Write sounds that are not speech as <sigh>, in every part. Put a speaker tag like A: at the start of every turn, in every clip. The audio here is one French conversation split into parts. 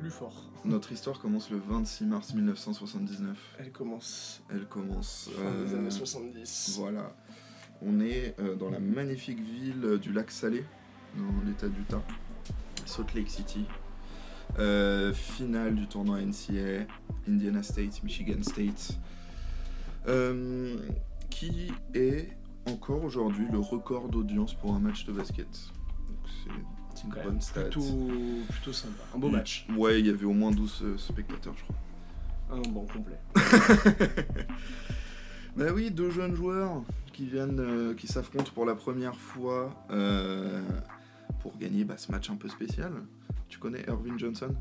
A: plus fort.
B: Notre histoire commence le 26 mars 1979.
A: Elle commence
B: Elle commence.
A: fin des
B: euh,
A: années 70.
B: Voilà. On est euh, dans la magnifique ville du lac Salé, dans l'état d'Utah, Salt Lake City. Euh, finale du tournoi NCAA, Indiana State, Michigan State, Euh, qui est encore aujourd'hui le record d'audience pour un match de basket. Donc c'est une
A: Quand même
B: bonne stat.
A: Plutôt, plutôt sympa. Un beau
B: Mm.
A: match.
B: Ouais, il y avait au moins 12 euh, spectateurs, je crois.
A: Un bon complet.
B: Bah oui, deux jeunes joueurs qui viennent, euh, qui s'affrontent pour la première fois euh, pour gagner bah, ce match un peu spécial. Tu connais Irving Johnson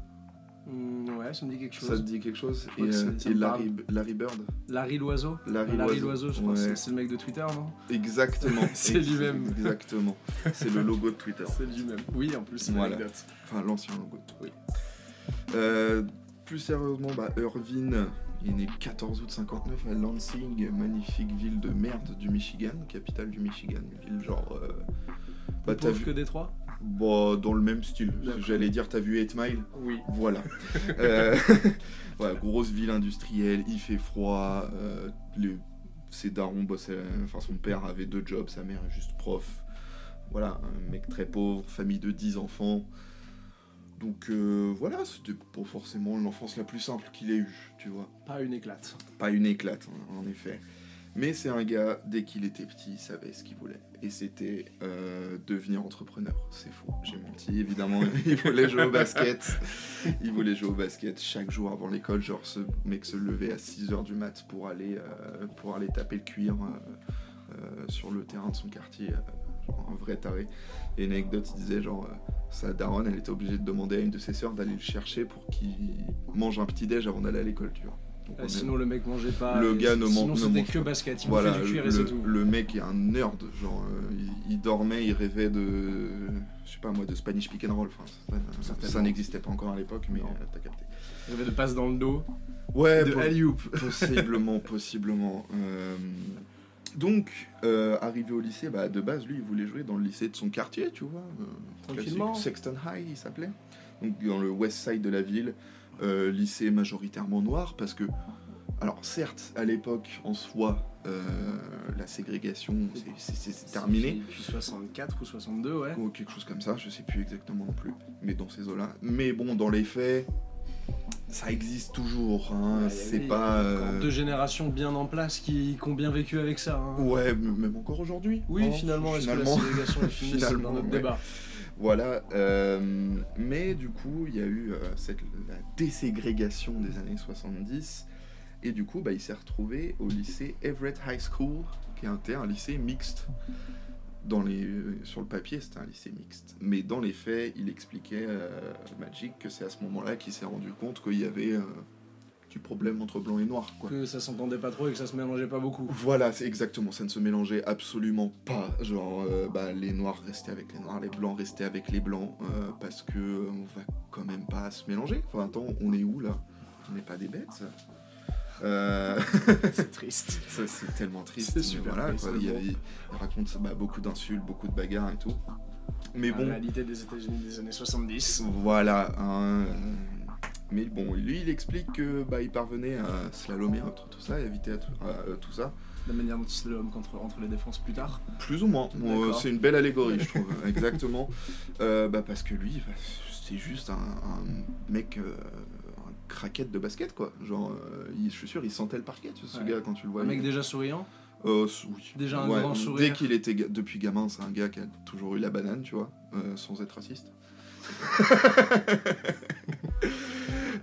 A: Mm, ouais, ça me dit quelque
B: Ça te
A: chose.
B: dit quelque chose Et,
A: crois que ça-
B: euh,
A: ça
B: et
A: me
B: Larry, Larry Bird
A: Larry Loiseau.
B: Larry,
A: Larry
B: Oiseau.
A: Loiseau, je pense.
B: Ouais,
A: c'est- C'est le mec de Twitter, non
B: Exactement.
A: <laughs> C'est lui-même.
B: Exactement. C'est le logo de
A: <laughs>
B: Twitter.
A: C'est lui-même. Oui, en plus, c'est une
B: Voilà.
A: anecdote.
B: Enfin, l'ancien logo.
A: Oui.
B: Euh, plus sérieusement, bah, Irvine, il est né 14 août 59 à Lansing, magnifique ville de merde du Michigan, capitale du Michigan, une ville genre. euh, bah,
A: Plus
B: t'as
A: pauvre
B: vu.
A: que Détroit
B: Bah, dans le même style.
A: D'accord.
B: J'allais dire, t'as vu 8 Mile
A: Oui.
B: Voilà. Euh, <laughs> voilà, grosse ville industrielle, il fait froid, euh, les- ses darons bossaient, enfin son père avait deux jobs, sa mère est juste prof. Voilà, un mec très pauvre, famille de 10 enfants. Donc euh, voilà, c'était pas forcément l'enfance la plus simple qu'il ait eue, tu vois.
A: Pas une éclate.
B: Pas une éclate, hein, en effet. Mais c'est un gars, dès qu'il était petit, il savait ce qu'il voulait. Et c'était euh, devenir entrepreneur. C'est faux, j'ai menti, évidemment. <laughs> Il voulait jouer au basket. Il voulait jouer au basket chaque jour avant l'école. Genre, ce mec se levait à 6h du mat pour aller, euh, pour aller taper le cuir euh, euh, sur le terrain de son quartier. euh, genre un vrai taré. Et une anecdote, il disait genre, euh, sa daronne, elle était obligée de demander à une de ses sœurs d'aller le chercher pour qu'il mange un petit-déj avant d'aller à l'école, tu vois. Donc,
A: Euh,
B: on est-
A: sinon, le mec mangeait pas.
B: Le
A: et-
B: gars ne
A: Sinon,
B: mange- ne
A: c'était
B: mange
A: que
B: pas.
A: basket. Il
B: Voilà,
A: bouffait du cuir
B: le,
A: et c'est tout.
B: le mec est un nerd, genre euh, il, il dormait, il rêvait de, je sais pas moi, de Spanish pick and roll. Enfin, ça- ça,
A: Certainement.
B: n'existait pas encore à l'époque, mais
A: Non.
B: euh, t'as capté.
A: Il avait de passe dans le dos.
B: Ouais,
A: de
B: po-
A: alley-oop.
B: <laughs> possiblement, possiblement. Euh, donc, euh, arrivé au lycée, bah, de base, lui, il voulait jouer dans le lycée de son quartier, tu vois. euh,
A: Tranquillement.
B: classique. Sexton High, il s'appelait. Donc, dans le west side de la ville. euh, lycée majoritairement noir, parce que, alors, certes, à l'époque, en soi, euh, la ségrégation, c'est- c'est- c'est c'est terminé. Euh,
A: Depuis 64 ou 62, ouais.
B: Ou quelque chose comme ça, je sais plus exactement non plus, mais dans ces eaux-là. Mais bon, dans les faits, ça existe toujours, hein,
A: Ouais, il y
B: c'est
A: a eu
B: pas...
A: encore
B: euh,
A: Deux générations bien en place qui, qui ont bien vécu avec ça. hein.
B: Ouais, m- même encore aujourd'hui.
A: Oui,
B: Hein,
A: finalement, est-ce que la
B: finalement.
A: ségrégation
B: <laughs>
A: est finie C'est
B: Finalement,
A: un autre
B: ouais.
A: débat.
B: Voilà. euh, mais du coup, il y a eu euh, cette, la déségrégation des années 70. Et du coup, bah, il s'est retrouvé au lycée Everett High School, qui était un lycée mixte. Dans les, euh, sur le papier, c'était un lycée mixte. Mais dans les faits, il expliquait euh, Magic que c'est à ce moment-là qu'il s'est rendu compte qu'il y avait euh, du problème entre blanc et noir. Quoi.
A: Que ça s'entendait pas trop et que ça se mélangeait pas beaucoup.
B: Voilà, c'est exactement, ça ne se mélangeait absolument pas. Genre, euh, bah, les noirs restaient avec les noirs, les blancs restaient avec les blancs, euh, parce que euh, on va quand même pas se mélanger. Enfin, attends, on est où là On n'est pas des bêtes
A: <laughs>
B: Euh, <laughs>
A: C'est triste.
B: ça, c'est tellement triste.
A: C'est
B: mais
A: super
B: voilà,
A: triste,
B: quoi. Il, y
A: bon.
B: avait- il raconte ça, bah, beaucoup d'insultes, beaucoup de bagarres et tout. Mais
A: La
B: bon,
A: réalité des États-Unis des années 70.
B: voilà. hein, euh, mais bon, lui, il explique que bah, il parvenait à slalomer entre tout ça et éviter à tout- à, euh, tout ça.
A: La manière dont c'est l'homme contre, entre les défenses plus tard.
B: Plus ou moins. Bon, euh,
A: D'accord.
B: c'est une belle allégorie,
A: <laughs>
B: je trouve. Exactement. Euh, bah, parce que lui, bah, c'est juste un, un mec, euh, un craquette de basket, quoi. Genre, euh, il- je suis sûr, il sentait le parquet, tu sais, ce
A: Ouais.
B: gars, quand tu le vois.
A: un mec
B: il-
A: déjà souriant.
B: Euh, s- oui.
A: déjà un grand
B: Dès
A: sourire.
B: qu'il était, ga- depuis gamin, c'est un gars qui a toujours eu la banane, tu vois, euh, sans
A: <laughs>
B: être raciste.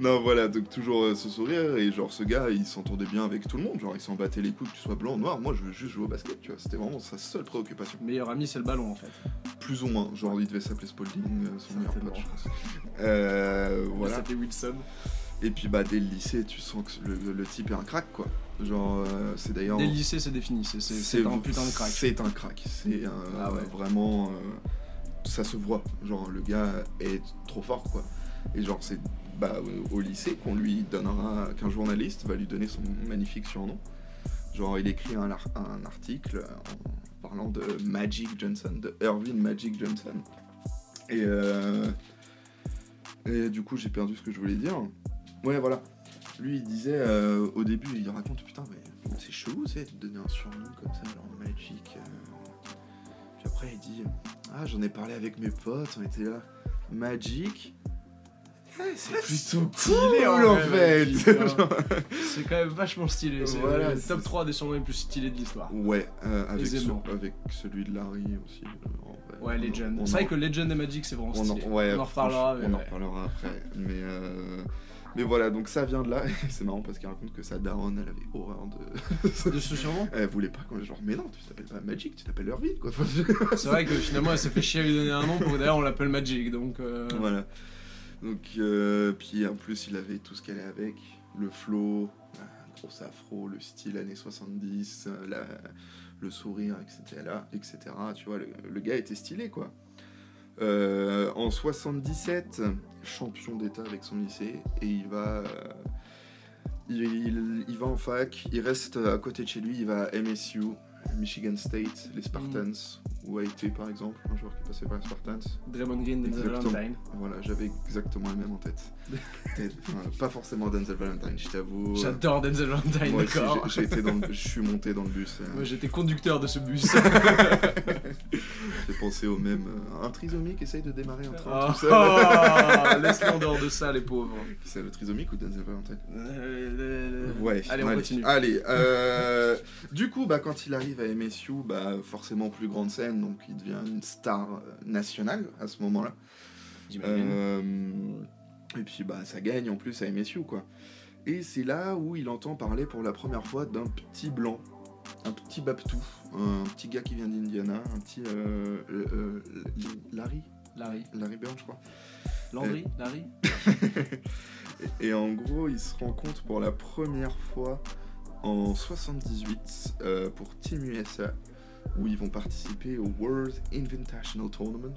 B: Non, voilà, donc toujours euh, ce sourire, et genre ce gars, il s'entendait bien avec tout le monde, genre il s'en battait les couilles, que tu sois blanc, noir, moi je veux juste jouer au basket, tu vois, c'était vraiment sa seule préoccupation.
A: Meilleur ami, c'est le ballon en fait.
B: Plus ou moins, genre il devait s'appeler Spalding, euh, son meilleur pote,
A: Certainement.
B: je pense. Euh,
A: Il
B: voilà.
A: s'appelait Wilson.
B: Et puis bah dès le lycée, tu sens que le, le type est un crack quoi. Genre euh, c'est d'ailleurs.
A: Dès le lycée, c'est défini. c'est- C'est c'est un putain de crack.
B: C'est un crack. C'est un-
A: Ah ouais.
B: vraiment. euh, ça se voit. Genre le gars est trop fort quoi. Et genre c'est bah, au- au lycée qu'on lui donnera, qu'un journaliste va lui donner son magnifique surnom. Genre il écrit un, lar- un article en parlant de Magic Johnson, de Irving Magic Johnson. Et euh, Et du coup, j'ai perdu ce que je voulais dire. Ouais, voilà. Lui, il disait euh, au début, il raconte Putain, mais c'est chelou, c'est de donner un surnom comme ça, genre Magic. euh. Puis après, il dit Ah, j'en ai parlé avec mes potes, on était là. Magic Eh, C'est plutôt cool
A: en
B: en
A: vrai,
B: fait
A: Magic,
B: Genre-
A: C'est quand même vachement stylé. C'est
B: Voilà,
A: le
B: c'est-
A: top 3 des surnoms les plus stylés de l'histoire.
B: <laughs> Ouais, euh, avec, ce-
A: Aisément.
B: avec celui de Larry aussi. euh, en vrai.
A: Ouais, Legend.
B: On
A: C'est
B: en-
A: vrai que Legend et Magic, c'est vraiment
B: on en,
A: stylé.
B: ouais,
A: On en
B: franchement,
A: reparlera, mais
B: on en
A: ouais.
B: reparlera après. Mais, euh, mais voilà, donc ça vient de là. <laughs> Et c'est marrant parce qu'il raconte que sa daronne, elle avait horreur de. <laughs>
A: De ce surnom
B: elle voulait pas qu'on genre, mais non, tu t'appelles pas Magic, tu t'appelles Irvine, quoi. <laughs> Enfin,
A: C'est vrai que finalement, elle s'est fait chier à lui donner un nom. Pour d'ailleurs, on l'appelle Magic. Donc, euh,
B: voilà. Donc, euh, puis en plus, il avait tout ce qu'elle est avec le flow, un gros afro, le style années 70, euh, la- le sourire, etc., etc. Tu vois, le, le gars était stylé, quoi. Euh, en 77, champion d'État avec son lycée, et il va. euh, il, il- il va en fac, il reste à côté de chez lui, il va à MSU, Michigan State, les Spartans, ou a été par exemple, un joueur qui passait par les Spartans.
A: Draymond Green, Denzel
B: Exactement.
A: Valentine.
B: Voilà, j'avais exactement le même
A: <laughs>
B: en tête. Peut-être, enfin, pas forcément Denzel Valentine, je t'avoue. Euh,
A: J'adore Denzel Valentine,
B: Moi aussi,
A: d'accord
B: j'ai- j'ai été dans le- je suis monté dans le bus. euh,
A: Moi, j'étais conducteur de ce
B: <laughs>
A: bus.
B: J'ai pensé au même. euh, un trisomique essaye de démarrer un train
A: Oh,
B: tout seul.
A: <laughs> oh, Laisse-les en dehors de ça, les pauvres.
B: C'est le trisomique ou Denzel Valentine
A: Euh,
B: Ouais.
A: Allez, on continue. <laughs>
B: Allez, euh, du coup, bah, quand il arrive à MSU, bah, forcément plus grande scène, donc il devient une star euh, nationale à ce moment-là.
A: J'imagine.
B: Euh, et puis bah ça gagne en plus à MSU quoi. Et c'est là où il entend parler pour la première fois d'un petit blanc, un petit Baptou, un petit gars qui vient d'Indiana, un petit euh, euh, euh, Larry,
A: Larry.
B: Larry Bird je crois.
A: Landry
B: euh,
A: Larry
B: Et, et en gros il se rencontre pour la première fois en 78 euh, pour Team USA où ils vont participer au World Invitational Tournament.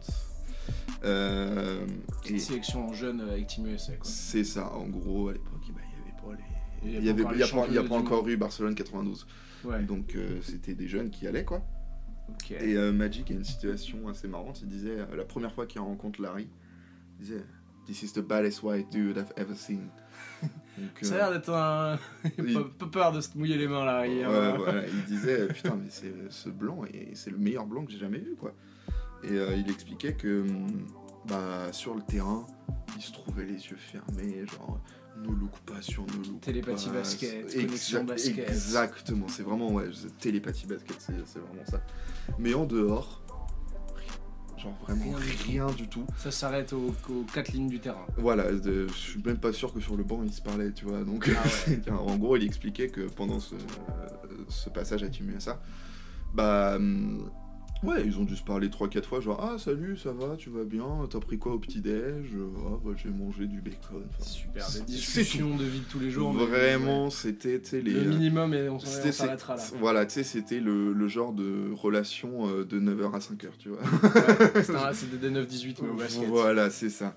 B: Euh,
A: Petite sélection en jeune euh, avec Team USA, quoi.
B: C'est ça, en gros, à l'époque, eh ben, il n'y
A: Il
B: avait pas les. Il y avait- il y a pas, il y a pas encore
A: eu.
B: eu Barcelone 92.
A: Ouais,
B: Donc euh, c'était des jeunes qui allaient, quoi.
A: ok.
B: Et euh, Magic a une situation assez marrante. Il disait, euh, la première fois qu'il rencontre Larry, il disait This is the baddest white dude I've ever seen. Donc,
A: Ça a
B: euh,
A: l'air d'être un. <laughs>
B: Oui.
A: pas, pas peur de se mouiller les mains, Larry.
B: Ouais,
A: hein.
B: voilà, il disait euh, putain mais c'est ce blanc et c'est le meilleur blanc que j'ai jamais vu quoi. Et euh, il expliquait que hum, bah sur le terrain il se trouvait les yeux fermés genre ne look pas sur nos look
A: Télépathie
B: pas.
A: basket,
B: Exa-
A: connexion basket.
B: exactement c'est vraiment ouais c'est- télépathie basket c'est c'est vraiment ça. Mais en dehors rien. genre vraiment rien du tout.
A: Ça s'arrête aux, aux quatre lignes du terrain.
B: Voilà, de- je suis même pas sûr que sur le banc il se parlait, tu vois. Donc,
A: Ah ouais.
B: <laughs> c'est- en gros, il expliquait que pendant ce, ce passage à Team USA, bah. hum, Ouais, ils ont dû se parler 3-4 fois, genre Ah, salut, ça va, tu vas bien, t'as pris quoi au petit-déj Ah, bah, j'ai mangé du bacon. Enfin,
A: Super,
B: C'est-
A: des
B: c'est
A: discussions de vie de tous les jours. mais-
B: vraiment, c'était, tu sais, les. euh,
A: Le minimum, et on s'en- on
B: c'était-
A: s'arrêtera là.
B: c'est- Voilà, tu sais, c'était le, le genre de relation euh, de 9h à 5h, tu vois.
A: C'est
B: <laughs>
A: un- C'était des 9-18, mais au basket.
B: Voilà, c'est ça.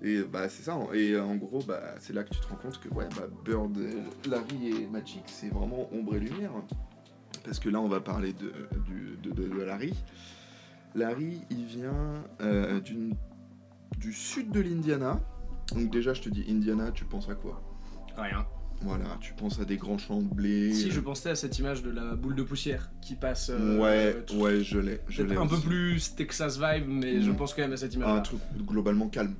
B: Et bah c'est ça. Et euh, en gros, bah c'est là que tu te rends compte que ouais, bah, Bird, euh, Larry et Magic, c'est vraiment ombre et lumière. hein. Parce que là, on va parler de, du- de, de- de Larry. Larry, il vient euh, d'une- du sud de l'Indiana. Donc déjà, je te dis Indiana, tu penses à quoi
A: Rien.
B: Voilà, tu penses à des grands champs de blé. euh,
A: Si je pensais à cette image de la boule de poussière qui passe. euh,
B: ouais,
A: tout-
B: ouais, je l'ai. je
A: peut-être
B: l'ai
A: un peu
B: aussi.
A: plus Texas vibe, mais je
B: Mhm.
A: pense quand même à cette
B: Un
A: image.
B: truc globalement calme.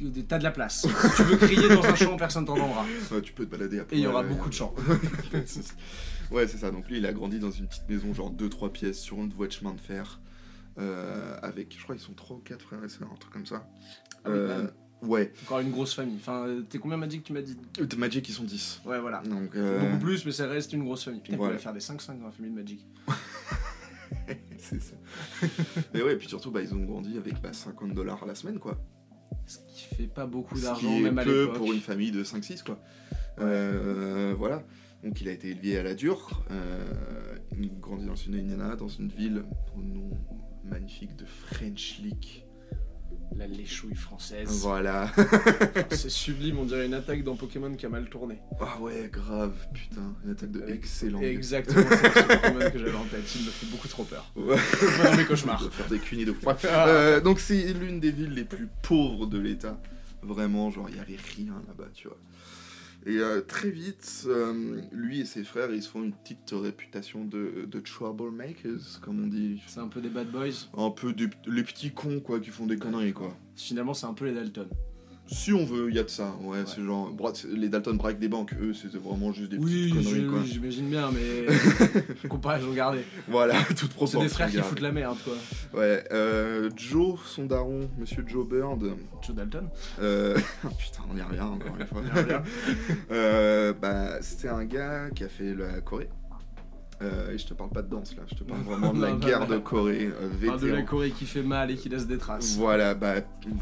A: là T'as de la place. si tu veux crier dans un champ, personne t'en entendra.
B: Euh, tu peux te balader après.
A: Et il y aura
B: euh,
A: beaucoup de champs.
B: <laughs> ouais, c'est ça. Donc lui, il a grandi dans une petite maison, genre 2-3 pièces, sur une voie de chemin de fer. euh, avec, je crois, ils sont 3 ou 4 frères et sœurs, un truc comme ça.
A: Ah oui,
B: Euh,
A: quand même.
B: ouais.
A: Encore une grosse famille. Enfin, euh, t'es combien Magic tu m'as dit
B: Euh, Magic, ils sont 10.
A: Ouais, voilà.
B: Donc, euh,
A: Beaucoup plus, mais ça reste une grosse famille. Putain,
B: Voilà.
A: on va faire des 5-5 dans la famille de Magic.
B: <laughs> c'est ça. et ouais, et puis surtout, bah, ils ont grandi avec bah, 50 dollars la semaine, quoi.
A: Ce qui fait pas beaucoup
B: Ce
A: d'argent,
B: qui est
A: même à
B: peu
A: l'époque.
B: pour une famille de 5-6, quoi. Euh, voilà. Donc il a été élevé à la dure. Euh, il grandit dans une Indiana, dans une ville au nom magnifique de French Lick.
A: La léchouille française.
B: Voilà.
A: <laughs> C'est sublime, on dirait une attaque dans Pokémon qui a mal tourné.
B: Ah ouais, grave, putain. Une attaque de
A: Avec-
B: excellent.
A: Exactement, c'est ce Pokémon que j'avais en tête. Il me fait beaucoup trop peur.
B: <laughs> Ouais. Euh.
A: Pas dans mes
B: On
A: cauchemars. Ah.
B: doit faire des cunis de froid. Euh, donc c'est l'une des villes les plus pauvres de l'État. Vraiment, genre, il n'y avait rien là-bas, tu vois. Et euh, très vite, euh, lui et ses frères, ils se font une petite réputation de, de troublemakers, comme on dit.
A: C'est un peu des bad boys.
B: Un peu des- les petits cons, quoi, qui font des conneries, quoi.
A: Finalement, c'est un peu les Dalton.
B: Si on veut, il y a de ça. Ouais,
A: Ouais.
B: c'est genre. bra- c'est- Les Dalton braquent des banques. Eux, c'était vraiment juste des
A: Oui,
B: petites conneries,
A: je-
B: quoi.
A: oui, j'imagine bien, mais <laughs> comparaison gardée.
B: Voilà, <laughs> toute proportion.
A: C'est des frères qui
B: regarde.
A: foutent la merde, quoi.
B: Ouais, euh, Joe, son daron, monsieur Joe Bird.
A: Joe Dalton.
B: euh, <laughs> Putain, on y revient encore une fois.
A: On y revient.
B: <laughs> Euh, bah, c'était un gars qui a fait la Corée. Euh, et je te parle pas de danse là, je te parle vraiment de la
A: <laughs> Non, non,
B: guerre
A: non.
B: de Corée. euh,
A: Enfin, de
B: vétéran.
A: la Corée qui fait mal et qui laisse des traces.
B: Voilà, bah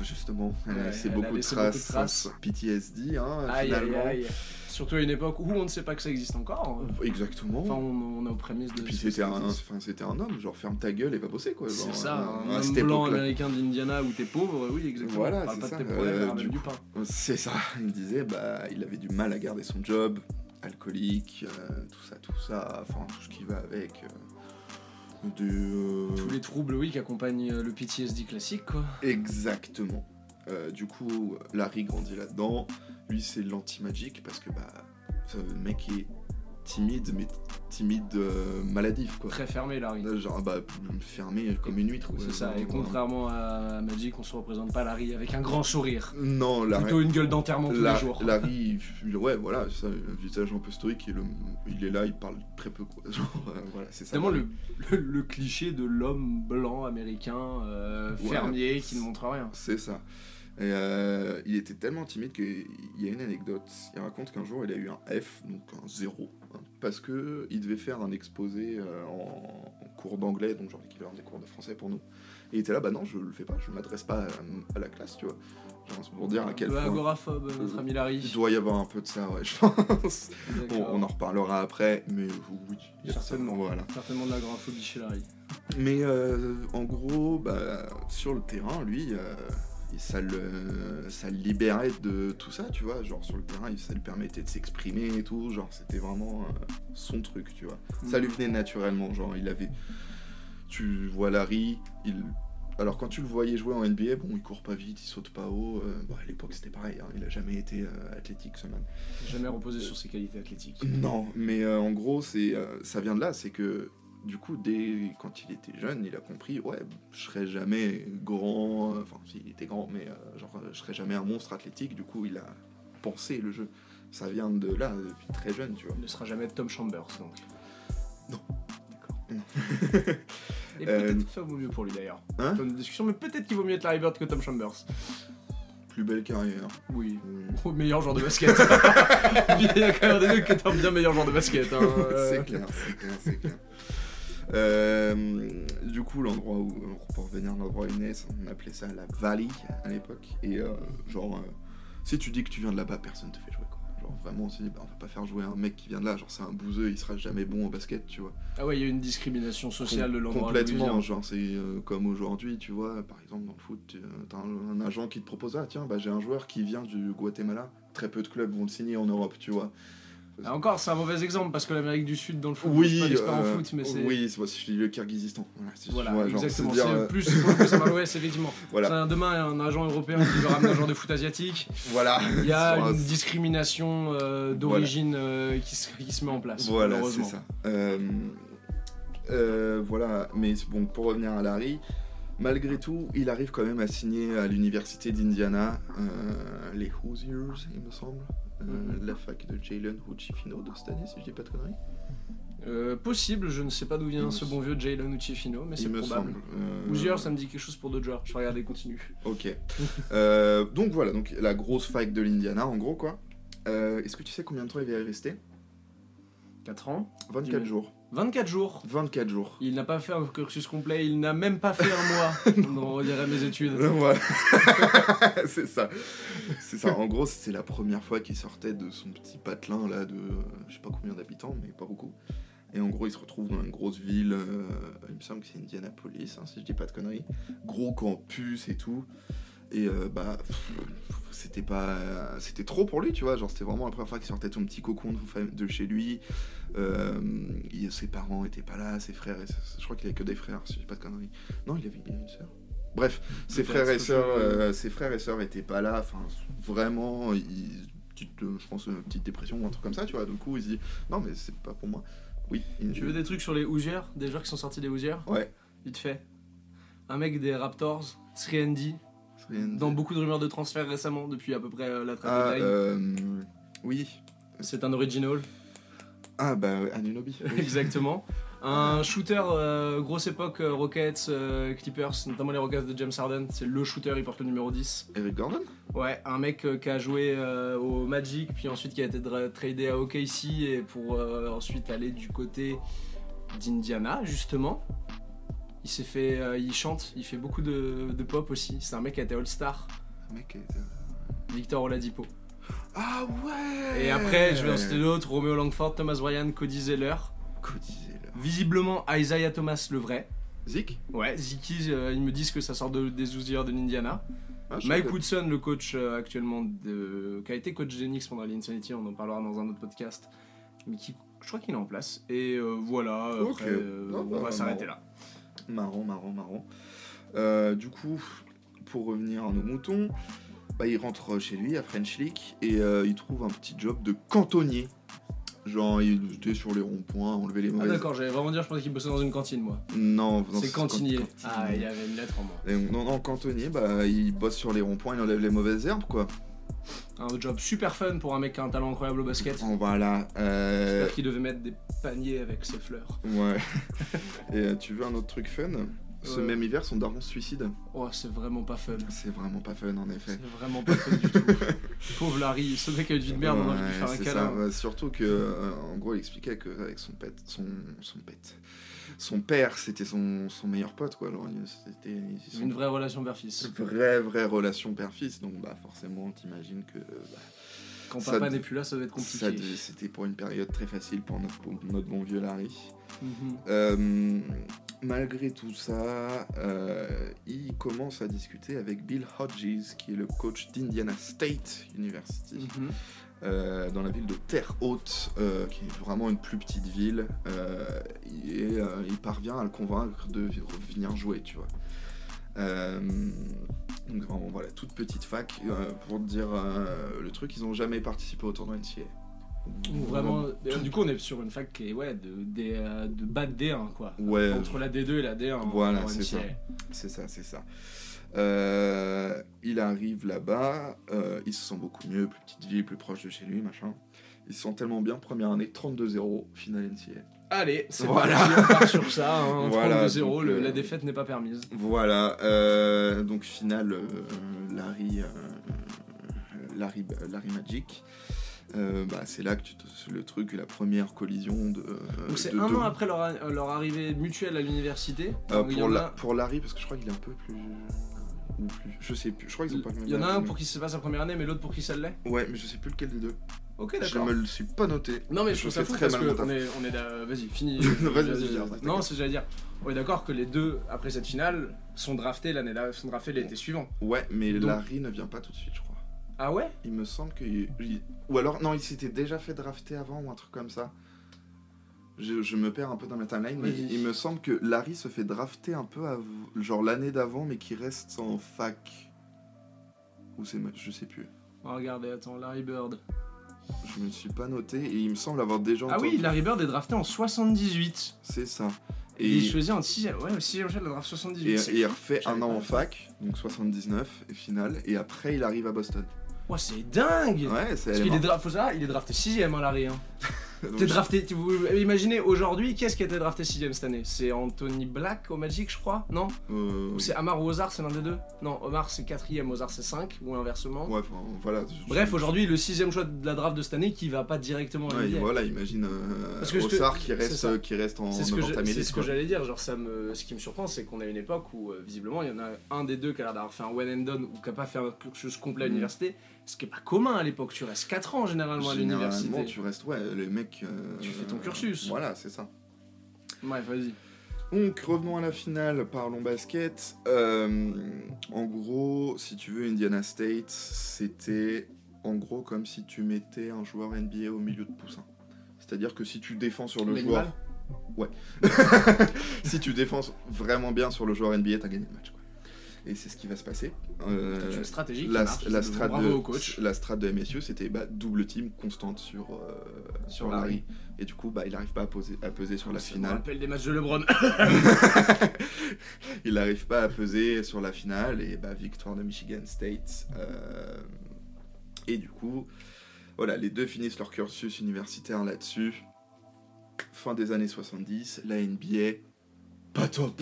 B: justement, elle a
A: Ouais,
B: laissé
A: elle a
B: beaucoup, de
A: laissé beaucoup de
B: traces.
A: traces.
B: PTSD, hein,
A: Aïe, aïe,
B: finalement.
A: aïe. Surtout à une époque où on ne sait pas que ça existe encore.
B: Exactement.
A: Enfin, on, on est aux prémices de.
B: Puis
A: ce que
B: c'était
A: ça
B: un,
A: existe.
B: enfin, c'était un homme, genre ferme ta gueule et va bosser quoi. genre,
A: C'est ça,
B: euh,
A: un
B: à
A: homme
B: cette
A: blanc
B: époque-là.
A: américain d'Indiana où t'es pauvre, oui, exactement.
B: Voilà,
A: Parle
B: c'est
A: pas
B: ça,
A: de tes problèmes,
B: euh,
A: ramène
B: du
A: du, pain.
B: C'est ça, il disait, bah, il avait du mal à garder son job, alcoolique, euh, tout ça, tout ça, enfin tout ce qui va avec. euh, de, euh,
A: Tous les troubles, oui, qui accompagnent euh, le PTSD classique, quoi.
B: Exactement. Euh, du coup, Larry grandit là-dedans. Lui, c'est l'anti-magique parce que bah, ce mec est timide, mais timide euh, maladif quoi.
A: Très fermé, Larry.
B: Euh, Genre bah fermé comme une huître.
A: c'est
B: ouais,
A: ça,
B: genre,
A: et
B: ouais.
A: contrairement à Magic, on se représente pas Larry avec un grand sourire.
B: Non, Larry.
A: Plutôt une gueule d'enterrement tous les
B: La-
A: jours.
B: Larry, il- ouais, voilà, c'est ça, un visage un peu stoïque. Et le, il est là, il parle très peu quoi. <laughs> Genre, euh, voilà, c'est
A: C'est
B: ça.
A: tellement le, le- le cliché de l'homme blanc américain euh,
B: Ouais.
A: fermier qui ne montre rien.
B: C'est ça. Et euh, il était tellement timide qu'il y a une anecdote. Il raconte qu'un jour, il a eu un F, donc un zéro, hein, parce que il devait faire un exposé euh, en, en cours d'anglais, donc genre l'équivalent des cours de français pour nous. Et il était là, bah non, je le fais pas, je m'adresse pas à, à la classe, tu vois. Genre, c'est pour dire à quel
A: Le
B: point. Euh,
A: agoraphobe, notre ami Larry.
B: Il doit y avoir un peu de ça, ouais, je <laughs> pense. Bon,
A: D'accord.
B: on en reparlera après, mais oui, il y a ça,
A: Certainement.
B: Voilà.
A: Certainement de l'agoraphobie chez Larry.
B: Mais euh, en gros, bah, sur le terrain, lui, euh, et ça, le, ça le libérait de tout ça, tu vois. Genre, sur le terrain, il- ça lui permettait de s'exprimer et tout. Genre, c'était vraiment euh, son truc, tu vois. Ça lui venait naturellement. Genre, il avait. Tu vois Larry, il. Alors, quand tu le voyais jouer en NBA, bon, il court pas vite, il saute pas haut. euh, bon, à l'époque, c'était pareil, hein, il a jamais été euh, athlétique, ce man.
A: Jamais reposé sur ses qualités athlétiques.
B: Non, mais euh, en gros, c'est euh, ça vient de là, c'est que du coup, dès quand il était jeune, il a compris, ouais, je serai jamais grand, euh, enfin, s'il était grand, mais euh, genre, euh, je serai jamais un monstre athlétique, du coup, il a pensé le jeu. Ça vient de là, depuis très jeune, tu vois.
A: Il ne sera jamais Tom Chambers, donc.
B: Non.
A: D'accord.
B: Non.
A: Et
B: Euh,
A: peut-être que ça vaut mieux pour lui d'ailleurs.
B: Hein
A: Comme discussion, mais peut-être qu'il vaut mieux être Larry Bird que Tom Chambers.
B: Plus belle carrière. <laughs>
A: Oui.
B: Mm.
A: Au meilleur joueur de
B: <laughs>
A: basket. Il y a quand même des deux qui est un bien meilleur joueur de basket. hein.
B: <laughs> c'est clair, c'est clair, c'est clair. Euh, du coup, l'endroit où, euh, pour revenir à l'endroit où il naît, on appelait ça la vallée à l'époque. Et euh, genre, euh, si tu dis que tu viens de là-bas, personne te fait jouer quoi. Genre, vraiment, on s'est dit, bah, on va pas faire jouer un mec qui vient de là. Genre, c'est un bouseux, il sera jamais bon au basket, tu vois.
A: Ah ouais, il y a une discrimination sociale de
B: Com-
A: l'endroit. d'où il
B: Complètement,
A: vient.
B: genre, c'est euh, comme aujourd'hui, tu vois. Par exemple, dans le foot, tu- euh, t'as un, un agent qui te propose, ah tiens, bah, j'ai un joueur qui vient du Guatemala. Très peu de clubs vont le signer en Europe, tu vois.
A: Ah, encore, c'est un mauvais exemple parce que l'Amérique du Sud dans le foot,
B: Oui,
A: c'est pas en
B: euh,
A: foot, mais c'est.
B: oui, c'est moi, si je dis le Kyrgyzstan. Voilà, c'est-
A: Voilà,
B: tu vois, genre,
A: exactement.
B: c'est
A: C'est
B: dire, euh,
A: plus pour le coup, ça va à l'ouest, effectivement.
B: <laughs> voilà,
A: Ça, Demain, un agent européen qui veut ramener un joueur de foot asiatique,
B: voilà.
A: il y a
B: Voilà,
A: une
B: c'est-
A: discrimination euh, d'origine euh, qui, se, qui se met en place.
B: Voilà, c'est
A: malheureusement.
B: ça. Euh, euh, voilà, mais c'est bon, pour revenir à Larry, malgré tout, il arrive quand même à signer à l'université d'Indiana euh, les Hoosiers, il me semble. Euh,
A: Mhm.
B: La fac de Jalen Huchifino de cette année, si je dis pas de conneries.
A: Euh, possible, je ne sais pas d'où vient
B: Il
A: ce
B: me
A: bon vieux Jalen Uchifino, mais c'est
B: il me
A: probable.
B: semble. Euh,
A: Plusieurs, ça me dit quelque chose pour Dodger. Je vais regarder, continue.
B: Ok.
A: <laughs>
B: Euh, donc voilà, donc la grosse fac de l'Indiana, en gros, quoi. Euh, Est-ce que tu sais combien de temps il va y rester
A: 4 ans,
B: 24
A: Du-
B: jours.
A: 24 jours.
B: 24 jours.
A: Il n'a pas fait un cursus complet, il n'a même pas fait un
B: <laughs>
A: mois. On redirait mes études.
B: Voilà. <laughs> c'est ça. C'est ça. En gros, c'est la première fois qu'il sortait de son petit patelin là de euh, je sais pas combien d'habitants, mais pas beaucoup. Et en gros, il se retrouve dans une grosse ville, euh, il me semble que c'est Indianapolis, hein, si je dis pas de conneries. Gros campus et tout. Et euh, bah, pff, c'était pas. C'était trop pour lui, tu vois. Genre, c'était vraiment la première fois qu'il sortait de son petit cocon de, fam- de chez lui. Euh, il- ses parents étaient pas là, ses frères. et ses- je crois qu'il avait que des frères, si je dis pas de conneries. Non, il avait il avait une sœur. Bref,
A: Mmh,
B: ses
A: Peut-être,
B: frères, et
A: je-
B: sœurs, euh, ses frères et sœurs étaient pas là. Enfin, vraiment, il- petite, euh, je pense, une petite dépression ou un truc comme ça, tu vois. Du coup, il se dit Non, mais c'est pas pour moi. Oui, il-
A: Tu veux des trucs sur les Hoosiers Des joueurs qui sont sortis des Hoosiers
B: Ouais.
A: Vite fait. Un mec des Raptors, 3
B: c'est rien de-
A: dans beaucoup de rumeurs de transfert récemment, depuis à peu près euh, la trêve
B: Ah,
A: de deadline.
B: euh, oui.
A: C'est un original,
B: Ah, bah, <laughs> Anunobi. Oui.
A: <laughs> exactement. Un shooter euh, grosse époque euh, Rockets, euh, Clippers, notamment les Rockets de James Harden. C'est le shooter, il porte le numéro 10.
B: Eric Gordon
A: Ouais, un mec euh, qui a joué euh, au Magic, puis ensuite qui a été dra- tradé à OKC et pour euh, ensuite aller du côté d'Indiana justement. Il s'est fait, euh, il chante, il fait beaucoup de, de pop aussi. C'est un mec qui a été All-Star,
B: Le mec était- euh,
A: Victor Oladipo.
B: Ah ouais
A: Et après, je vais en
B: Euh,
A: citer d'autres Romeo Langford, Thomas Bryan, Cody Zeller.
B: Cotisé là.
A: Visiblement, Isaiah Thomas, le vrai.
B: Zik
A: Ouais, Ziki, euh, ils me disent que ça sort de- des Hoosiers de l'Indiana.
B: Ah, je
A: Mike
B: sais
A: Woodson, le coach euh, actuellement, de, qui a été coach d'Enix pendant l'Insanity, on en parlera dans un autre podcast. Mais qui, je crois qu'il est en place. Et euh, voilà, après,
B: Ok.
A: euh,
B: Non, bah,
A: on va s'arrêter
B: marrant.
A: là.
B: pas. Marrant, marrant, marrant. Euh, du coup, pour revenir à nos moutons, bah, il rentre chez lui à French Lick et euh, il trouve un petit job de cantonnier. Genre, il était sur les ronds-points, enlever les
A: Ah
B: mauvaises.
A: d'accord, j'allais vraiment dire, je pensais qu'il bossait dans une cantine, moi.
B: non, non,
A: C'est cantinier.
B: cantinier.
A: Ah, il y avait une lettre en moi.
B: Et non, non, cantonnier, bah, il bosse sur les ronds-points, il enlève les mauvaises herbes, quoi.
A: Un job super fun pour un mec qui a un talent incroyable au basket.
B: Oh, voilà. Euh...
A: J'espère qu'il devait mettre des paniers avec ses fleurs. <laughs>
B: Ouais. et euh, tu veux un autre truc fun Ce
A: Ouais.
B: même hiver, son daron se suicide.
A: Oh, c'est vraiment pas fun.
B: C'est vraiment pas fun, en effet.
A: C'est vraiment pas fun du tout.
B: <laughs>
A: Pauvre Larry, ce mec a eu une vie de merde, on a envie de lui faire un
B: c'est
A: câlin.
B: ça. Ouais, surtout que, euh, en gros, il expliquait qu'avec son pet, son, son pet, son père, c'était son, son meilleur pote, quoi. Genre, il- c'était ils
A: C'est
B: sont-
A: Une vraie relation père-fils.
B: une vraie, vraie relation père-fils. Donc, bah, forcément, t'imagines que euh, bah,
A: Quand
B: Ça
A: papa
B: de-
A: n'est plus là, ça doit être compliqué.
B: ça devait- c'était pour une période très facile pour notre, pour notre bon vieux Larry.
A: Mhm.
B: Euh, malgré tout ça, euh, il commence à discuter avec Bill Hodges, qui est le coach d'Indiana State University.
A: Mhm.
B: euh, dans la ville de Terre Haute, euh, qui est vraiment une plus petite ville, euh, et euh, il parvient à le convaincre de vi- venir jouer, tu vois. Euh, donc vraiment, voilà, toute petite fac, euh, pour te dire euh, le truc, ils ont jamais participé au tournoi NCA.
A: Donc Vraiment, euh, du coup, on est sur une fac qui est ouais, de, des, euh, de bas de D1, quoi.
B: Ouais,
A: Entre la D2 et la D1.
B: Voilà,
A: en
B: c'est
A: NCAA.
B: c'est ça, c'est ça. Euh, il arrive là-bas, euh, il se sent beaucoup mieux, plus petite ville, plus proche de chez lui, machin. Il se sent tellement bien, première année, 32-0, finale NCA.
A: Allez, c'est
B: Voilà.
A: parti, on part sur
B: <laughs>
A: ça. Hein,
B: Voilà,
A: 0
B: donc, euh,
A: la défaite n'est pas permise.
B: Voilà, euh, donc finale, euh, Larry, euh, Larry, Larry Magic. Euh, bah, c'est là que tu te- c'est le truc, la première collision de. euh,
A: Donc c'est
B: de
A: un
B: deux-
A: an après leur, a- leur arrivée mutuelle à l'université.
B: Euh,
A: Donc, il y
B: pour,
A: en
B: la-
A: a-
B: pour Larry, parce que je crois qu'il est un peu plus. Ou plus. Je sais plus. Je crois qu'ils ont pas le même
A: Il y en a
B: âge,
A: un
B: mais-
A: pour qui c'est pas sa première année, mais l'autre pour qui ça l'est.
B: Ouais, mais je sais plus lequel des deux.
A: Ok,
B: Je
A: d'accord.
B: me le suis pas noté.
A: Non mais je,
B: Je
A: trouve ça
B: fais
A: fou
B: très
A: parce
B: mal mon
A: que
B: taf.
A: on est, on est là, vas-y, fini.
B: <laughs> Vas-y, vas-y,
A: Vas-y,
B: vas-y,
A: vas-y.
B: vas-y.
A: Non, c'est j'allais dire. On est d'accord que les deux après cette finale sont draftés l'année là- sont draftés l'été suivant.
B: Ouais, mais
A: Donc-
B: Larry ne vient pas tout de suite, je crois.
A: Ah ouais
B: Il me semble que. il- Ou alors, non, il s'était déjà fait drafter avant ou un truc comme ça. Je, je me perds un peu dans ma timeline, mais
A: Vas-y.
B: il me semble que Larry se fait drafter un peu, av- genre l'année d'avant, mais qui reste en fac. Ou c'est. ma- Je sais plus.
A: Oh, Regardez, attends, Larry Bird.
B: Je me suis pas noté et il me semble avoir déjà
A: Ah
B: entendu.
A: oui, Larry Bird est drafté en 78.
B: C'est ça.
A: Et
B: Et,
A: il est
B: il,
A: choisi en 6 Ouais, au 6 la draft
B: et-
A: 78.
B: et
A: C'est
B: il
A: fou.
B: refait
A: j'avais
B: un
A: pas
B: an en
A: noté.
B: fac, donc 79 et finale, et après il arrive à Boston.
A: Ouais, c'est dingue
B: Ouais, c'est.
A: Parce qu'il est, dra- faut savoir, il est drafté 6 hein, Larry. Hein.
B: Donc,
A: T'es drafté, tu- vous imaginez aujourd'hui, qui est-ce qui a été drafté 6 cette année C'est Anthony Black au Magic, je crois Non
B: euh,
A: Ou c'est Amar ou Ozar, c'est l'un des deux Non, Omar c'est 4ème, Ozar c'est 5, ou inversement.
B: ouais, enfin, voilà.
A: Bref, aujourd'hui, le sixième choix de la draft de cette année qui va pas directement à
B: Ouais,
A: l'NBA.
B: voilà, imagine euh,
A: Parce que je te-
B: Ossard qui
A: c'est
B: reste,
A: ça.
B: euh, qui reste en
A: C'est ce que,
B: dans
A: je-
B: ta
A: c'est
B: mêlée,
A: ce que
B: quoi.
A: j'allais dire. Genre, ça me, ce qui me surprend, c'est qu'on a une époque où, euh, visiblement, il y en a un des deux qui a l'air d'avoir fait un one and done ou qui a pas fait un quelque chose complet à
B: Mhm.
A: l'université. Ce qui est pas commun à l'époque. Tu restes 4 ans généralement à
B: Généralement,
A: l'université.
B: tu restes, ouais, le mec. euh,
A: Tu fais ton cursus.
B: Voilà, c'est ça.
A: Bref, vas-y.
B: Donc, revenons à la finale, parlons basket. Euh, en gros, si tu veux, Indiana State, c'était en gros comme si tu mettais un joueur NBA au milieu de poussin. C'est-à-dire que si tu défends sur le
A: L'animal.
B: <laughs> joueur, si tu défends vraiment bien sur le joueur NBA, t'as gagné le match. quoi. Et c'est ce qui va se passer. Euh,
A: C'est une stratégie qui
B: la,
A: marche,
B: la
A: c'est de-
B: strat
A: bravo
B: de,
A: au coach.
B: la strat de MSU, c'était bah, double team constante sur, euh, sur
A: Larry. Ah,
B: Larry. Et du coup, bah, il n'arrive pas à, poser, à peser sur la
A: Ça me
B: finale.
A: rappelle des matchs de LeBron. <laughs>
B: il n'arrive pas à peser sur la finale. Et bah, victoire de Michigan State. Euh, et du coup, voilà, les deux finissent leur cursus universitaire là-dessus. Fin des années 70, la NBA, pas top.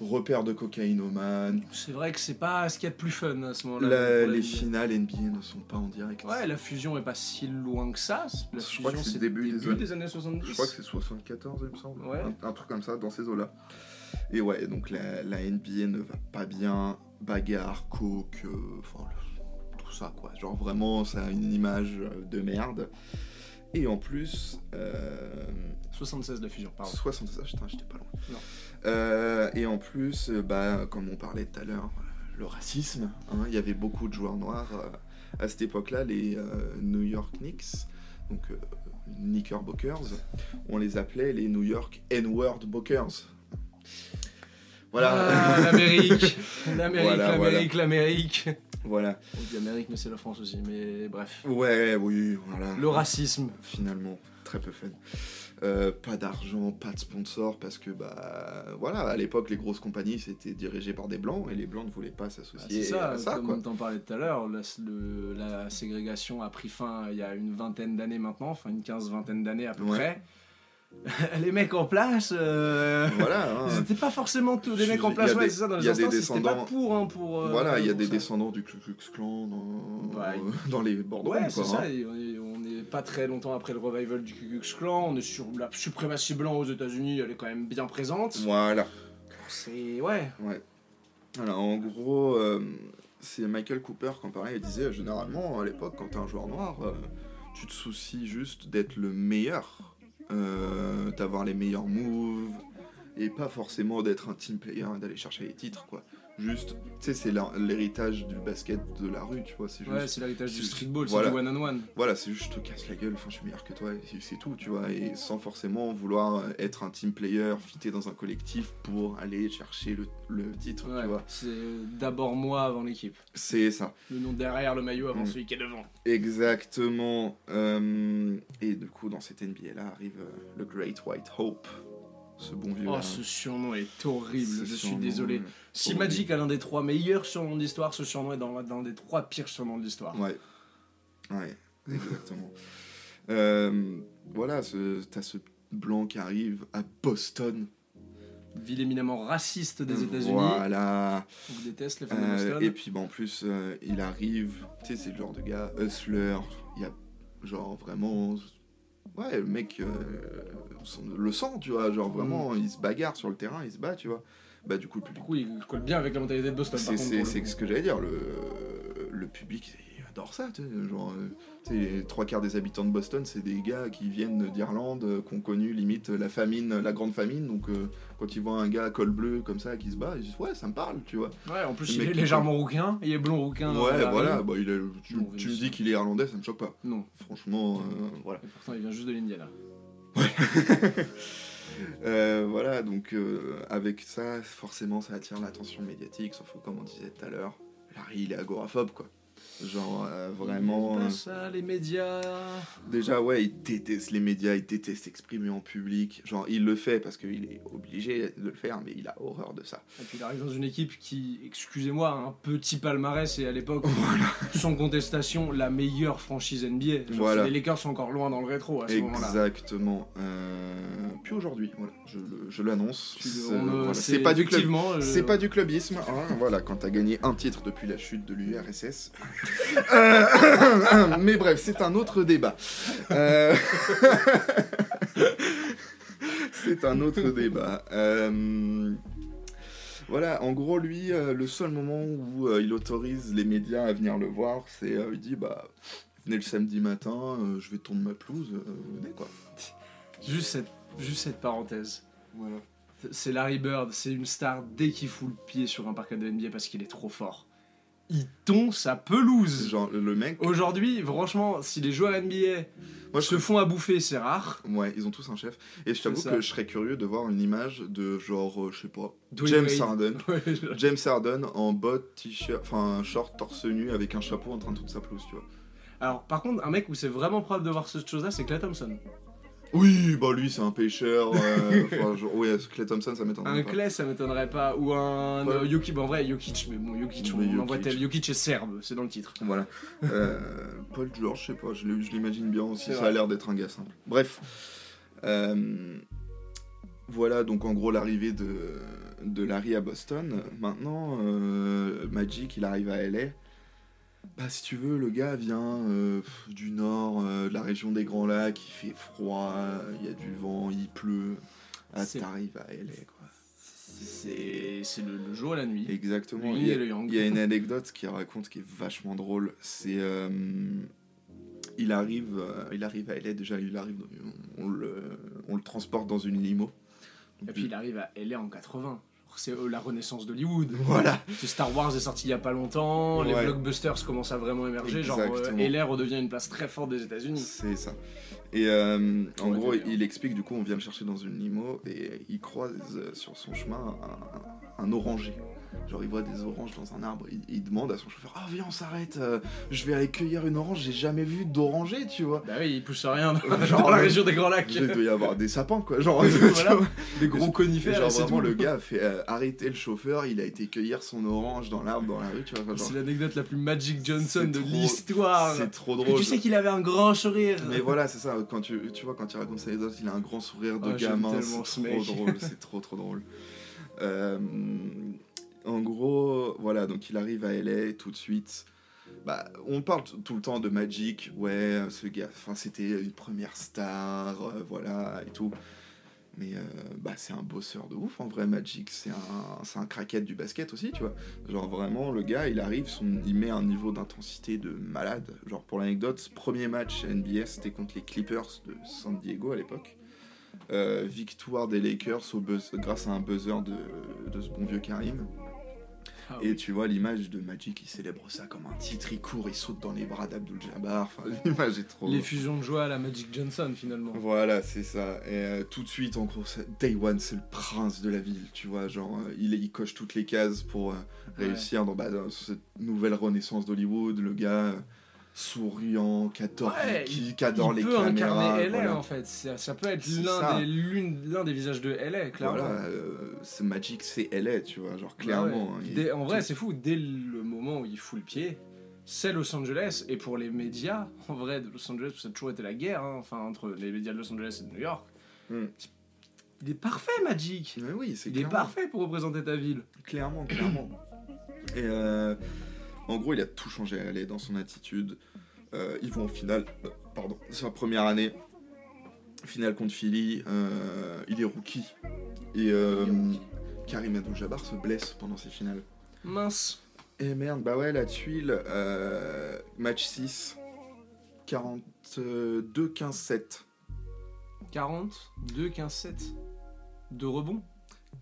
B: Repère de cocaïnomane.
A: c'est vrai que c'est pas ce qu'il y a de plus fun à ce moment-là.
B: La-
A: pour la
B: les
A: NBA.
B: finales NBA ne sont pas en direct.
A: Ouais, la fusion est pas si loin que ça. La
B: Je
A: fusion,
B: crois que c'est le début des années-
A: années 70.
B: Je crois que c'est 74, il me semble.
A: Ouais.
B: Un, un truc comme ça, dans ces eaux-là. Et ouais, donc la, la NBA ne va pas bien. Bagarre, coke, euh, enfin, le- tout ça, quoi. Genre vraiment, ça a une image euh, de merde. Et en plus, euh,
A: 76 de fusion, pardon.
B: 76, ah, putain, j'étais pas loin.
A: Non.
B: Euh, et en plus, euh, bah, comme on parlait tout à l'heure, euh, le racisme. hein, Il y avait beaucoup de joueurs noirs euh, à cette époque-là, les euh, New York Knicks, donc euh, Knickerbockers, on les appelait les New York N-Word Bockers. Voilà.
A: Ah, l'Amérique, l'Amérique,
B: Voilà, voilà.
A: l'Amérique, l'Amérique.
B: <laughs> voilà.
A: On dit Amérique, mais c'est la France aussi. Mais bref,
B: Ouais, Bah, oui, voilà.
A: le racisme.
B: finalement très peu fun. Euh, pas d'argent, pas de sponsor, parce que bah voilà, à l'époque les grosses compagnies c'était dirigé par des blancs et les blancs ne voulaient pas
A: Bah,
B: s'associer
A: c'est ça,
B: à ça
A: comme
B: quoi.
A: on t'en parlait tout à l'heure, la, le- la ségrégation a pris fin il y a une vingtaine d'années maintenant, enfin une quinze-vingtaine d'années à peu
B: Ouais.
A: près. <laughs> Les mecs en place, euh, <laughs>
B: Voilà, hein.
A: ils étaient pas forcément tous des
B: Je-
A: mecs en
B: il y
A: place,
B: a
A: ouais,
B: des-
A: c'est ça, dans
B: il
A: les
B: y a des
A: instances, c'était pas
B: descendants-
A: pour, hein, pour... euh,
B: voilà, il y a
A: pour
B: des
A: ça.
B: descendants du Ku Klux Klan dans,
A: Bah,
B: dans les Bordeaux.
A: Ouais,
B: quoi,
A: c'est ça,
B: hein.
A: et on est- on est pas très longtemps après le revival du Ku Klux Klan, on est sur la suprématie blanc aux États-Unis, elle est quand même bien présente.
B: Voilà.
A: C'est. Ouais.
B: Voilà, en gros, euh, c'est Michael Cooper qui en parlait, il disait euh, généralement à l'époque, quand t'es un joueur noir, euh, tu te soucies juste d'être le meilleur, euh, d'avoir les meilleurs moves, et pas forcément d'être un team player et d'aller chercher les titres, quoi. Juste, tu sais, c'est la- l'héritage du basket de la rue, tu vois, c'est juste.
A: Ouais, c'est l'héritage du streetball, c'est
B: Voilà.
A: du one-on-one.
B: Voilà, c'est juste je te casse la gueule, enfin je suis meilleur que toi, et c'est- c'est tout, tu vois, et sans forcément vouloir euh, être un team player, fitter dans un collectif pour aller chercher le, le titre, tu
A: Ouais,
B: vois.
A: c'est d'abord moi avant l'équipe.
B: C'est ça.
A: Le nom derrière le maillot avant
B: Mm.
A: celui qui est devant.
B: Exactement. Euh, et du coup, dans cette NBA là arrive euh, le Great White Hope, ce bon vieux.
A: Oh,
B: là.
A: ce surnom est horrible,
B: ben, Ce
A: je suis
B: surnom,
A: désolé. Si
B: horrible.
A: Magic a l'un des trois meilleurs surnoms de l'histoire, ce surnom est dans l'un des trois pires surnoms de l'histoire.
B: euh, Ouais. Ouais, exactement. <laughs> Euh, voilà, ce- t'as ce blanc qui arrive à Boston.
A: Ville éminemment raciste des États-Unis.
B: Voilà.
A: On vous déteste les fans de
B: Euh,
A: Boston.
B: et puis, bah, en plus, euh, il arrive. Tu sais, c'est le genre de gars hustler. Il y a, genre, vraiment. Ouais, le mec, euh, son- le sang, tu vois. Genre,
A: Mm.
B: vraiment, il se bagarre sur le terrain, il se bat, tu vois. Bah, du coup, le
A: Du
B: public.
A: coup, il colle bien avec la mentalité de Boston. par
B: C'est
A: contre,
B: c'est-
A: pour le
B: c'est
A: coup.
B: ce que j'allais dire. Le, le public, il adore ça. tu sais, Genre, euh, tu sais, les trois quarts des habitants de Boston, c'est des gars qui viennent d'Irlande, euh, qui ont connu limite la famine, la grande famine. Donc, euh, quand ils voient un gars à col bleu comme ça qui se bat, ils disent Ouais, ça me parle, tu vois.
A: Ouais, en plus,
B: Le
A: il
B: mec
A: est
B: qui
A: légèrement rouquin, il est blond rouquin. à
B: Ouais,
A: hein, la
B: voilà,
A: rue.
B: bah, il est- tu,
A: Bon,
B: tu me
A: réussi.
B: dis qu'il est irlandais, ça me choque pas.
A: Non,
B: Franchement, euh, voilà.
A: et pourtant, il vient juste de l'Indiana.
B: Euh, voilà, donc euh, avec ça, forcément, ça attire l'attention médiatique, sauf que comme on disait tout à l'heure, Larry, il est agoraphobe, quoi. Genre, euh, vraiment...
A: Il
B: euh,
A: aime pas ça, les médias.
B: déjà, ouais, il déteste les médias, il déteste s'exprimer en public. Genre, il le fait parce qu'il est obligé de le faire, mais il a horreur de ça.
A: Et puis, il arrive dans une équipe qui, excusez-moi, a un petit palmarès et à
B: <laughs>
A: l'époque, sans contestation, la meilleure franchise NBA. Genre,
B: Voilà.
A: c'est- Les Lakers sont encore loin dans le rétro à ce moment-là.
B: Exactement. Euh, puis aujourd'hui, voilà, je, le- je l'annonce.
A: Tu le-
B: C'est-
A: on, euh,
B: voilà, C'est pas du club
A: effectivement, euh,
B: C'est pas du clubisme, hein, voilà, quand t'as gagné un titre depuis la chute de l'URSS. Euh, <coughs> mais bref, c'est un autre débat. Euh, <laughs> c'est un autre débat. Euh, Voilà, en gros, lui, euh, le seul moment où euh, il autorise les médias à venir le voir, c'est euh, il dit bah venez le samedi matin, euh, je vais tourner ma pelouse, euh, venez quoi.
A: Juste cette, juste cette parenthèse.
B: Voilà.
A: C'est Larry Bird, c'est une star dès qu'il fout le pied sur un parquet de NBA parce qu'il est trop fort. il tond sa pelouse.
B: Genre, le mec.
A: Aujourd'hui, franchement, si les joueurs NBA
B: Moi, je
A: se font à bouffer, c'est rare.
B: Ouais, ils ont tous un chef. Et je t'avoue
A: ça.
B: que je serais curieux de voir une image de genre, euh, je sais pas,
A: Dwayne
B: James
A: Wade.
B: Harden.
A: <laughs> Ouais, genre-
B: James Harden en bottes, t-shirt, enfin un short torse nu avec un chapeau en train de toute sa pelouse, tu vois.
A: Alors, par contre, un mec où c'est vraiment probable de voir cette chose-là, c'est Clay Thompson.
B: Oui, bah lui c'est un pêcheur.
A: <laughs>
B: euh, enfin, genre, oui, Clay Thompson ça m'étonnerait
A: Un
B: pas.
A: Clay, ça m'étonnerait pas. Ou un
B: Ouais.
A: euh, Jokic. Bon, en vrai, Jokic, mais bon, Jokic, on,
B: Mais
A: en voit
B: Jokic.
A: tel. Jokic est serbe, c'est dans le titre.
B: Voilà. Euh, Paul George, je sais pas, je l'ai- je l'imagine bien aussi,
A: C'est
B: ça a
A: vrai.
B: l'air d'être un gars simple. Bref. Euh, voilà donc en gros l'arrivée de, de Larry à Boston. Maintenant, euh, Magic il arrive à LA. Bah si tu veux, le gars vient euh, pff, du nord, euh, de la région des Grands Lacs, il fait froid, il y a du vent, il pleut. Ah,
A: C'est-
B: t'arrives à LA quoi.
A: C'est c'est le, le jour et la nuit. Le
B: Exactement.
A: yin
B: Il y a-
A: et le yang.
B: il y a une anecdote qui raconte qui est vachement drôle. C'est. euh, il, arrive, euh, il arrive à LA déjà, il arrive, dans- on, le, on le transporte dans une limo.
A: Et puis il arrive à LA en 80. Genre, C'est euh, la renaissance d'Hollywood. <laughs>
B: Voilà,
A: Ce Star Wars est sorti il y a pas longtemps, les
B: Ouais.
A: blockbusters commencent à vraiment émerger, genre euh,
B: Exactement.
A: LA redevient une place très forte des États-Unis.
B: c'est ça. Et euh, en
A: Ouais,
B: gros,
A: d'ailleurs.
B: il explique du coup, on vient le chercher dans une limo et il croise euh, sur son chemin un, un oranger. Genre, il voit des oranges dans un arbre. Il, il demande à son chauffeur Ah, viens, on s'arrête, euh, je vais aller cueillir une orange, j'ai jamais vu d'oranger, tu vois.
A: Bah oui, ils poussent à rien dans,
B: Genre,
A: la
B: ouais.
A: région des Grands Lacs.
B: Il doit y avoir des sapins, quoi. Genre,
A: Oui, <laughs>
B: tu
A: voilà.
B: vois.
A: Des gros
B: Genre, Et
A: conifères,
B: genre
A: et c'est
B: vraiment
A: tout.
B: le gars a fait euh, arrêter le chauffeur, il a été cueillir son orange dans l'arbre dans la rue, tu vois. enfin, genre,
A: C'est l'anecdote la plus Magic Johnson
B: C'est
A: de
B: trop-
A: l'histoire.
B: c'est trop
A: Parce que
B: drôle.
A: Tu sais qu'il avait un grand sourire.
B: Mais voilà, c'est ça, quand tu, tu vois quand il raconte ça les autres, il a un grand sourire de
A: Ah, j'aime
B: gamin,
A: tellement ce
B: c'est trop
A: mec.
B: drôle, c'est trop
A: <laughs>
B: trop drôle. Euh, en gros, voilà, donc il arrive à LA tout de suite. Bah, on parle t- tout le temps de Magic, ouais, ce gars, enfin c'était une première star, euh, voilà, et tout. Mais euh, bah, c'est un bosseur de ouf en vrai, Magic. C'est un, c'est un craquette du basket aussi, tu vois. Genre vraiment, le gars, il arrive, son, il met un niveau d'intensité de malade. Genre pour l'anecdote, ce premier match NBA, c'était contre les Clippers de San Diego à l'époque. Euh, victoire des Lakers au buzz- grâce à un buzzer de, de ce bon vieux Karim.
A: Ah
B: Et
A: oui.
B: tu vois l'image de Magic, il célèbre ça comme un titre, il court, il saute dans les bras d'Abdul Jabbar. Enfin, <laughs> l'image est trop.
A: Les fusions de joie à la Magic Johnson finalement.
B: Voilà, c'est ça. Et euh, tout de suite, en gros, c'est- Day One, c'est le prince de la ville, tu vois. Genre, euh, il, il coche toutes les cases pour euh,
A: Ouais.
B: réussir dans, bah, dans cette nouvelle renaissance d'Hollywood. Le gars euh, souriant, qui adore,
A: Ouais,
B: qui, qui adore
A: il
B: les
A: peut
B: caméras.
A: incarner hein, LA
B: voilà.
A: en fait. Ça, ça peut être
B: C'est
A: l'un
B: ça.
A: des, l'une- l'un des visages de LA, clairement.
B: Voilà, euh, c'est Magic, c'est LA, tu vois. Genre,
A: Ah
B: clairement.
A: ouais.
B: hein, il-
A: Dès- en vrai, c'est fou, dès le moment où il fout le pied, c'est Los Angeles, et pour les médias, en vrai, de Los Angeles, ça a toujours été la guerre, hein, enfin, entre les médias de Los Angeles et de New York.
B: Hmm.
A: Il est parfait, Magic
B: Mais oui, c'est
A: Il est
B: clairement.
A: parfait pour représenter ta ville.
B: Clairement, clairement.
A: <coughs>
B: Et euh, en gros, il a tout changé à LA dans son attitude. Euh, ils vont en finale, euh, pardon, sa première année, finale contre Philly. euh, il est rookie. Et euh, Karim Abdul-Jabbar se blesse pendant ces finales.
A: Mince.
B: Et merde, bah ouais, la tuile, euh, match 6, 42-15-7.
A: 40, 2, 15, 7. 2 rebonds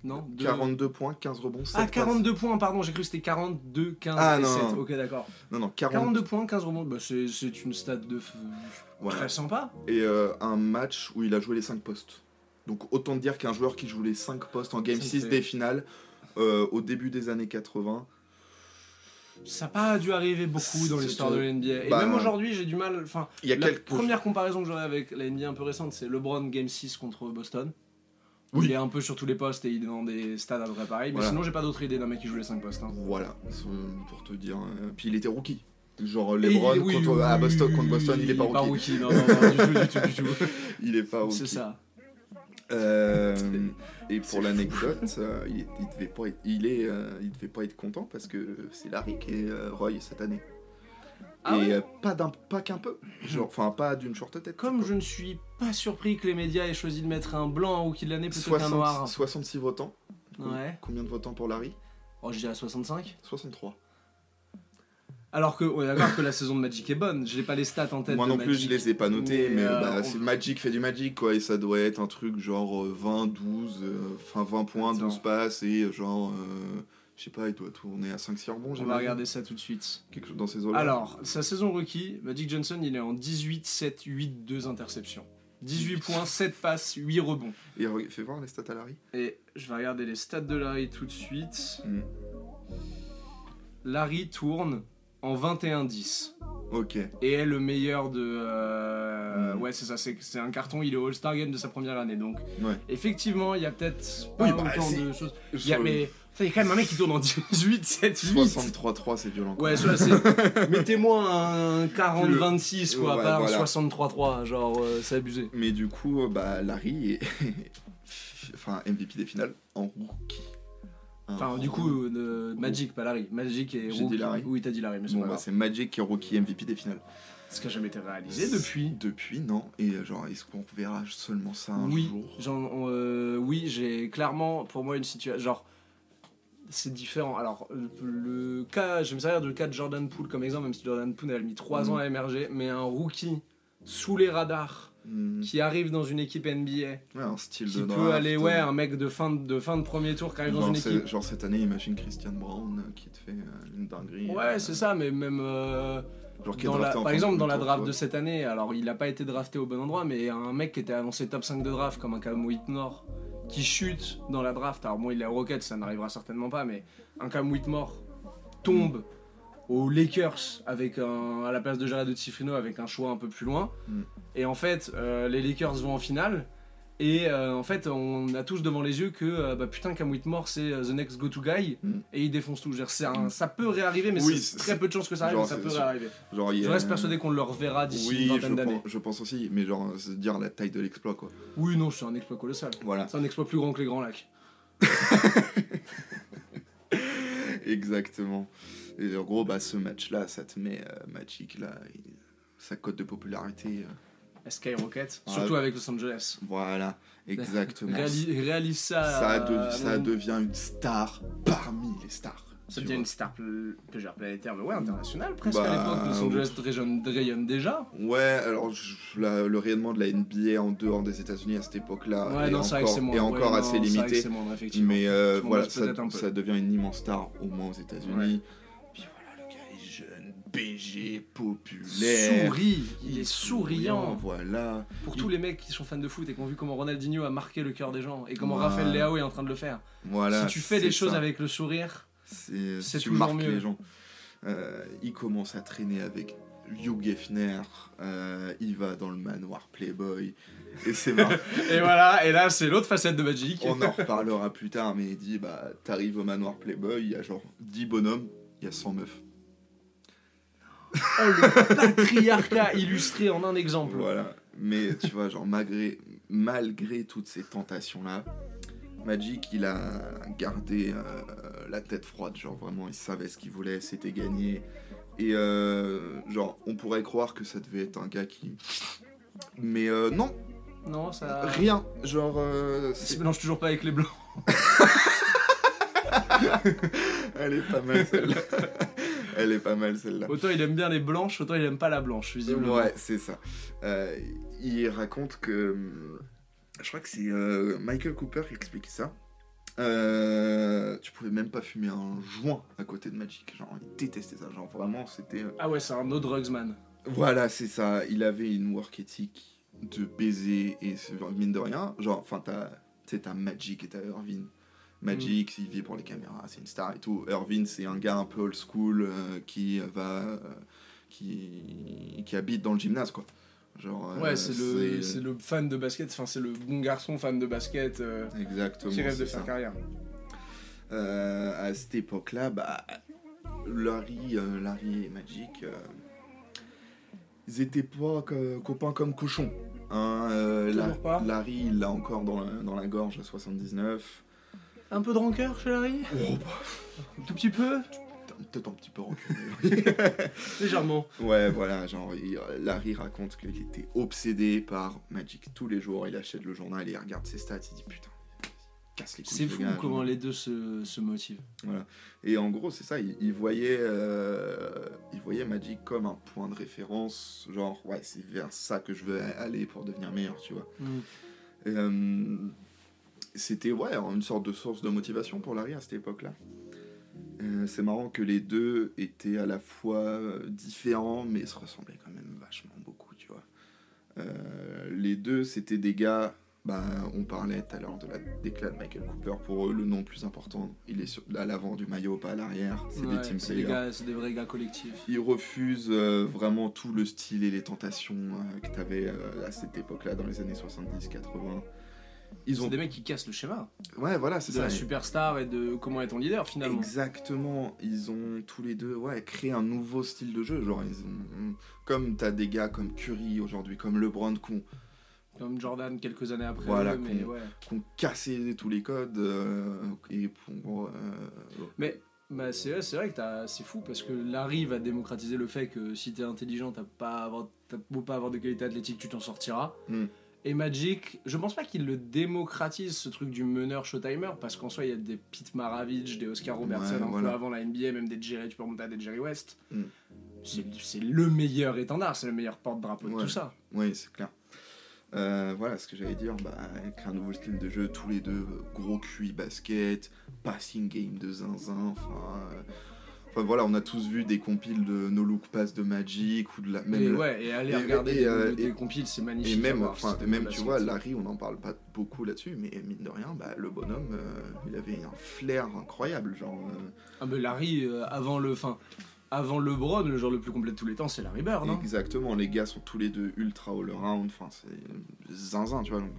A: Non deux-
B: 42 points, 15 rebonds, 7
A: Ah, 42 points, pardon, j'ai cru que c'était 42, 15
B: Ah,
A: et
B: non,
A: 7.
B: non.
A: Ok, d'accord.
B: Non, non, 40,
A: 42 points, 15 rebonds, bah, c'est c'est une stat de f-
B: voilà.
A: très sympa.
B: et euh, un match où il a joué les 5 postes. Donc autant te dire qu'un joueur qui joue les 5 postes en Game
A: Ça me
B: 6
A: fait-
B: des finales euh, au début des années 80.
A: Ça n'a pas dû arriver beaucoup dans
B: C'est
A: l'histoire
B: tout.
A: de la NBA. Et
B: Bah,
A: même aujourd'hui, j'ai du mal. Enfin,
B: Il y a
A: la
B: quelques
A: première comparaison que j'aurais avec la NBA un peu récente, c'est LeBron Game 6 contre Boston.
B: Oui.
A: Il est un peu sur tous les postes et il est dans des stades à peu près pareil. Mais
B: Voilà.
A: sinon, j'ai pas d'autre idée d'un mec qui joue les 5 postes. hein.
B: Voilà, son- pour te dire. euh, Puis il était rookie. Genre
A: Et il-
B: LeBron
A: oui,
B: contre,
A: oui,
B: à
A: oui,
B: Boston
A: oui,
B: contre
A: oui, Ah,
B: Boston, il est pas rookie.
A: Non, non, non, du tout, du tout, du tout.
B: Il est <laughs> pas rookie.
A: C'est ça. <laughs>
B: Euh, et pour
A: fou.
B: l'anecdote, euh, il, est- il devait pas être, il est, euh, il devait pas être content parce que c'est Larry qui est euh, Roy cette année.
A: Ah
B: et
A: ouais
B: euh, pas d'un, pas qu'un peu. Genre, enfin pas d'une short tête.
A: Comme je ne suis pas surpris que les médias aient choisi de mettre un blanc en rookie de l'année plutôt qu'un
B: 60
A: noir.
B: 66 votants.
A: Ouais.
B: Combien de votants pour Larry
A: Oh, je dirais 65.
B: 63.
A: Alors que, on est d'accord que la saison de Magic est bonne. J'ai pas les stats en tête.
B: Moi
A: de
B: non plus,
A: Magic.
B: je les ai pas notés,
A: Mais,
B: mais,
A: euh,
B: bah,
A: on-
B: c'est Magic fait du Magic, quoi. Et ça doit être un truc genre euh, 20, 12, euh, enfin 20 points,
A: Attends.
B: 12 passes et euh, genre, euh, je sais pas, il doit tourner à 5-6 rebonds,
A: On va
B: j'imagine.
A: regarder ça tout de suite.
B: Quelque chose dans ces eaux-là.
A: Alors, sa saison rookie, Magic Johnson, il est en 18, 7, 8, 2 interceptions. 18 points, 7 passes, 8 rebonds.
B: Et re- fais voir les stats à Larry.
A: Et je vais regarder les stats de Larry tout de suite.
B: Mm.
A: Larry tourne en 21-10.
B: Ok.
A: Et est le meilleur de... euh,
B: Mm.
A: Ouais, c'est ça, c'est c'est un carton, il est au All-Star Game de sa première année. Donc,
B: Ouais.
A: effectivement, il y a peut-être pas
B: Oui, bah,
A: autant
B: c'est-
A: de choses. Il y a, mais ça, il y a quand même un mec qui tourne en 18, 7, 8.
B: 63-3, c'est violent. quoi.
A: Ouais, ça,
B: <laughs>
A: c'est. Mettez-moi un 40-26, quoi,
B: Ouais,
A: pas
B: voilà.
A: un 63-3, genre, euh, c'est abusé.
B: Mais du coup, euh, bah, Larry est <laughs> enfin, MVP des finales en rookie. Un
A: Enfin, du
B: rookie.
A: coup, euh, de- Magic, pas Larry. Magic et
B: J'ai dit
A: Rookie.
B: Larry.
A: Oui, t'as dit Larry, mais c'est
B: Bon,
A: pas
B: bah,
A: grave.
B: c'est Magic qui est rookie MVP des finales.
A: Ce qui a jamais été réalisé depuis.
B: Depuis, non. Et euh, genre, est-ce qu'on verra seulement ça un
A: Oui,
B: jour
A: j'en- on, euh, oui, j'ai clairement, pour moi, une situation. Genre, c'est différent. Alors, le, le cas, je vais me servir du cas de Jordan Poole comme exemple, même si Jordan Poole elle a mis 3
B: Mhm.
A: ans à émerger, mais un rookie sous les radars
B: Hmm,
A: qui arrive dans une équipe NBA.
B: ouais, un style
A: qui
B: de
A: peut
B: draft,
A: aller, ouais,
B: euh,
A: un mec de fin de, de fin de premier tour qui arrive dans
B: genre,
A: une
B: c'est-
A: équipe.
B: genre, cette année, imagine Christian Brown euh, qui te fait euh, une dinguerie.
A: Ouais, c'est ça, mais même. euh,
B: Genre, qui est
A: dans la-
B: drafté en
A: par
B: fin de
A: exemple, dans la
B: tour,
A: draft
B: tu
A: de cette année, alors il n'a pas été drafté au bon endroit, mais un mec qui était annoncé top 5 de draft, comme un Cam Whitmore, qui chute dans la draft. Alors bon, il est au Rocket, ça n'arrivera certainement pas, mais un Cam Whitmore tombe aux Lakers avec un, à la place de Jared Cifrino avec un choix un peu plus loin.
B: Mm.
A: Et en fait, euh, les Lakers vont en finale. Et euh, en fait, on a tous devant les yeux que euh, bah, putain, Cam Whitmore c'est euh, the next go-to guy
B: Mm.
A: et il défonce tout. Je veux dire, c'est un-
B: Mm.
A: ça peut réarriver, mais
B: Oui,
A: c'est
B: c'est-
A: très peu de chances que ça arrive,
B: genre,
A: mais ça
B: c'est-
A: peut
B: c'est-
A: réarriver.
B: vois. Genre, il y
A: Je
B: a-
A: reste persuadé qu'on le reverra d'ici
B: euh, Oui,
A: une
B: je
A: vingtaine d'années.
B: pense, je pense aussi, mais genre, c'est dire la taille de l'exploit, quoi.
A: Oui, non, c'est un exploit colossal.
B: Voilà. <laughs>
A: C'est un exploit plus grand que les Grands Lacs.
B: Exactement. Et en gros, bah, ce match-là, ça te met euh, Magic, là, il- sa cote de popularité. euh,
A: À Skyrocket,
B: Ouais.
A: surtout avec Los Angeles. <laughs>
B: voilà, exactement.
A: Réali- réalise ça.
B: ça,
A: à-
B: de-
A: à
B: ça
A: mon-
B: devient une star parmi les stars.
A: Ça
B: tu
A: devient
B: vois.
A: une star pl- que j'ai planétaire, mais ouais, internationale presque à
B: Bah,
A: l'époque. Los Angeles rayonne, rayonne déjà.
B: Ouais, alors je- la- le rayonnement de la NBA en dehors des États-Unis à cette époque-là
A: ouais,
B: est,
A: non, c'est vrai que c'est
B: Bah, encore,
A: moins.
B: est
A: ouais,
B: encore
A: non,
B: assez
A: c'est vrai que
B: limité.
A: c'est moindre, effectivement.
B: Mais euh,
A: Je m'en
B: voilà,
A: doute
B: ça,
A: bah, peut-être un peu.
B: ça devient une immense star, au moins aux États-Unis. Puis voilà, le gars est jeune, BG, populaire.
A: Souris, il est
B: souriant,
A: souriant.
B: Voilà.
A: Pour
B: Il-
A: tous les mecs qui sont fans de foot et qui ont vu comment Ronaldinho a marqué le cœur des gens et comment
B: Ouais.
A: Raphaël Leao est en train de le faire.
B: Voilà,
A: si tu fais
B: c'est
A: des choses
B: ça.
A: avec le sourire,
B: C'est-
A: c'est
B: tu
A: toujours
B: marques
A: mieux.
B: les gens. Euh, il commence à traîner avec Hugh Geffner. euh, il va dans le manoir Playboy. Et c'est
A: <laughs>
B: marrant.
A: Et voilà, et là c'est l'autre facette de Magic.
B: On en reparlera plus tard, mais il dit bah, t'arrives au manoir Playboy, il y a genre 10 bonhommes, il y a 100 meufs.
A: Oh, le patriarcat illustré en un exemple.
B: Voilà. Mais tu vois, genre, malgré, malgré toutes ces tentations-là, Magic, il a gardé euh, la tête froide. Genre, vraiment, il savait ce qu'il voulait, c'était gagné. Et, euh, genre, on pourrait croire que ça devait être un gars qui. Mais euh, non,
A: Non, ça.
B: rien. Genre, euh,
A: Il se
B: c'est-
A: mélange toujours pas avec les blancs.
B: elle est pas mal celle-là. elle est pas mal celle-là.
A: Autant il aime bien les blanches, autant il aime pas la blanche, visiblement.
B: Ouais, c'est ça. Euh, il raconte que. hum, Je crois que c'est euh, Michael Cooper qui explique ça. Euh, tu pouvais même pas fumer un joint à côté de Magic. Genre, il détestait ça. Genre, vraiment, c'était. euh,
A: Ah ouais, c'est un no drugs man.
B: Voilà, c'est ça. Il avait une work ethic de baiser et c'est- genre, mine de rien. Genre, enfin, t'as tu sais, t'as Magic et t'as Irvin. Magic,
A: Mm.
B: il vit pour les caméras, c'est une star et tout. Irvin, c'est un gars un peu old school euh, qui va. euh, qui, qui habite dans le gymnase, quoi. Genre, euh,
A: ouais, c'est le, c'est le fan de basket, enfin c'est le bon garçon fan de basket euh,
B: Exactement.
A: qui rêve
B: c'est
A: de
B: ça.
A: faire carrière.
B: Euh, à cette époque-là, bah, Larry, euh, Larry et Magic, euh, ils étaient pas co- copains comme cochons. Hein, euh,
A: Toujours
B: La-
A: pas.
B: Larry, il l'a encore dans la, dans la gorge à 79.
A: Un peu de rancœur chez Larry
B: Oh,
A: Tout petit peu
B: bah, peut-être un petit peu reculé.
A: Légèrement.
B: Ouais, voilà, genre, il- euh, Larry raconte qu'il était obsédé par Magic tous les jours. Il achète le journal et il regarde ses stats. Il dit putain, casse les couilles.
A: C'est
B: le
A: fou
B: gars, euh,
A: comment
B: genre.
A: les deux se, se motivent.
B: Et en gros, c'est ça, il, il voyait, euh, il voyait Magic comme un point de référence. Genre, ouais, c'est vers ça que je veux aller pour devenir meilleur, tu vois.
A: Mm.
B: Et, euh, c'était ouais, une sorte de source de motivation pour Larry à cette époque-là. Euh, c'est marrant que les deux étaient à la fois euh, différents, mais se ressemblaient quand même vachement beaucoup, tu vois. Euh, les deux, c'était des gars. Bah, on parlait tout à l'heure de la déclat de Michael Cooper. Pour eux, le nom le plus important, il est sur- à l'avant du maillot, pas à l'arrière. C'est
A: Ouais,
B: des Team
A: c'est des,
B: Sailor.
A: gars- c'est des vrais gars collectifs.
B: Ils refusent euh, vraiment tout le style et les tentations euh, que t'avais euh, à cette époque-là, dans les années 70-80. Ils
A: C'est
B: ont.
A: des mecs qui cassent le schéma
B: Ouais, voilà, c'est
A: de
B: ça.
A: la superstar et de comment est ton leader finalement.
B: Exactement, ils ont tous les deux ouais, créé un nouveau style de jeu. Genre, ils ont, comme t'as des gars comme Curry aujourd'hui, comme LeBron, qui ont
A: Comme Jordan quelques années après.
B: Voilà,
A: eux, mais
B: qu'on-
A: ouais.
B: qui ont cassé tous les codes. euh, et pour, euh,
A: Bah, c'est ouais, c'est vrai que t'as- c'est fou parce que Larry va démocratiser le fait que si t'es intelligent, t'as pas à avoir- t'as beau pas avoir de qualité athlétique, tu t'en sortiras.
B: Mm.
A: Et Magic, je pense pas qu'il le démocratise ce truc du meneur showtimer parce qu'en soi il y a des Pete Maravich, des Oscar Robertson
B: Ouais,
A: un
B: voilà.
A: peu avant la NBA, même des Jerry, tu peux remonter à des Jerry West.
B: Mm.
A: C'est c'est le meilleur étendard, c'est le meilleur porte-drapeau de
B: Ouais.
A: tout ça.
B: Oui, c'est clair. Euh, voilà ce que j'allais dire. Bah, créer un nouveau style de jeu, tous les deux, euh, gros QI basket, passing game de zinzin. Enfin, euh, enfin, voilà, on a tous vu des compiles de No Look Pass de Magic ou de la même.
A: et
B: la-
A: ouais, et aller
B: et-
A: regarder
B: et,
A: des,
B: euh,
A: des
B: et-
A: compiles, c'est
B: Et
A: magnifique. à
B: même,
A: voir,
B: enfin,
A: c'est
B: même
A: de
B: tu
A: basket.
B: vois, Larry, on n'en parle pas beaucoup là-dessus, mais mine de rien, bah, le bonhomme, euh, il avait un flair incroyable. Genre, euh,
A: Ah ben Larry, euh, avant le, fin, avant LeBron, le joueur le plus complet de tous les temps, c'est Larry Bird. hein.
B: exactement, les gars sont tous les deux ultra all-around, enfin, c'est zinzin, tu vois. donc,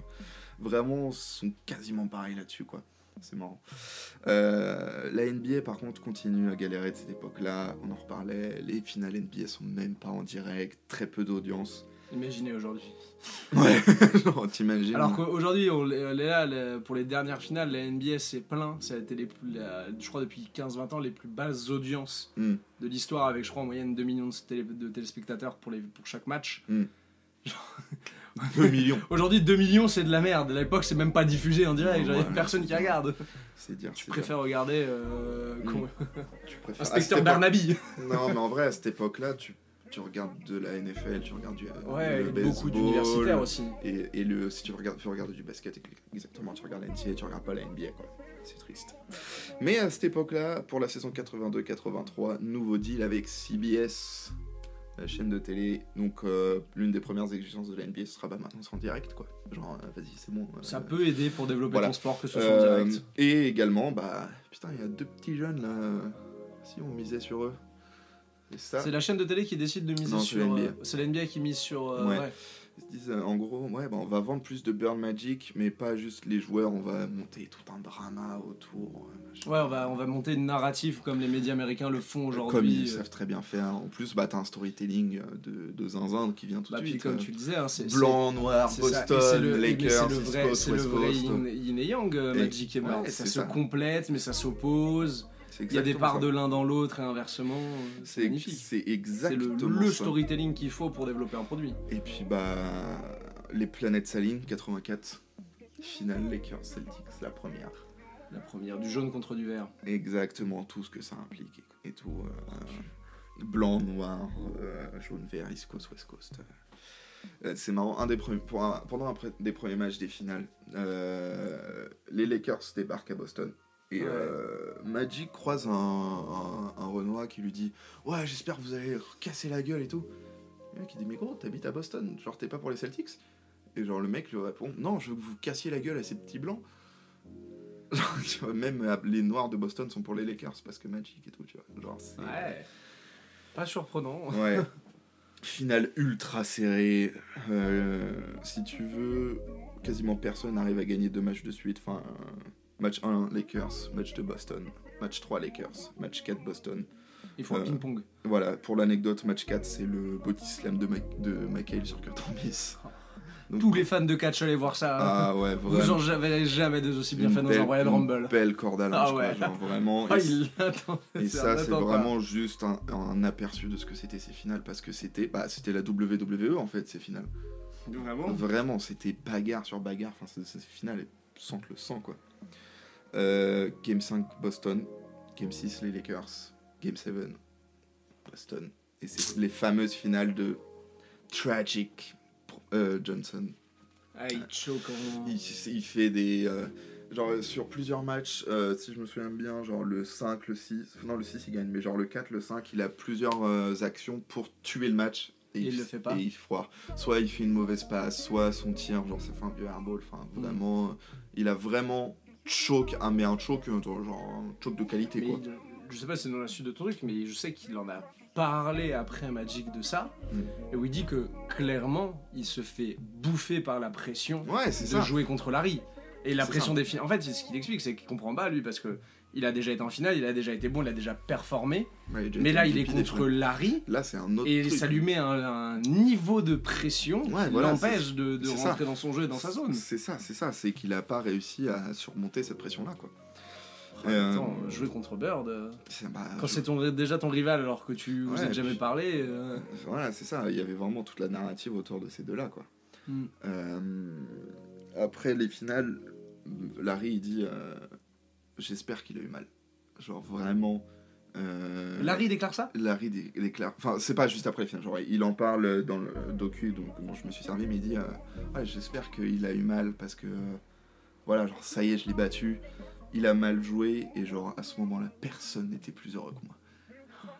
B: vraiment, sont quasiment pareils là-dessus, quoi. C'est marrant. Euh, la NBA, par contre, continue à galérer de cette époque-là, on en reparlait, les finales NBA sont même pas en direct, très peu d'audience.
A: Mm. Imaginez aujourd'hui.
B: Ouais, <laughs> genre, t'imagines.
A: Alors
B: <laughs>
A: qu'aujourd'hui, on est on est là le- pour les dernières finales, la NBA c'est plein. Ça a été les plus, la- je crois depuis 15-20 ans les plus basses audiences
B: Mm.
A: de l'histoire, avec je crois en moyenne 2 millions de, télé- de téléspectateurs pour, les, pour chaque match.
B: 2 millions,
A: Aujourd'hui, 2 millions c'est de la merde. À l'époque, c'est même pas diffusé en direct.
B: Ouais,
A: Il y a
B: voilà,
A: personne
B: c'est
A: qui
B: ça.
A: regarde.
B: c'est dire.
A: Tu
B: c'est dire.
A: préfères regarder euh,
B: Mm. Ah,
A: comment-
B: Tu préfères- à cette
A: Inspecteur
B: époque- <laughs>
A: Barnaby.
B: Non, mais en vrai, à cette époque-là, tu, tu regardes de la NFL, tu regardes du euh,
A: Ouais,
B: le
A: et beaucoup
B: baseball,
A: d'universitaires aussi.
B: Et, et le, si tu regardes, tu regardes du basket, exactement, tu regardes la NCAA, tu regardes pas la NBA, quoi. C'est triste. Mais à cette époque-là, pour la saison 82-83, nouveau deal avec CBS, la euh, chaîne de télé. Donc, euh, l'une des premières exigences de la NBA, ce sera bah maintenant, c'est en direct, quoi. Genre, euh, vas-y, c'est bon. euh,
A: Ça peut aider pour développer
B: voilà.
A: ton sport, que ce soit
B: euh,
A: en direct.
B: Et également, bah, putain, il y a deux petits jeunes là. Si on misait sur eux. Et ça,
A: C'est la chaîne de télé qui décide de miser
B: Non, c'est
A: sur.
B: NBA.
A: euh, C'est la NBA qui mise sur. euh,
B: Ouais.
A: ouais.
B: Ils se disent euh, en gros, ouais, bah, on va vendre plus de Burn Magic, mais pas juste les joueurs, on va monter tout un drama autour. euh, machin.
A: Ouais, on va, on va monter une narrative comme les médias américains le font
B: Comme ils
A: aujourd'hui. euh,
B: savent très bien faire. En plus, bah, t'as un storytelling euh, de, de zinzin qui vient tout
A: bah,
B: de
A: puis
B: suite.
A: comme
B: euh,
A: tu le disais, hein, c'est.
B: Blanc, noir,
A: c'est- c'est ça, et
B: Boston,
A: c'est le- mais
B: Lakers,
A: C'est le
B: East
A: vrai,
B: Coast,
A: c'est le
B: West
A: vrai
B: Coast.
A: yin, yin et yang, euh,
B: Et-
A: Magic et
B: ouais,
A: Bird.
B: c'est
A: ça se
B: ça.
A: complète, mais ça s'oppose.
B: C'est
A: Il y a des
B: exactement
A: parts
B: ça.
A: de l'un dans l'autre et inversement. euh, C'est
B: C'est
A: magnifique.
B: c'est
A: C'est le,
B: exactement
A: le
B: ça.
A: storytelling qu'il faut pour développer un produit.
B: Et puis bah les planètes s'alignent 84 finale Lakers Celtics la première.
A: La première, du jaune contre du vert.
B: Exactement tout ce que ça implique et, et tout euh, blanc noir euh, jaune vert East Coast West Coast. Euh, C'est marrant un des premiers pour un- pendant un pre- des premiers matchs des finales euh, les Lakers débarquent à Boston. Et
A: Ouais.
B: euh, Magic croise un, un, un Renoir qui lui dit Ouais, j'espère que vous allez casser la gueule et tout. Le mec il dit mais gros t'habites à Boston, genre t'es pas pour les Celtics Et genre le mec lui répond non je veux que vous cassiez la gueule à ces petits blancs. <laughs> Genre, tu vois, même euh, les noirs de Boston sont pour les Lakers parce que Magic et tout tu vois. Genre c'est...
A: Ouais. Pas surprenant.
B: Ouais. Finale ultra serrée. Euh, si tu veux, quasiment personne n'arrive à gagner deux matchs de suite. Enfin, euh, match 1 Lakers, match 2 Boston, match 3 Lakers, match 4 Boston.
A: Ils font un
B: Euh,
A: ping-pong.
B: Voilà, pour l'anecdote, match 4, c'est le body slam de, Ma- de McHale sur Kurt Rambis.
A: <laughs>
B: Donc-
A: Tous les fans de catch, allez voir ça.
B: Ah ouais,
A: Vous
B: vraiment.
A: en verrez jamais deux aussi bien
B: Une
A: fans dans un
B: belle-
A: Royal
B: une
A: Rumble. <laughs>
B: Belle corde à
A: Ah
B: linge, quoi,
A: ouais.
B: genre, vraiment.
A: <laughs> Ah,
B: Et
A: il l'attend.
B: Et
A: C'est
B: ça,
A: un
B: c'est
A: attentat.
B: vraiment juste un, un aperçu de ce que c'était ces finales, parce que c'était bah, c'était la WWE en fait, ces finales.
A: Vraiment
B: Vraiment, c'était bagarre sur bagarre, enfin, ces- ces finales sentent le sang quoi. Euh, game 5, Boston. Game 6, les Lakers. Game 7, Boston. Et c'est les fameuses finales de Tragic euh, Johnson.
A: Ah, il choque en-
B: Il, il fait des, euh, Genre euh, sur plusieurs matchs, euh, si je me souviens bien, genre le 5, le 6, non le 6 il gagne, mais genre le 4, le 5, il a plusieurs euh, actions pour tuer le match.
A: Et il le fait pas.
B: Et il foire. Soit il fait une mauvaise passe, soit son tir, genre c'est un vieux airball, enfin
A: Mm.
B: vraiment, euh, il a vraiment choke, un, mais un choke, euh, genre un choke de qualité
A: Mais
B: quoi.
A: il- je sais pas si c'est dans la suite de ton truc, mais je sais qu'il en a parlé après Magic de ça,
B: Mm.
A: et où il dit que clairement, il se fait bouffer par la pression
B: Ouais, c'est
A: de
B: ça.
A: jouer contre Larry. Et la
B: C'est
A: pression
B: ça.
A: des filles. En fait, c'est ce qu'il explique, c'est qu'il comprend pas lui parce que il a déjà été en finale, il a déjà été bon, il a déjà performé.
B: Ouais, a déjà
A: Mais
B: été
A: là, il est
B: MVP des
A: contre
B: trucs.
A: Larry.
B: Là, c'est un autre.
A: Et
B: truc.
A: ça lui met un, un niveau de pression
B: Ouais,
A: qui
B: voilà,
A: l'empêche de, de
B: c'est ça.
A: rentrer dans son jeu et dans sa zone.
B: C'est ça, c'est ça, c'est qu'il a pas réussi à surmonter cette pression là quoi. Euh,
A: Attends, jouer contre Bird, euh,
B: C'est- bah,
A: quand
B: je-
A: c'est ton- déjà ton rival alors que tu vous
B: Ouais,
A: êtes jamais
B: puis-
A: parlé, euh,
B: Voilà, c'est ça. Il y avait vraiment toute la narrative autour de ces deux-là, quoi.
A: Mm.
B: Euh, après les finales, Larry il dit euh, J'espère qu'il a eu mal. Genre vraiment. euh,
A: Larry déclare ça
B: Larry dé- déclare. Enfin, c'est pas juste après les finales. Genre, il en parle dans le docu donc, dont je me suis servi, mais il dit euh, Ouais, j'espère qu'il a eu mal parce que. euh, voilà, genre, ça y est, je l'ai battu. Il a mal joué et, genre, à ce moment-là, personne n'était plus heureux que moi.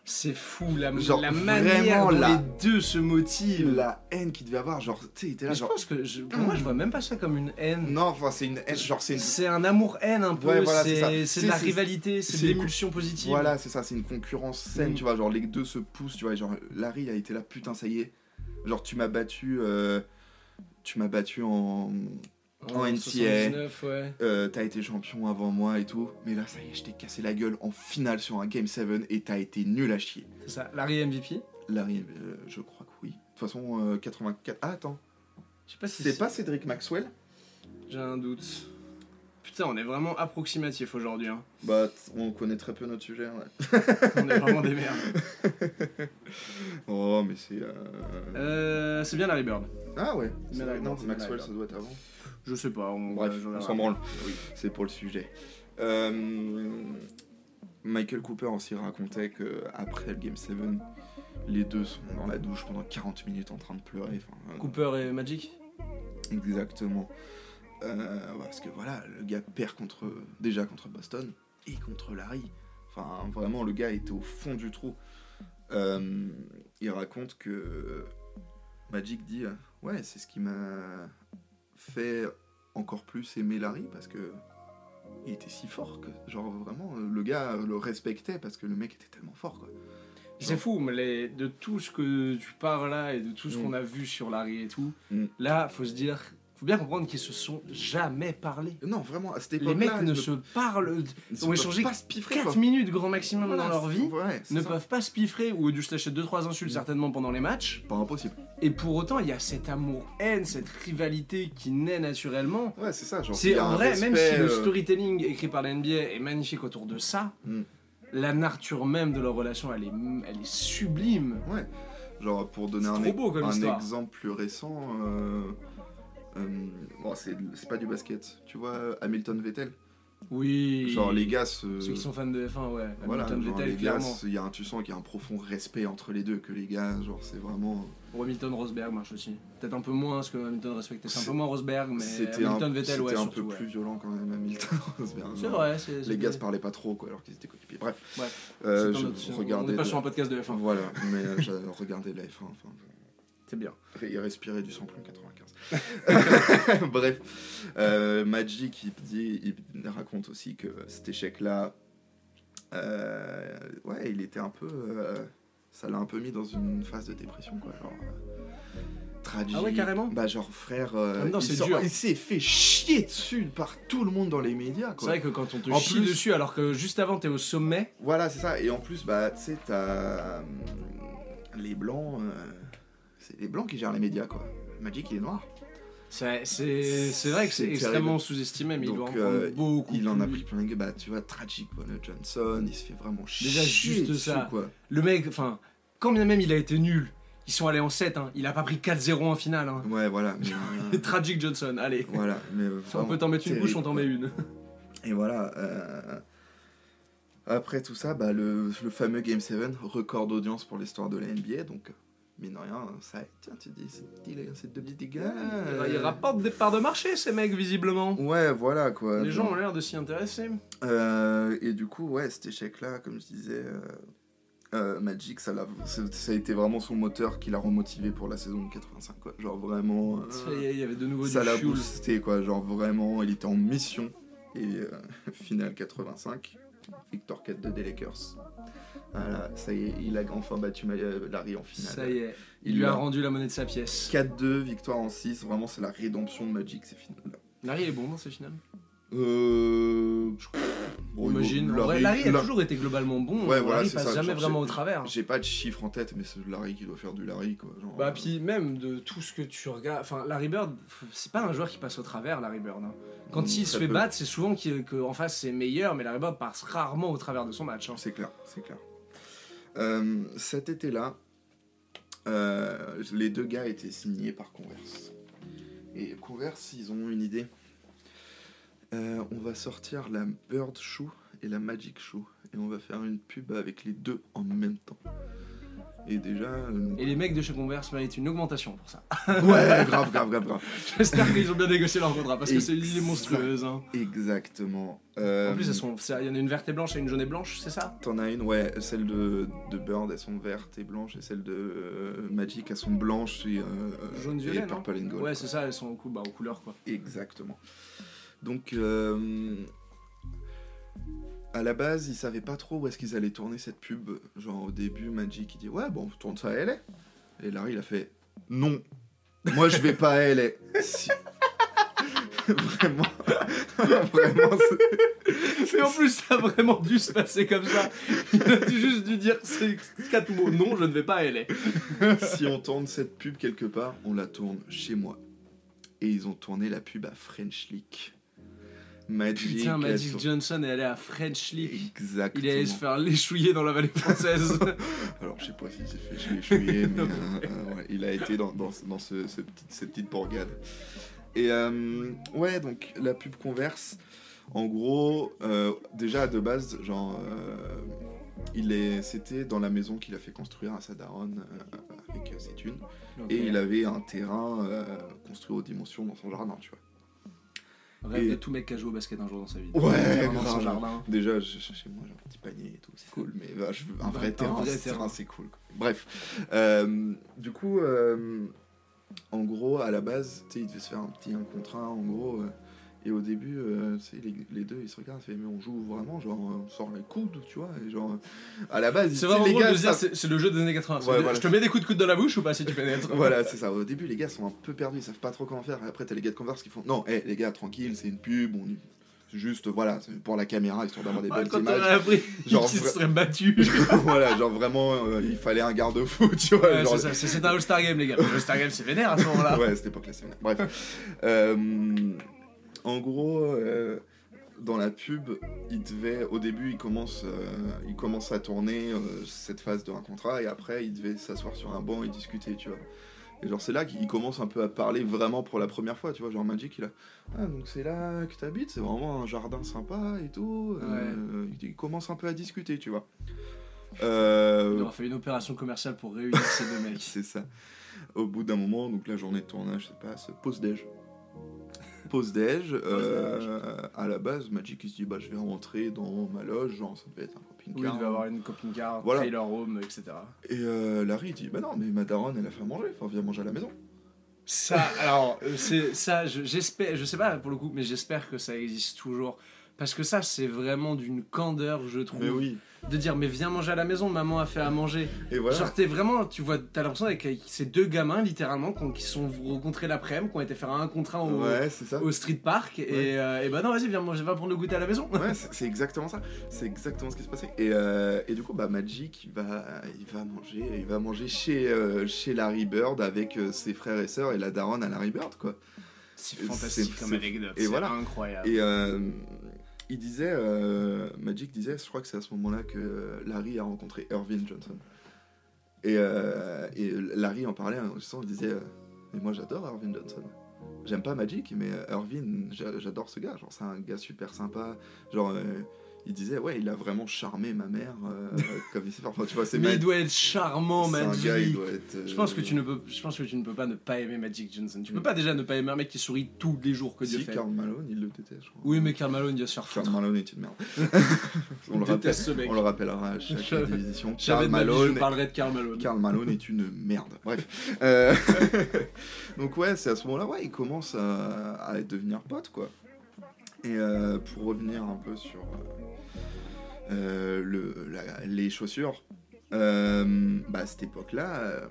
A: C'est fou la,
B: Genre,
A: la manière
B: vraiment,
A: dont
B: là.
A: les deux se motivent.
B: La haine qu'il devait avoir, genre, tu sais, il était là,
A: Mais je
B: genre.
A: pense que je- pour moi je vois même pas ça comme une haine.
B: Non, enfin, c'est une haine, genre, c'est une-
A: C'est un amour-haine un peu,
B: Ouais, voilà, c'est ça.
A: c'est c'est
B: C'est-
A: de la
B: c'est-
A: rivalité, c'est
B: c'est-
A: de l'émulsion positive.
B: Voilà, c'est ça, c'est une concurrence saine,
A: Mm.
B: tu vois. Genre, les deux se poussent, tu vois. Genre, Larry a été là, putain, ça y est. Genre, tu m'as battu. euh, tu m'as battu en. En NCAA.
A: 79, ouais.
B: euh, t'as été champion avant moi et tout. Mais là, ça y est, je t'ai cassé la gueule en finale sur un Game 7 et t'as été nul à chier.
A: C'est ça, Larry MVP.
B: Larry, euh, je crois que oui. De toute façon, euh, 84. Ah, attends.
A: Je sais pas si
B: C'est pas Cédric Maxwell
A: J'ai un doute. Putain, on est vraiment approximatif aujourd'hui. hein.
B: Bah, t- on connaît très peu notre sujet, hein. ouais.
A: On est vraiment des merdes.
B: Oh, mais c'est. euh,
A: Euh, c'est bien Larry Bird.
B: Ah, ouais.
A: Mais
B: C'est-
A: là,
B: Non,
A: non,
B: c'est
A: mais
B: Maxwell,
A: là,
B: ça doit être avant.
A: Je sais pas. On,
B: Bref,
A: euh, j'en ai
B: on
A: rien.
B: s'en branle.
A: Oui.
B: C'est pour le sujet. Euh, Michael Cooper aussi racontait que après le Game 7, les deux sont dans la douche pendant 40 minutes en train de pleurer. Enfin, euh,
A: Cooper et Magic.
B: Exactement. Euh, parce que voilà, le gars perd contre, déjà contre Boston et contre Larry. Enfin, vraiment, le gars était au fond du trou. Euh, il raconte que Magic dit euh, Ouais, c'est ce qui m'a fait encore plus aimer Larry parce que il était si fort que, genre, vraiment, euh, le gars le respectait parce que le mec était tellement fort, quoi.
A: C'est fou, mais les- de tout ce que tu parles là et de tout ce
B: Mm.
A: qu'on a vu sur Larry et tout,
B: Mm.
A: là, faut se dire, faut bien comprendre qu'ils se sont jamais parlé.
B: Non, vraiment, à cette
A: Les
B: époque-là,
A: mecs ne
B: ils
A: se parlent
B: ils
A: ont
B: peuvent
A: échangé
B: pas se piffrer,
A: 4
B: quoi.
A: minutes grand maximum
B: Voilà,
A: dans leur
B: c'est-
A: vie,
B: ouais, c'est
A: ne
B: ça.
A: peuvent pas se piffrer ou du slash 2-3 insultes
B: Mm.
A: certainement pendant les matchs.
B: Pas impossible.
A: Et pour autant, il y a cet amour-haine, cette rivalité qui naît naturellement.
B: Ouais, c'est ça. Genre, il
A: C'est
B: y a
A: en
B: un
A: vrai, même si
B: respect,
A: le
B: euh,
A: storytelling écrit par la NBA est magnifique autour de ça,
B: Mm.
A: la nature même de leur relation, elle est, elle est sublime.
B: Ouais. Genre, pour donner
A: C'est
B: un,
A: trop
B: e-
A: beau comme
B: un
A: histoire.
B: exemple plus récent, euh, euh, bon, c'est c'est pas du basket. Tu vois, Hamilton Vettel.
A: Oui.
B: Genre, les gars se.
A: Ceux qui sont fans de F1, ouais.
B: Voilà,
A: Hamilton
B: genre,
A: Vettel,
B: les gars,
A: clairement.
B: se- il y a un, tu sens qu'il y a un profond respect entre les deux, que les gars, genre, c'est vraiment.
A: Ou Hamilton Rosberg marche aussi. Peut-être un peu moins, parce que Hamilton respectait. C'est un peu moins Rosberg, mais
B: C'était un,
A: Hamilton Vettel,
B: c'était
A: ouais,
B: un
A: surtout.
B: peu
A: ouais.
B: plus violent quand même, Hamilton. <laughs> Rosberg.
A: C'est vrai, c'est.
B: Les
A: c'était-
B: gars se parlaient pas trop, quoi, alors qu'ils étaient coéquipiers. Bref.
A: Ouais.
B: Euh,
A: c'est un
B: je
A: autre- c'est- On
B: regardais
A: n'est pas
B: de-
A: sur un podcast de F1.
B: Voilà, mais euh, j'ai regardé la F1. Enfin,
A: C'est bien.
B: Il respirait du samplon 95. <laughs> Bref, euh, Magic, il, dit, il raconte aussi que cet échec-là, euh, ouais, il était un peu. euh, ça l'a un peu mis dans une phase de dépression, quoi. Genre. euh, tragique.
A: Ah ouais, carrément
B: Bah, genre, frère. euh,
A: En même temps,
B: il
A: c'est
B: s'en-
A: dur.
B: il s'est fait chier dessus par tout le monde dans les médias,
A: C'est
B: quoi.
A: vrai que quand on te
B: En
A: chie
B: plus-
A: dessus, alors que juste avant, t'es au sommet.
B: Voilà, c'est ça. Et en plus, bah, tu sais, t'as. hum, Les blancs. euh, c'est les blancs qui gèrent les médias, quoi. Magic, il est noir.
A: C'est- C'est c'est vrai que c'est
B: C'est terrible.
A: extrêmement sous-estimé, mais il doit en
B: Donc,
A: prendre
B: euh,
A: beaucoup.
B: il en a
A: plus.
B: pris plein gueule. Bah, tu vois, tragique, Bonnet Johnson, il se fait vraiment chier.
A: Déjà, juste
B: dessus,
A: ça.
B: Quoi.
A: Le mec, enfin, quand bien même il a été nul, ils sont allés en 7, hein. il a pas pris 4-0 en finale. Hein. <laughs>
B: Ouais, voilà. mais, euh,
A: Tragic Johnson, allez.
B: voilà, mais euh,
A: Si on
B: vraiment
A: peut t'en mettre une
B: terrible,
A: bouche, on t'en met une.
B: quoi. Et voilà. euh, Après tout ça, bah, le, le fameux Game 7, record d'audience pour l'histoire de la NBA. Donc, mine de rien, ça aide. Tiens, tu te dis, c'est petit, là, c'est deux petits gars.
A: Euh,
B: là.
A: Ils rapportent des parts de marché, ces mecs, visiblement.
B: Ouais, voilà quoi.
A: Les gens
B: Bon.
A: ont l'air de s'y intéresser.
B: Euh, et du coup, ouais, cet échec-là, comme je disais, euh, euh, Magic, ça, l'a- ça ça a été vraiment son moteur qui l'a remotivé pour la saison de 85. Quoi. Genre vraiment, euh,
A: Ça y est, il y avait de nouveau
B: ça
A: du
B: l'a
A: fuel.
B: boosté. Quoi. Genre vraiment, il était en mission. Et euh, <laughs> finale 85, victoire 4-2 des Lakers. Voilà, ça y est, il a enfin battu Ma- euh, Larry en finale.
A: Ça y est, il
B: Il
A: lui a
B: l'a-
A: rendu la monnaie de sa pièce.
B: 4-2, victoire en 6. Vraiment, c'est la rédemption de Magic, ces finales-là.
A: Larry est bon dans ces finales.
B: Euh. je- Bon,
A: Imagine. En
B: Larry-
A: vrai, Larry a
B: Larry-
A: toujours été globalement bon.
B: Ouais, voilà,
A: Larry
B: c'est
A: passe
B: ça,
A: jamais
B: genre,
A: vraiment
B: c'est-
A: au travers.
B: J'ai pas de chiffre en tête, mais c'est Larry qui doit faire du Larry, quoi. genre,
A: Bah
B: euh,
A: puis même de tout ce que tu regardes, enfin Larry Bird, pff, c'est pas un joueur qui passe au travers Larry Bird. hein. Quand
B: Mm,
A: il se
B: très
A: fait
B: peu.
A: battre, c'est souvent qu'il- qu'en face c'est meilleur, mais Larry Bird passe rarement au travers de son match. hein.
B: C'est clair, c'est clair. Euh, cet été-là, euh, les deux gars étaient signés par Converse. Et Converse, ils ont une idée. Euh, on va sortir la Bird Shoe et la Magic Shoe. Et on va faire une pub avec les deux en même temps. Et
A: <laughs>
B: déjà. euh,
A: Et les mecs de chez Converse méritent une augmentation pour ça. <laughs>
B: Ouais, grave, grave, grave, grave.
A: J'espère qu'ils ont bien négocié leur contrat parce que c'est une idée
B: Exact.
A: monstrueuse. hein.
B: Exactement.
A: En
B: Euh,
A: plus, elles sont- c'est- il y en a une verte et blanche et une jaune et blanche, c'est ça
B: T'en as une, ouais, celle de, de Bird, elles sont vertes et blanches, et celle de euh, Magic, elles sont blanches et, euh,
A: Jaune,
B: et
A: violet, non
B: purple and gold.
A: Ouais, c'est ça, elles sont en, cou- bah, en couleur
B: <laughs>
A: quoi.
B: Exactement. Donc, euh, à la base, ils savaient pas trop où est-ce qu'ils allaient tourner cette pub. Genre, au début, Magic, il dit Ouais, bon, on tourne ça à LA. Et Larry, il a fait Non, moi, je vais pas à LA. <laughs> Si- Vraiment. <laughs> Vraiment, c'est-
A: Et en plus, ça a vraiment dû se passer comme ça. Il a dû juste dû dire ces quatre mots non, je ne vais pas à LA.
B: si on tourne cette pub quelque part, on la tourne chez moi. Et ils ont tourné la pub à French Leak. Magic.
A: Putain,
B: a
A: Magic
B: tourné-
A: Johnson est allé à French League.
B: Exactement.
A: Il allait se faire <laughs> léchouiller dans la vallée <laughs> française.
B: Alors, je sais pas s'il s'est fait
A: <laughs>
B: jouer, jouer, mais euh, euh, ouais, il a été dans, dans, dans ce, ce petit, cette petite bourgade. Et euh, ouais, donc la pub Converse, en gros, euh, déjà de base, genre, euh, il est, c'était dans la maison qu'il a fait construire à sa daronne euh, avec euh, ses thunes. Et il avait un terrain euh, construit aux dimensions dans son jardin, tu vois.
A: Rêve
B: et-
A: de tout mec qui a joué au basket un jour dans sa vie.
B: Ouais,
A: Un terrain dans
B: grave.
A: son jardin.
B: Déjà, je- je- chez moi, j'ai un petit panier et tout, c'est cool, mais bah, je veux un
A: Bah,
B: vrai
A: un
B: terrain,
A: vrai
B: ce
A: terrain.
B: terrain, c'est cool. quoi. Bref, Euh, du coup, euh, en gros, à la base, tu sais, ils devaient se faire un petit un contre un, en gros, euh, et au début, euh, tu sais, les, les deux, ils se regardent, ils font, mais on joue vraiment, genre, on sort les coudes, tu vois, et genre, à la base, tu
A: C'est
B: sais,
A: vraiment
B: les
A: drôle
B: gars,
A: de se dire,
B: savent-
A: c'est c'est le jeu des années 80. C'est
B: Ouais,
A: de-
B: voilà.
A: Je te mets des coups de coude dans la bouche ou pas si tu pénètres
B: Voilà, c'est ça. Au début, les gars sont un peu perdus, ils savent pas trop comment faire. Et après, t'as les gars de Converse qui font Non, hé, les gars, tranquille, c'est une pub, on c'est juste, voilà, c'est pour la caméra, histoire d'avoir des
A: Ah,
B: bonnes
A: Quand on
B: <laughs> images.
A: aurait <laughs> appris
B: Genre,
A: qu'il se
B: vra-
A: serait battu.
B: voilà, genre vraiment, euh, il fallait un garde-fou, tu vois.
A: Ouais,
B: genre-
A: c'est ça, c'est- c'est un All-Star Game, les gars. All-Star Game, c'est vénère à ce moment-là.
B: Ouais, à cette époque-là, c'est bien. Bref. Euh, en gros, euh, dans la pub, il devait, au début, il commence, euh, il commence à tourner euh, cette phase de un contrat, et après, il devait s'asseoir sur un banc et discuter, tu vois. Et genre, c'est là qu'il commence un peu à parler vraiment pour la première fois, tu vois. Genre, Magic, il a Ah, donc c'est là que t'habites, c'est vraiment un jardin sympa et tout. Euh, il- il commence un peu à discuter, tu vois. Euh,
A: Il aurait fait une opération commerciale pour réunir ces deux <laughs> mecs.
B: c'est ça. Au bout d'un moment, donc la journée de tournage se passe, pause déj. Pause déj, euh, à la base, Magic il se dit bah je vais rentrer dans ma loge, genre ça devait être un
A: Oui, il
B: camping-car.
A: devait avoir une copine car,
B: Voilà.
A: Taylor Home, etc.
B: Et euh, Larry il dit bah non mais ma daronne elle a fait à manger, enfin viens manger à la maison.
A: Ça, alors, euh, c'est ça, je- j'espère, je sais pas pour le coup, mais j'espère que ça existe toujours. Parce que ça, c'est vraiment d'une candeur, je trouve.
B: oui.
A: De dire, mais viens manger à la maison, maman a fait à manger.
B: Et voilà.
A: Genre, t'es vraiment, tu vois, t'as l'impression avec avec ces deux gamins, littéralement, qu'on- qui se sont rencontrés l'après-midi, qui ont été faire un contre un au,
B: ouais c'est ça.
A: au street park, et, euh, et bah non, vas-y, viens manger, va prendre le goûter à la maison.
B: Ouais, c'est c'est exactement ça. C'est exactement ce qui se passait. Et, euh, et du coup, bah, Magic, il va, il va manger, il va manger chez, euh, chez Larry Bird avec euh, ses frères et sœurs et la daronne à Larry Bird, quoi.
A: C'est
B: C'est-
A: fantastique
B: c'est-
A: comme anecdote,
B: et
A: c'est
B: voilà.
A: incroyable.
B: Et euh, il disait, euh, Magic disait, je crois que c'est à ce moment-là que Larry a rencontré Irving Johnson. Et, euh, et Larry en parlait, en disant, il disait, euh, mais moi j'adore Irving Johnson. J'aime pas Magic, mais euh, Irving, j'a- j'adore ce gars. Genre, c'est un gars super sympa. Genre, euh, il disait ouais il a vraiment charmé ma mère
A: <laughs>
B: euh, comme il sait faire. Enfin, tu vois c'est
A: Mais
B: ma-
A: il doit être charmant,
B: c'est un
A: Magic.
B: gars, il doit être, euh,
A: Je pense que tu ne peux, je pense que tu ne peux pas ne pas aimer Magic Johnson. Tu peux pas déjà ne pas aimer un mec qui sourit tous les jours que Dieu
B: Hmm. si
A: fait.
B: Karl Malone il le déteste je crois.
A: Oui, mais Karl Malone, il va se faire
B: Karl
A: foutre.
B: Malone est
A: <laughs>
B: une merde on, le
A: Je
B: rappelle-
A: déteste ce mec.
B: on le rappellera à
A: <laughs>
B: chaque
A: Jamais-
B: division
A: Jamais
B: Karl
A: de ma vie, je
B: Malone
A: parlerai de Karl Malone.
B: Karl Malone est une merde. Bref. Euh, <laughs> Donc ouais, c'est à ce moment-là, ouais, il commence à, à devenir pote, quoi. Et euh, pour revenir un peu sur euh, euh, le, la- les chaussures, euh, bah, à cette époque-là, euh,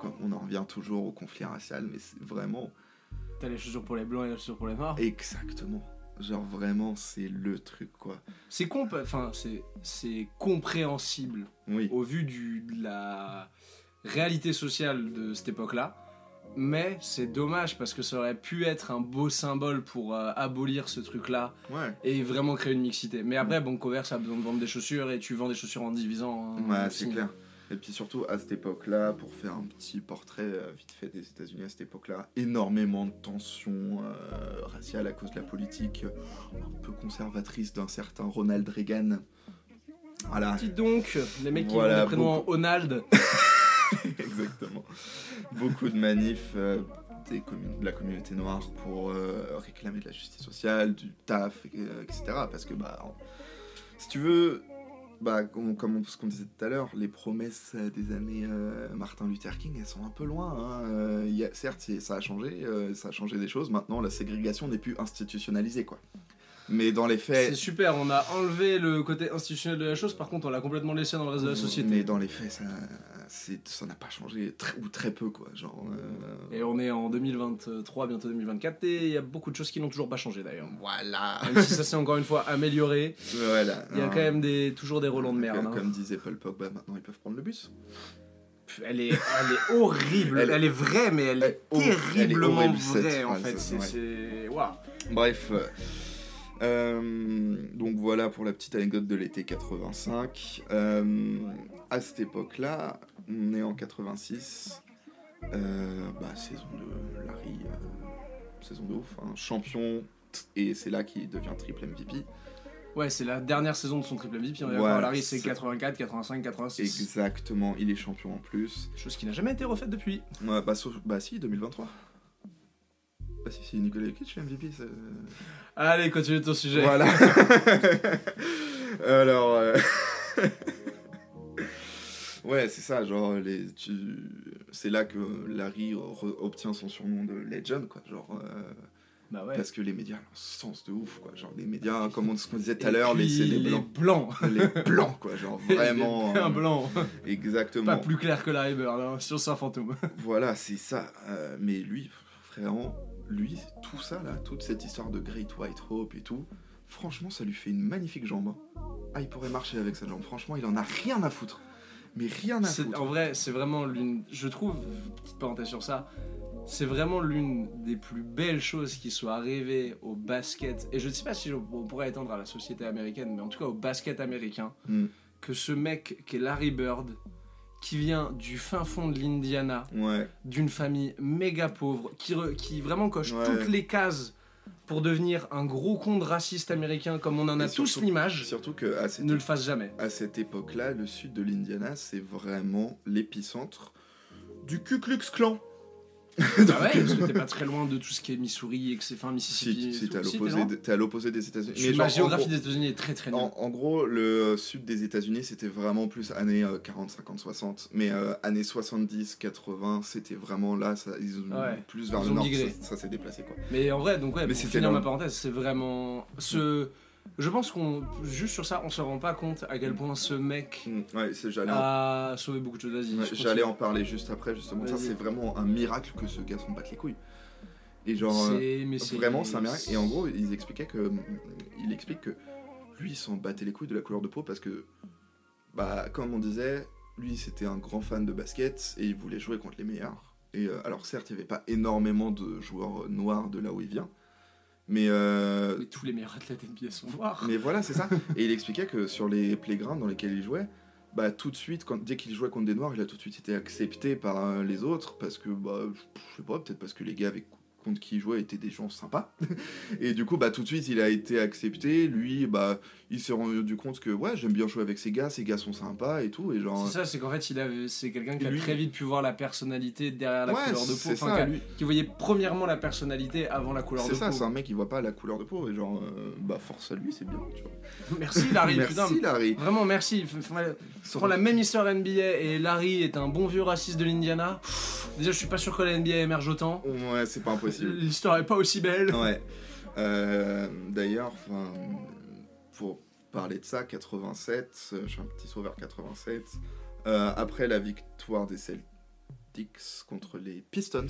B: quand- on en revient toujours au conflit racial, mais c'est vraiment
A: T'as les chaussures pour les blancs et les chaussures pour les noirs.
B: exactement. Genre vraiment, c'est le truc, quoi.
A: C'est comp- enfin, c'est- c'est compréhensible
B: Oui.
A: au vu du, de la réalité sociale de cette époque-là. Mais c'est dommage parce que ça aurait pu être un beau symbole pour euh, abolir ce truc-là
B: Ouais.
A: et vraiment créer une mixité. Mais
B: Hmm.
A: après, Bancover, ça a besoin de vendre des chaussures et tu vends des chaussures en divisant. hein,
B: Ouais,
A: aussi.
B: c'est clair. Et puis surtout, à cette époque-là, pour faire un petit portrait euh, vite fait des États-Unis à cette époque-là, énormément de tensions euh, raciales à cause de la politique euh, un peu conservatrice d'un certain Ronald Reagan. Voilà,
A: Dis donc, les mecs qui ont
B: Voilà,
A: des prénoms en
B: beaucoup.
A: Ronald,
B: <laughs> exactement. Beaucoup de manifs euh, des commun- de la communauté noire pour euh, réclamer de la justice sociale, du taf, euh, etc. Parce que, bah, en- si tu veux, bah, com- comme on- ce qu'on disait tout à l'heure, les promesses euh, des années euh, Martin Luther King, elles sont un peu loin. hein. Euh, il y a- certes, c'est- ça a changé, euh, ça a changé des choses. Maintenant, la ségrégation n'est plus institutionnalisée, quoi. Mais dans les
A: c'est
B: faits,
A: super, on a enlevé le côté institutionnel de la chose, par contre on l'a complètement laissé dans le reste de la
B: mais
A: société.
B: dans les faits, ça, c'est- ça n'a pas changé très- ou très peu, quoi. Genre. euh,
A: Et on est en 2023, bientôt 2024, et il y a beaucoup de choses qui n'ont toujours pas changé d'ailleurs.
B: Voilà.
A: Même si ça s'est encore une fois amélioré,
B: voilà.
A: il y a
B: Non.
A: quand même des, toujours des relents de
B: Ah. Comme-
A: merde. hein.
B: Comme disait Paul Pogba, maintenant ils peuvent prendre le bus.
A: Pff, Elle, est, elle est horrible,
B: Elle-
A: elle, est vraie, mais elle est
B: elle est
A: terriblement
B: horrible, cette
A: vraie en
B: phrase,
A: fait. C'est.
B: ouais.
A: c'est- waouh.
B: Bref. euh, euh, donc voilà pour la petite anecdote de l'été 85. Euh, à cette époque-là, on est en 86. Euh, bah, saison de Larry, euh, saison de ouf, hein, champion, et c'est là qu'il devient triple MVP.
A: Ouais, c'est la dernière saison de son triple MVP. Puis on est
B: Voilà,
A: d'accord, Larry, c'est
B: c'est-
A: 84, 85, 86.
B: Exactement, il est champion en plus.
A: Chose qui n'a jamais été refaite depuis.
B: Ouais, bah, sauf- bah si, 2023. Bah si, c'est euh, Nikola Jokic MVP. ça-
A: Allez, continue ton sujet. <laughs>
B: Voilà. Alors. euh, <laughs> ouais, c'est ça, genre, les, tu... c'est là que Larry re- obtient son surnom de Legend, quoi. Genre, euh,
A: Bah ouais. Ah,
B: parce que les médias ont un sens de ouf, quoi. Genre, les médias, comme on, ce qu'on disait tout
A: Et
B: à l'heure, les,
A: puis,
B: c'est les
A: <laughs>
B: blancs.
A: blancs.
B: Les blancs, quoi.
A: <laughs>
B: Genre, <laughs> vraiment.
A: Un
B: euh,
A: blanc. Pas
B: Exactement.
A: plus clair que Larry Bird, hein, sur un fantôme.
B: Voilà, c'est ça. Euh, mais lui, vraiment, lui, tout ça, là, toute cette histoire de Great White Hope et tout, franchement, ça lui fait une magnifique jambe. hein. Ah, il pourrait marcher avec sa jambe. Franchement, il en a rien à foutre. Mais rien à
A: C'est-
B: foutre.
A: En vrai, c'est vraiment l'une. Je trouve, petite parenthèse sur ça, c'est vraiment l'une des plus belles choses qui soit arrivée au basket. Et je ne sais pas si on on pourrait étendre à la société américaine, mais en tout cas au basket américain,
B: Mm.
A: que ce mec qui est Larry Bird, qui vient du fin fond de l'Indiana,
B: Ouais,
A: d'une famille méga pauvre, qui, re- qui vraiment coche
B: Ouais.
A: toutes les cases pour devenir un gros con de raciste américain comme on en a
B: Et
A: tous
B: surtout-
A: l'image,
B: surtout que à cette,
A: ne le fasse
B: <laughs>
A: jamais.
B: à cette époque-là, le sud de l'Indiana, c'est vraiment l'épicentre du Ku Klux Klan. <laughs> euh,
A: Ah ouais, parce que t'es pas très loin de tout ce qui est Missouri et que c'est fin Mississippi.
B: Si, si,
A: et
B: t'es à
A: tout. Si,
B: l'opposé
A: loin.
B: de- t'es à l'opposé des États-Unis.
A: Je-
B: Mais genre,
A: Ma
B: en
A: géographie
B: gros-
A: des États-Unis est très très nulle.
B: En, en gros, le euh, sud des États-Unis, c'était vraiment plus années euh, 40, 50, 60. Mais euh, années 70, 80, c'était vraiment là. ça- ils ont
A: Ouais.
B: plus vers
A: Ils
B: le
A: ont
B: nord.
A: migré.
B: Ça, ça s'est déplacé, quoi.
A: Mais en vrai, donc ouais,
B: Mais
A: pour
B: c'était
A: finir
B: long.
A: ma parenthèse, c'est vraiment ce. Je pense qu'on juste sur ça, on se rend pas compte à quel point ce mec
B: Mm, Ouais, c'est- j'allais en-
A: a sauvé beaucoup de choses. Vas-y,
B: ouais,
A: Ah, je continue.
B: j'allais en parler juste après, justement. Ça,
A: Vas-y.
B: c'est vraiment un miracle que ce gars s'en batte les couilles. Et genre, euh,
A: C'est- mais c'est-
B: vraiment, c'est un miracle. Et en gros, ils expliquaient que. Il explique que lui, il s'en battait les couilles de la couleur de peau parce que, bah, comme on disait, lui, c'était un grand fan de basket et il voulait jouer contre les meilleurs. Et euh, alors, certes, il n'y avait pas énormément de joueurs euh, noirs de là où il vient, mais. euh,
A: Mais tous les meilleurs athlètes NBA sont noirs.
B: mais voilà, c'est ça. Et il expliquait que sur les playgrounds dans lesquels il jouait, bah tout de suite, quand, dès qu'il jouait contre des noirs, il a tout de suite été accepté par euh, les autres parce que, bah, je sais pas, peut-être parce que les gars avaient cou- contre qui il jouait étaient des gens sympas. <laughs> et du coup, bah, tout de suite, il a été accepté. Lui, bah, il s'est rendu compte que ouais, j'aime bien jouer avec ces gars, ces gars sont sympas et tout. Et genre,
A: C'est ça, c'est qu'en fait, il avait- c'est quelqu'un qui a
B: Lui-
A: très vite pu voir la personnalité derrière la
B: Ouais,
A: couleur de peau,
B: c'est
A: enfin,
B: ça.
A: qui, a- qui voyait premièrement la personnalité avant la couleur de
B: c'est ça, c'est
A: peau.
B: un mec qui voit pas la couleur de peau. Et genre, euh, bah, force à lui, c'est bien. Tu vois.
A: <laughs> Merci Larry,
B: Merci
A: putain.
B: Larry.
A: Vraiment merci. F- f- Prends la même histoire NBA et Larry est un bon vieux raciste de l'Indiana. Pff, Déjà, je suis pas sûr que la NBA émerge autant.
B: Ouais, c'est pas impossible.
A: L'histoire est pas aussi belle.
B: <laughs> Ouais. Euh, D'ailleurs, enfin, pour parler de ça, 87, euh, je suis un petit saut vers 87. euh, après la victoire des Celtics contre les Pistons,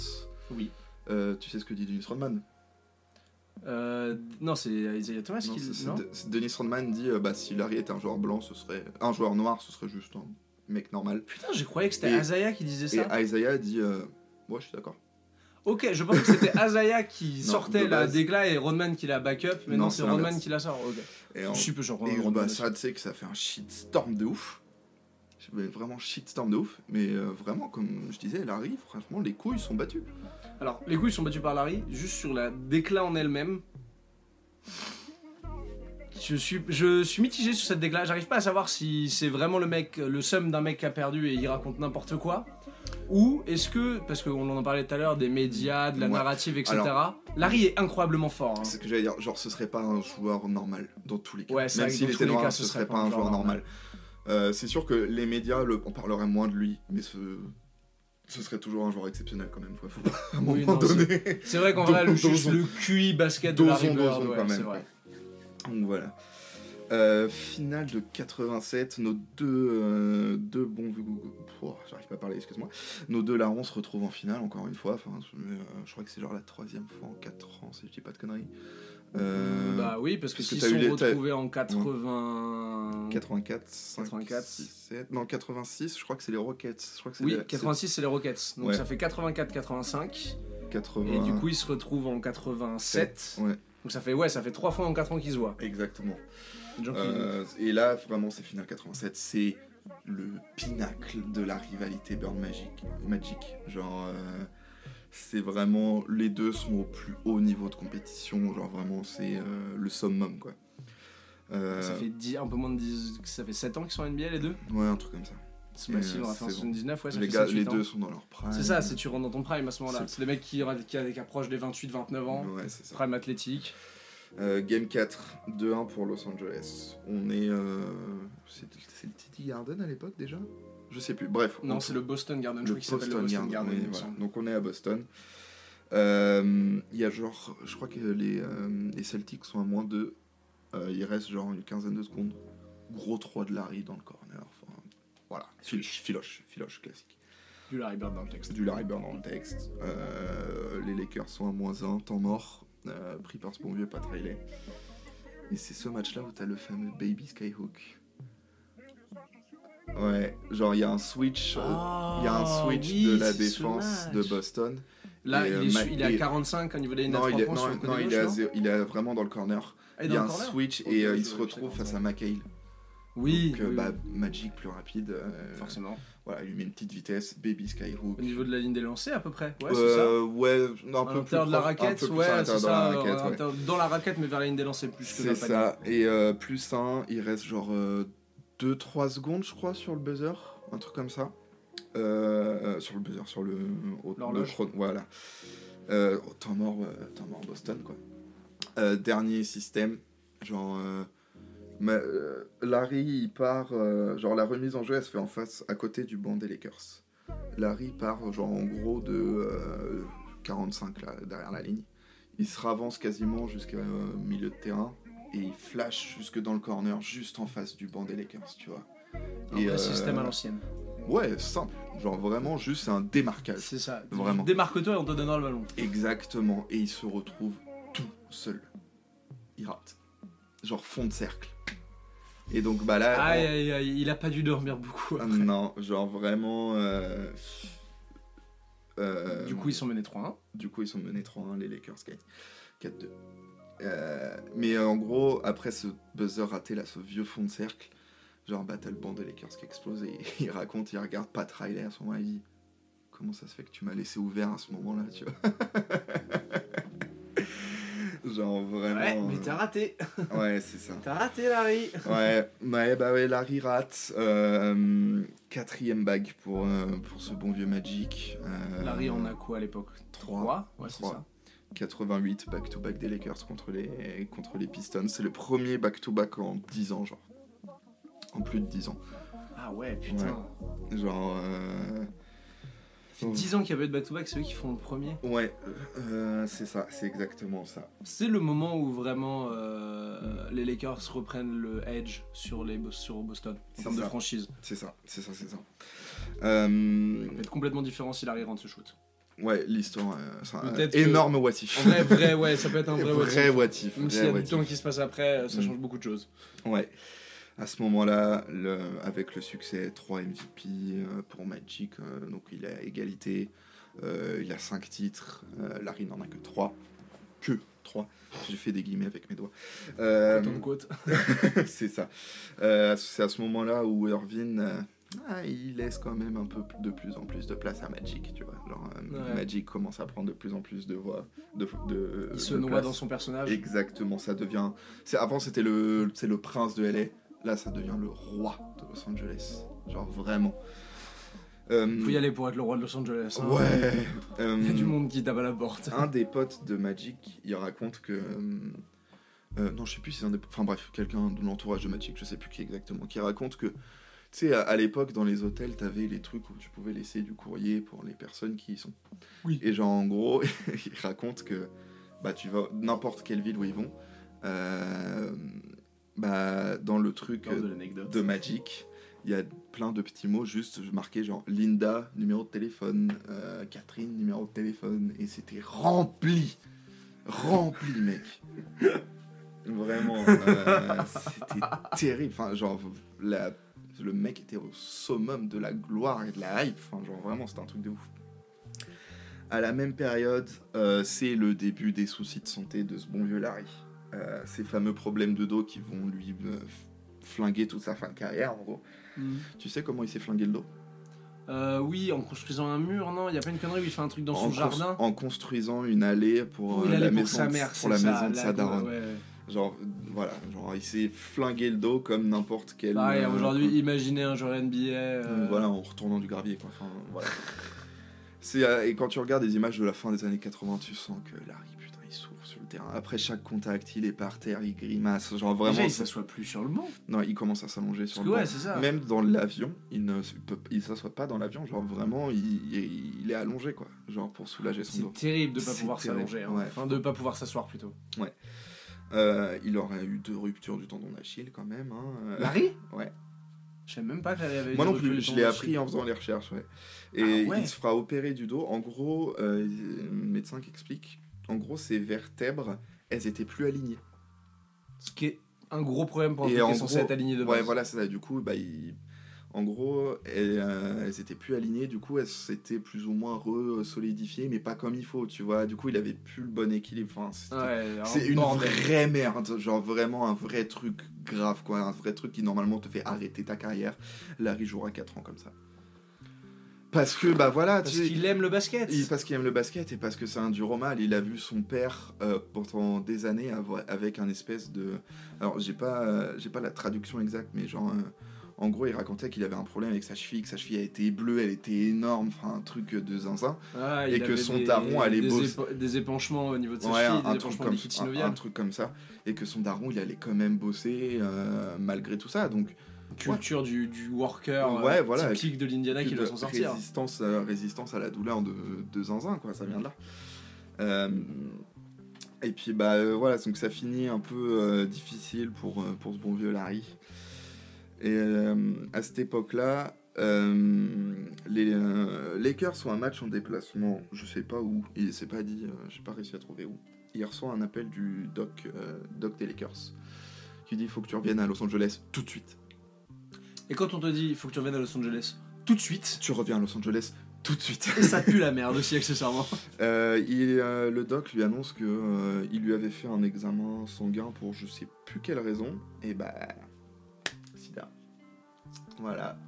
A: Oui.
B: euh, tu sais ce que dit Dennis Rodman
A: Euh, non, c'est Isaiah Thomas
B: Non,
A: qui
B: c'est- c'est
A: Ah, non
B: De- c'est Dennis Rodman dit euh, bah, si Larry était un joueur blanc, ce serait un joueur noir, ce serait juste un mec normal.
A: Putain, je croyais que c'était
B: Et-
A: Isaiah qui disait ça.
B: Et Isaiah dit euh, moi je suis d'accord.
A: Ok, je pense que c'était
B: <laughs>
A: Isaiah qui
B: Non,
A: sortait
B: de
A: la
B: base.
A: dégla et Rodman qui la backup, mais non,
B: Non,
A: c'est
B: c'est
A: Rodman
B: l'inverse.
A: qui la sort. Ok.
B: Et
A: Je
B: en-
A: suis peu sûr.
B: Et
A: Rodman,
B: bah
A: Rodman.
B: ça, tu sais que ça fait un shitstorm de ouf. Je- mais Vraiment shitstorm de ouf. Mais euh, vraiment, comme je disais, Larry, franchement, les couilles sont battues.
A: Ah. Alors, les couilles sont battus par Larry, juste sur la décla en elle-même. Je suis, je suis mitigé sur cette décla. J'arrive pas à savoir si c'est vraiment le mec, le seum d'un mec qui a perdu et il raconte n'importe quoi. Ou est-ce que, parce qu'on en parlait tout à l'heure, des médias, de la
B: Ouais.
A: narrative, etc.
B: Alors-
A: Larry est incroyablement fort. hein.
B: C'est ce que j'allais dire. Genre, ce serait pas un joueur normal, dans tous les cas.
A: Ouais, c'est
B: Même
A: vrai que
B: s'il
A: dans
B: était
A: tous les
B: noir,
A: cas,
B: ce serait pas un joueur normal. Euh, c'est sûr que les médias, le, on parlerait moins de lui, mais ce, ce serait toujours un joueur exceptionnel quand même. Quoi. Faut pas, <laughs> à un
A: Oui,
B: moment
A: non, c'est-
B: donné.
A: C'est vrai qu'en vrai, le,
B: Dosons.
A: juste le QI basket de Larry
B: Dosons,
A: Bird,
B: dosons
A: ouais,
B: quand
A: c'est
B: même.
A: vrai.
B: Donc voilà. Euh, finale de 87, nos deux, euh, deux bons. Pouah, J'arrive pas à parler, excuse-moi. Nos deux larrons se retrouvent en finale, encore une fois. Enfin, je, euh, je crois que c'est genre la troisième fois en 4 ans, si je dis pas de conneries. Euh,
A: Bah oui, parce que
B: parce que
A: s'ils
B: t'as
A: sont
B: eu les- t'as-
A: retrouvés en 80.
B: 84, 5,
A: 84.
B: 7, non 86, je crois que c'est les Rockets. Je crois que c'est
A: Oui,
B: les-
A: 86 c'est les Rockets. Donc
B: Ouais.
A: ça fait 84-85.
B: c'est 80.
A: Et du coup ils se retrouvent en 87.
B: Ouais.
A: Donc ça fait ouais, ça fait 3 fois en 4 ans qu'ils se voient.
B: Exactement.
A: Des gens qui-
B: Euh, et là, vraiment, c'est Final 87. C'est le pinacle de la rivalité Bird Magic. Magic. Genre, euh, c'est vraiment. Les deux sont au plus haut niveau de compétition. Genre, vraiment, c'est euh, le summum, quoi. Euh,
A: Ça fait 10 un peu moins de 10 ça fait 7 ans qu'ils sont en NBA les deux.
B: Ouais, un truc comme ça.
A: C'est massif, on
B: euh,
A: va faire
B: c'est
A: 79, ouais, ça
B: les
A: fait
B: gars,
A: 7-8
B: les
A: ans.
B: deux sont dans leur prime.
A: C'est ça, c'est tu rentres dans ton prime à ce moment-là.
B: C'est-
A: C'est les mecs qui, qui, qui approchent des 28-29 ans,
B: Ouais, c'est ça.
A: prime athlétique.
B: Euh, game 4, 2-1 pour Los Angeles. On est. euh, C'est c'est le Titi Garden à l'époque déjà Je sais plus. Bref.
A: Non,
B: on-
A: c'est le Boston Garden, je crois
B: Le
A: qu'il s'appelle le
B: Boston
A: Boston
B: Garden.
A: Garden.
B: oui,
A: il me
B: voilà.
A: semble.
B: Donc on est à Boston. Euh, Il y a genre, je crois que les, euh, les Celtics sont à moins de. euh, il reste genre une quinzaine de secondes. Gros 3 de Larry dans le corner. Enfin, voilà, filoche, filoche, filoche classique.
A: Du Larry Bird dans le texte.
B: Du Larry Bird dans le texte. Euh, les Lakers sont à moins 1, temps mort. euh, pris par ce bon vieux Pat Riley. Et c'est ce match-là où t'as le fameux Baby Skyhook. Ouais, genre il y a un switch.
A: Ah,
B: euh, il y a un
A: Oh,
B: switch de la défense de Boston.
A: Là,
B: Et,
A: il,
B: euh,
A: est, su-
B: Mac-
A: il est à
B: et-
A: 45 au niveau des
B: Non, il est,
A: 3 points sur
B: non,
A: le côté
B: non, il,
A: gauche,
B: est à
A: non
B: zéro- il est vraiment dans le corner.
A: Ah,
B: Il
A: dans
B: y a
A: le
B: un
A: corner
B: switch
A: Ok,
B: et euh,
A: oui,
B: il se
A: oui,
B: retrouve
A: oui,
B: face
A: oui.
B: à McHale.
A: Oui,
B: Donc, euh,
A: oui,
B: bah, Magic plus rapide. euh,
A: forcément.
B: Voilà, il lui met une petite vitesse. Baby Skyhook.
A: Au niveau de la ligne des lancers, à peu près. Ouais, c'est ça.
B: Euh, ouais, non, un
A: à
B: peu plus
A: l'intérieur de la
B: proche- un
A: raquette,
B: peu plus
A: ouais,
B: à
A: c'est
B: l'intérieur de
A: ça.
B: la raquette,
A: à
B: ouais.
A: l'intérieur- Dans la raquette, mais vers la ligne des lancers plus que dans
B: C'est
A: le panier.
B: ça. Et euh, plus 1, il reste genre 2-3 secondes, je crois, sur le buzzer. Un truc comme ça. Euh, sur le buzzer, sur le, au-
A: L'horloge.
B: le chrono. Voilà. Euh, au temps, mort, euh, temps mort Boston, quoi. Euh, dernier système. Genre. euh, ma- euh, Larry, il part. euh, genre, la remise en jeu, elle se fait en face, à côté du banc des Lakers. Larry part, genre, en gros, de euh, 45, là, derrière la ligne. Il se ravance quasiment jusqu'au milieu de terrain et il flash jusque dans le corner, juste en face du banc des Lakers, tu vois.
A: Un
B: Et,
A: vrai
B: euh,
A: système à l'ancienne.
B: Ouais, simple. Genre vraiment juste c'est un démarquage.
A: C'est ça.
B: <laughs> vraiment.
A: Démarque-toi et on te donnera le ballon.
B: Exactement. Et il se retrouve tout seul. Il rate. Genre fond de cercle. Et donc bah là.
A: Aïe,
B: on-
A: aïe, aïe, il a pas dû dormir beaucoup.
B: Ah,
A: après.
B: Non, genre vraiment. euh, euh,
A: Du coup, ils sont menés 3-1.
B: Du coup, ils sont menés 3-1, les Lakers gagnent 4-2. Euh, mais euh, en gros, après ce buzzer raté, là, ce vieux fond de cercle, genre bah, Battle Band des Lakers qui explose, et <laughs> il raconte, il regarde Pat <laughs> Riley à ce moment-là, il dit Comment ça se fait que tu m'as laissé ouvert à ce moment-là, tu vois euh,
A: t'as raté.
B: Ouais, c'est ça.
A: T'as raté, Larry.
B: Ouais, ouais, bah ouais, Larry Rat, euh, quatrième bague pour, euh, pour ce bon vieux Magic. Euh,
A: Larry en a quoi à l'époque
B: Trois.
A: Trois Ouais, c'est
B: Trois.
A: ça.
B: 88 back-to-back des Lakers contre les, contre les Pistons. C'est le premier back-to-back en 10 ans, genre. En plus de 10 ans.
A: Ah ouais, putain.
B: Ouais. Genre. euh,
A: Ça fait 10 ans qu'il y avait de back-to-back, c'est eux qui font le premier.
B: Ouais, euh, c'est ça, c'est exactement ça.
A: C'est le moment où vraiment euh, les Lakers reprennent le edge sur, les, sur Boston en
B: C'est
A: termes de
B: ça.
A: franchise.
B: C'est ça, c'est ça, c'est ça. Euh,
A: Ça va être complètement différent si Larry rentre ce shoot.
B: ouais, l'histoire. euh, c'est un
A: Peut-être que-
B: énorme what if.
A: En vrai, vrai, ouais, ça peut être un vrai, what
B: Vrai
A: if.
B: what if,
A: Même
B: vrai
A: s'il y a
B: what
A: du
B: if.
A: temps qui se passe après, euh, ça
B: Mm.
A: change beaucoup de choses.
B: Ouais. À ce moment-là, le, avec le succès, 3 MVP euh, pour Magic, euh, donc il a égalité, euh, il a 5 titres, euh, Larry n'en a que 3. Que 3. J'ai fait des guillemets avec mes doigts. Euh,
A: Autant de côte.
B: <laughs> c'est ça. Euh, c'est à ce moment-là où Irvin, euh, ah, il laisse quand même un peu de plus en plus de place à Magic, tu vois. Genre, euh,
A: Ouais.
B: Magic commence à prendre de plus en plus de voix. De, de,
A: Il se
B: de
A: noie
B: place.
A: dans son personnage.
B: Exactement, ça devient. c'est- Avant c'était le, c'est le prince de LA, là ça devient le roi de Los Angeles. Genre vraiment. Euh,
A: Faut y aller pour être le roi de Los Angeles. hein.
B: Ouais. euh,
A: Il y a du monde qui tape à la porte.
B: un des potes de Magic, il raconte que. euh, euh, non, je sais plus si c'est un des. Enfin bref, quelqu'un de l'entourage de Magic, je sais plus qui exactement, qui raconte que. Tu sais, à, à l'époque, dans les hôtels, t'avais les trucs où tu pouvais laisser du courrier pour les personnes qui y sont.
A: Oui.
B: Et genre, en gros, <laughs> il raconte que. Bah, tu vas n'importe quelle ville où ils vont. euh, bah, dans le truc
A: Lors
B: euh,
A: de l'anecdote.
B: de Magic, il y a plein de petits mots juste marqués genre Linda, numéro de téléphone, euh, Catherine, numéro de téléphone, et c'était rempli, rempli, mec. Vraiment, euh, c'était terrible. Enfin, genre, la- le mec était au summum de la gloire et de la hype. Enfin, genre, vraiment, c'était un truc de ouf. À la même période, euh, c'est le début des soucis de santé de ce bon vieux Larry. Euh, ces fameux problèmes de dos qui vont lui euh, flinguer toute sa fin de carrière, en gros.
A: Mm.
B: Tu sais comment il s'est flingué le dos
A: Euh, oui, en construisant un mur, non Il y a pas une connerie où il fait un truc dans
B: en
A: son
B: cons-
A: jardin
B: En construisant une allée pour
A: Où
B: euh,
A: il allait
B: la
A: pour
B: maison
A: sa
B: de-
A: mère,
B: pour la
A: c'est ça,
B: maison de
A: la-
B: sa daronne.
A: ouais, ouais.
B: Genre, euh, voilà, genre, il s'est flingué le dos comme n'importe quel.
A: Pareil,
B: euh,
A: Bah, aujourd'hui,
B: comme-
A: imaginez un joueur NBA.
B: Euh,
A: euh,
B: Voilà, en retournant du gravier, quoi. Enfin,
A: <laughs>
B: voilà. C'est, euh, et quand tu regardes les images de la fin des années 80, tu sens que Larry, putain, il souffre sur le terrain. Après chaque contact, il est par terre, il grimace.
A: Déjà,
B: Genre, vraiment.
A: il
B: ça-
A: s'assoit plus sur le banc.
B: Non, il commence à s'allonger sur
A: Parce que
B: le banc.
A: ouais, c'est ça.
B: Même dans l'avion, il ne se- peut- il s'assoit pas dans l'avion, genre vraiment, il, il- il est allongé quoi, genre pour soulager son
A: C'est
B: dos.
A: terrible de pas
B: C'est
A: pouvoir
B: terrible,
A: s'allonger. hein.
B: ouais.
A: Enfin, de pas pouvoir s'asseoir plutôt.
B: Euh, il aurait eu deux ruptures du tendon d'Achille quand même. hein, euh.
A: Larry
B: Ouais.
A: Je savais même pas qu'elle avait
B: Moi
A: des
B: non plus,
A: ruptures
B: je
A: du
B: l'ai
A: tendon
B: appris
A: d'Achille.
B: en faisant les recherches. ouais.
A: Ah
B: Et
A: ouais.
B: il se fera opérer du dos. En gros, euh, le médecin qui explique, en gros, ses vertèbres, elles étaient plus alignées.
A: Ce qui est un gros problème pour un
B: Et
A: truc qui
B: en
A: est censé
B: gros-
A: être aligné de base.
B: Ouais, voilà, c'est ça. Du coup, bah, il- en gros, elles, euh, elles étaient plus alignées. Du coup, elles s'étaient plus ou moins re-solidifiées, mais pas comme il faut, tu vois. Du coup, il avait plus le bon équilibre. Enfin, c'était-
A: Ouais, alors,
B: c'est une
A: bordel.
B: vraie merde. Genre, vraiment un vrai truc grave, quoi. Un vrai truc qui, normalement, te fait arrêter ta carrière. Larry jouera 4 ans comme ça. Parce que, bah voilà,
A: Parce
B: tu
A: qu'il aime le basket.
B: il- parce qu'il aime le basket et parce que c'est un dur au mal. Il a vu son père euh, pendant des années avoir- avec un espèce de. Alors, j'ai pas, euh, j'ai pas la traduction exacte, mais genre. euh, en gros, il racontait qu'il avait un problème avec sa cheville, que sa cheville a été bleue, elle était énorme, enfin un truc de zinzin.
A: Ah,
B: et
A: il
B: que
A: avait
B: son
A: des-
B: daron allait
A: des
B: bosser.
A: épa- Des épanchements au niveau de sa
B: Ouais,
A: cheville,
B: un,
A: des
B: truc
A: épanchements
B: comme, ça- un, un
A: liquidinoviales.
B: truc comme ça. Et que son daron, il allait quand même bosser euh, malgré tout ça. Donc,
A: culture du, du worker
B: Ouais,
A: euh,
B: voilà.
A: typique de l'Indiana qui
B: que
A: doit
B: de
A: s'en sortir.
B: Résistance, euh, résistance à la douleur de, de zinzin, quoi, ça vient de là. Euh, et puis, bah euh, voilà, donc ça finit un peu euh, difficile pour, euh, pour ce bon vieux Larry. Et euh, à cette époque-là, euh, les euh, Lakers sont un match en déplacement, je sais pas où, et c'est pas dit, euh, j'ai pas réussi à trouver où. Il reçoit un appel du doc, euh, doc des Lakers qui dit il faut que tu reviennes à Los Angeles tout de suite.
A: Et quand on te dit il faut que tu reviennes à Los Angeles tout de suite,
B: Tu reviens à Los Angeles tout de suite.
A: et ça pue la merde aussi accessoirement.
B: Euh, il, euh, le doc lui annonce que euh, il lui avait fait un examen sanguin pour je sais plus quelle raison et bah sida. Voilà. <laughs>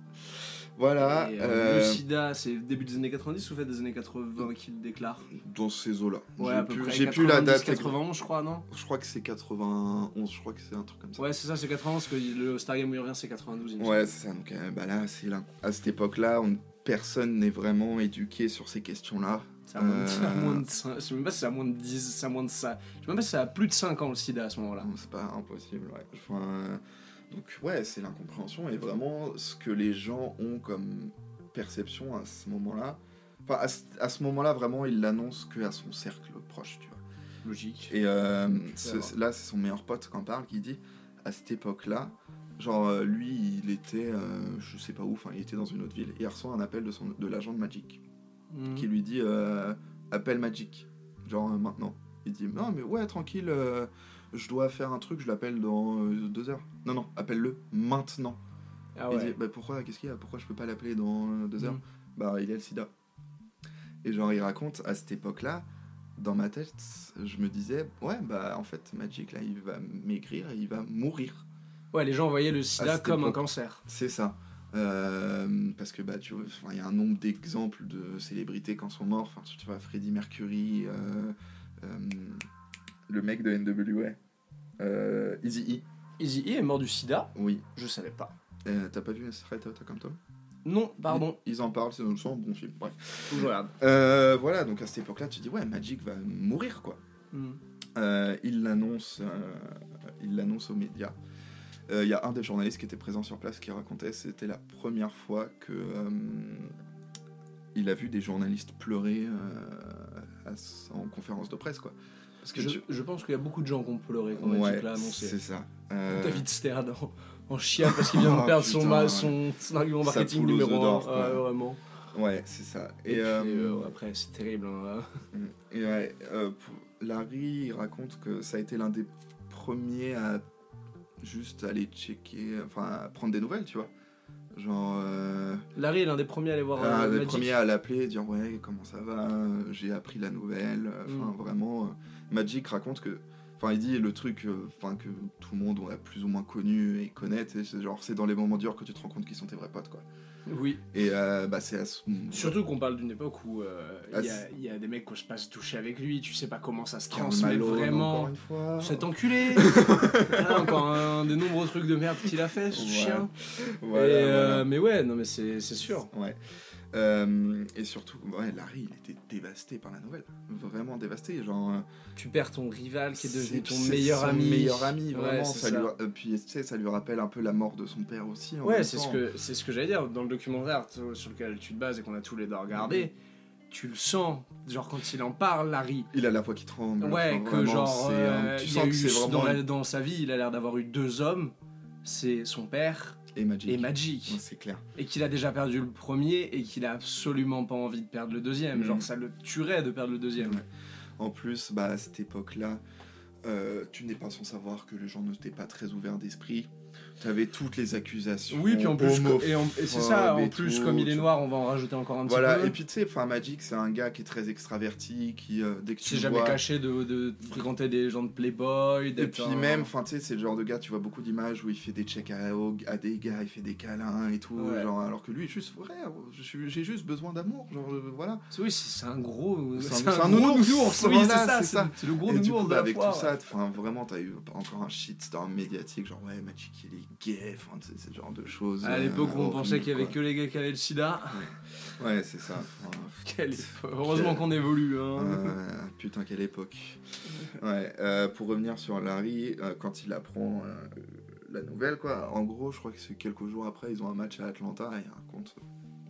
B: Voilà.
A: Et, euh,
B: euh,
A: Le sida, c'est début des années 90 ou fait des années 80 qu'il déclare
B: dans ces eaux-là.
A: Ouais,
B: J'ai
A: à peu
B: plus-
A: près.
B: J'ai plus la
A: 90,
B: date.
A: 91, je crois, non
B: exacte. Je crois que c'est 91, je crois que c'est un truc comme ça.
A: Ouais, c'est ça, c'est 91, parce que le Stargame où il revient, c'est 92. il me
B: Ouais, c'est ça. Donc euh, bah là, c'est là. À cette époque-là, on- personne n'est vraiment éduqué sur ces questions-là.
A: C'est à moins de-
B: Euh.
A: c'est à moins de cin- Je sais même pas si c'est à moins de 10, c'est à moins de ça. Je sais même pas si c'est à plus de 5 ans le sida à ce moment-là.
B: Non, C'est pas impossible, ouais. Enfin, euh, donc ouais, c'est l'incompréhension et vraiment ce que les gens ont comme perception à ce moment-là. Enfin, à ce, à ce moment-là, vraiment, il l'annonce que à son cercle proche, tu vois.
A: Logique.
B: Et euh, ce-
A: avoir.
B: là, c'est son meilleur pote qui en parle, qui dit, à cette époque-là, genre, euh, lui, il était, euh, je sais pas où, enfin, il était dans une autre ville, et il reçoit un appel de, son, de l'agent de Magic,
A: Mhm.
B: qui lui dit, euh, appelle Magic, genre, euh, maintenant. Il dit, non, mais ouais, tranquille, euh, je dois faire un truc, je l'appelle dans euh, deux heures. Non, non, appelle-le maintenant.
A: Ah
B: Il dit,
A: ouais.
B: bah pourquoi, qu'est-ce qu'il y a, pourquoi je peux pas l'appeler dans euh, deux heures
A: Mhm.
B: bah il a le sida. Et genre il raconte à cette époque-là, dans ma tête, je me disais ouais bah en fait Magic là il va maigrir et il va mourir.
A: Ouais, les gens voyaient le
B: Ah,
A: sida
B: c'était
A: comme un
B: bon.
A: cancer.
B: C'est ça. Euh, parce que bah tu vois, enfin, il y a un nombre d'exemples de célébrités qui en sont morts. Enfin tu tu vois Freddie Mercury, euh, euh, le mec de NWA, euh, Easy E.
A: Easy E est mort du sida,
B: Oui.
A: je savais pas.
B: Euh, T'as pas vu Straight Outta Compton
A: Non, pardon,
B: Ils en parlent, c'est dans le son, bon film. Bref.
A: faut que je regarde.
B: Euh, voilà donc à cette époque-là tu dis ouais Magic va mourir quoi.
A: Mhm.
B: Euh, il l'annonce euh, il l'annonce aux médias. Euh, Il y a un des journalistes qui était présent sur place qui racontait c'était la première fois que euh, il a vu des journalistes pleurer euh, à s- en conférence de presse quoi. Parce que
A: Je,
B: tu-
A: je pense qu'il y a beaucoup de gens qui ont pleuré quand
B: Ouais,
A: Magic l'a annoncé.
B: c'est ça. Euh,
A: David Stern en, en chien parce qu'il vient
B: <laughs> Oh,
A: de perdre son,
B: putain,
A: ma-
B: ouais.
A: son, son argument
B: Sa
A: marketing
B: poule aux œufs
A: numéro 1.
B: d'or, quoi.
A: vraiment.
B: Euh, Ouais c'est ça.
A: Et, puis,
B: euh,
A: euh, après, c'est terrible. hein.
B: Mm. Et ouais, euh, pour- Larry il raconte que ça a été l'un des premiers à juste aller checker, enfin à prendre des nouvelles, tu vois. Genre, euh,
A: Larry est l'un des premiers à aller voir
B: un
A: euh,
B: des
A: Magic.
B: premiers Ah, à l'appeler, dire ouais, comment ça va, euh, j'ai appris la nouvelle. Enfin,
A: Mm.
B: vraiment, euh, Magic raconte que, enfin, il dit le truc, euh, enfin que tout le monde a plus ou moins connu et connaît. tu sais, c'est Genre, c'est dans les moments durs que tu te rends compte qui sont tes vrais potes, quoi.
A: Oui.
B: Et euh, bah c'est à ce
A: Surtout qu'on parle d'une époque où euh, il
B: Ah,
A: y a-
B: c'est-
A: il y, a des mecs qui se passent toucher avec lui, tu sais pas comment ça se
B: Karl
A: transmet
B: Malone,
A: vraiment.
B: Encore une fois.
A: Cet
B: <laughs>
A: enculé Voilà, Encore un des nombreux trucs de merde qu'il a fait, ce
B: Ouais,
A: chien.
B: Voilà,
A: Et, euh,
B: voilà.
A: Mais ouais, non mais c'est c'est sûr.
B: Ouais. Euh, et surtout, ouais, Larry, il était dévasté par la nouvelle. Vraiment dévasté. Genre, euh,
A: Tu perds ton rival qui est devenu
B: c'est-
A: ton
B: c'est
A: meilleur
B: son
A: ami.
B: meilleur ami,
A: Ouais,
B: vraiment.
A: c'est
B: ça
A: ça.
B: Lui, euh, puis, tu sais, ça lui rappelle un peu la mort de son père aussi. en
A: Ouais,
B: même
A: c'est ce
B: temps.
A: que c'est ce que j'allais dire dans le documentaire t- sur lequel tu te bases et qu'on a tous les deux regardé.
B: Mhm.
A: Tu le sens, genre quand il en parle, Larry.
B: Il a la voix qui tremble.
A: Ouais,
B: enfin,
A: que
B: vraiment,
A: genre
B: c'est, euh,
A: euh,
B: tu
A: il y a
B: sens que c'est
A: eu
B: vraiment.
A: dans, la- dans sa vie, il a l'air d'avoir eu deux hommes, c'est son père
B: Et Magic.
A: et Magic,
B: Ouais, c'est clair.
A: et qu'il a déjà perdu le premier et qu'il a absolument pas envie de perdre le deuxième.
B: Mhm.
A: Genre ça le tuerait de perdre le deuxième.
B: Ouais. En plus, bah, à cette époque-là, euh, tu n'es pas sans savoir que les gens n'étaient pas très ouverts d'esprit. Tu avais toutes les accusations.
A: Oui, puis en plus,
B: homophobes,
A: et, en- et c'est ça, en
B: et
A: plus,
B: tout,
A: comme il est
B: tu-
A: noir, on va en rajouter encore un petit
B: Voilà,
A: peu.
B: et puis tu sais, enfin Magic, c'est un gars qui est très extraverti, qui euh, dès que
A: c'est
B: tu
A: jamais
B: vois,
A: caché de, de fréquenter des gens de Playboy,
B: et
A: d'être
B: puis
A: un-
B: même, enfin tu sais, c'est le genre de gars, tu vois beaucoup d'images où il fait des checks à, au- à des gars, il fait des câlins et tout,
A: Ouais.
B: genre alors que lui, juste frère, je suis- j'ai juste besoin d'amour, genre euh, voilà.
A: C'est- Oui, c'est c'est un gros.
B: C'est un-
A: C'est un,
B: c'est
A: gros
B: un nounours,
A: nounours, oui,
B: voilà,
A: c'est ça,
B: c'est
A: c'est
B: ça.
A: c'est le gros
B: et du
A: nounours
B: coup,
A: de
B: bah,
A: la
B: avec
A: foire.
B: tout ça, enfin vraiment, t'as eu encore un shitstorm médiatique, genre ouais, Magic il est gay, enfin tu sais, c'est ce genre de choses.
A: À l'époque
B: euh,
A: où on pensait qu'il y avait
B: avait
A: que les gars qui avaient le sida.
B: Ouais, c'est ça. enfin,
A: <laughs> Quelle époque. Heureusement qu'on évolue. Hein.
B: Euh, putain, quelle époque. Ouais, euh, pour revenir sur Larry, euh, quand il apprend euh, la nouvelle, quoi, en gros, je crois que c'est quelques jours après, ils ont un match à Atlanta et il raconte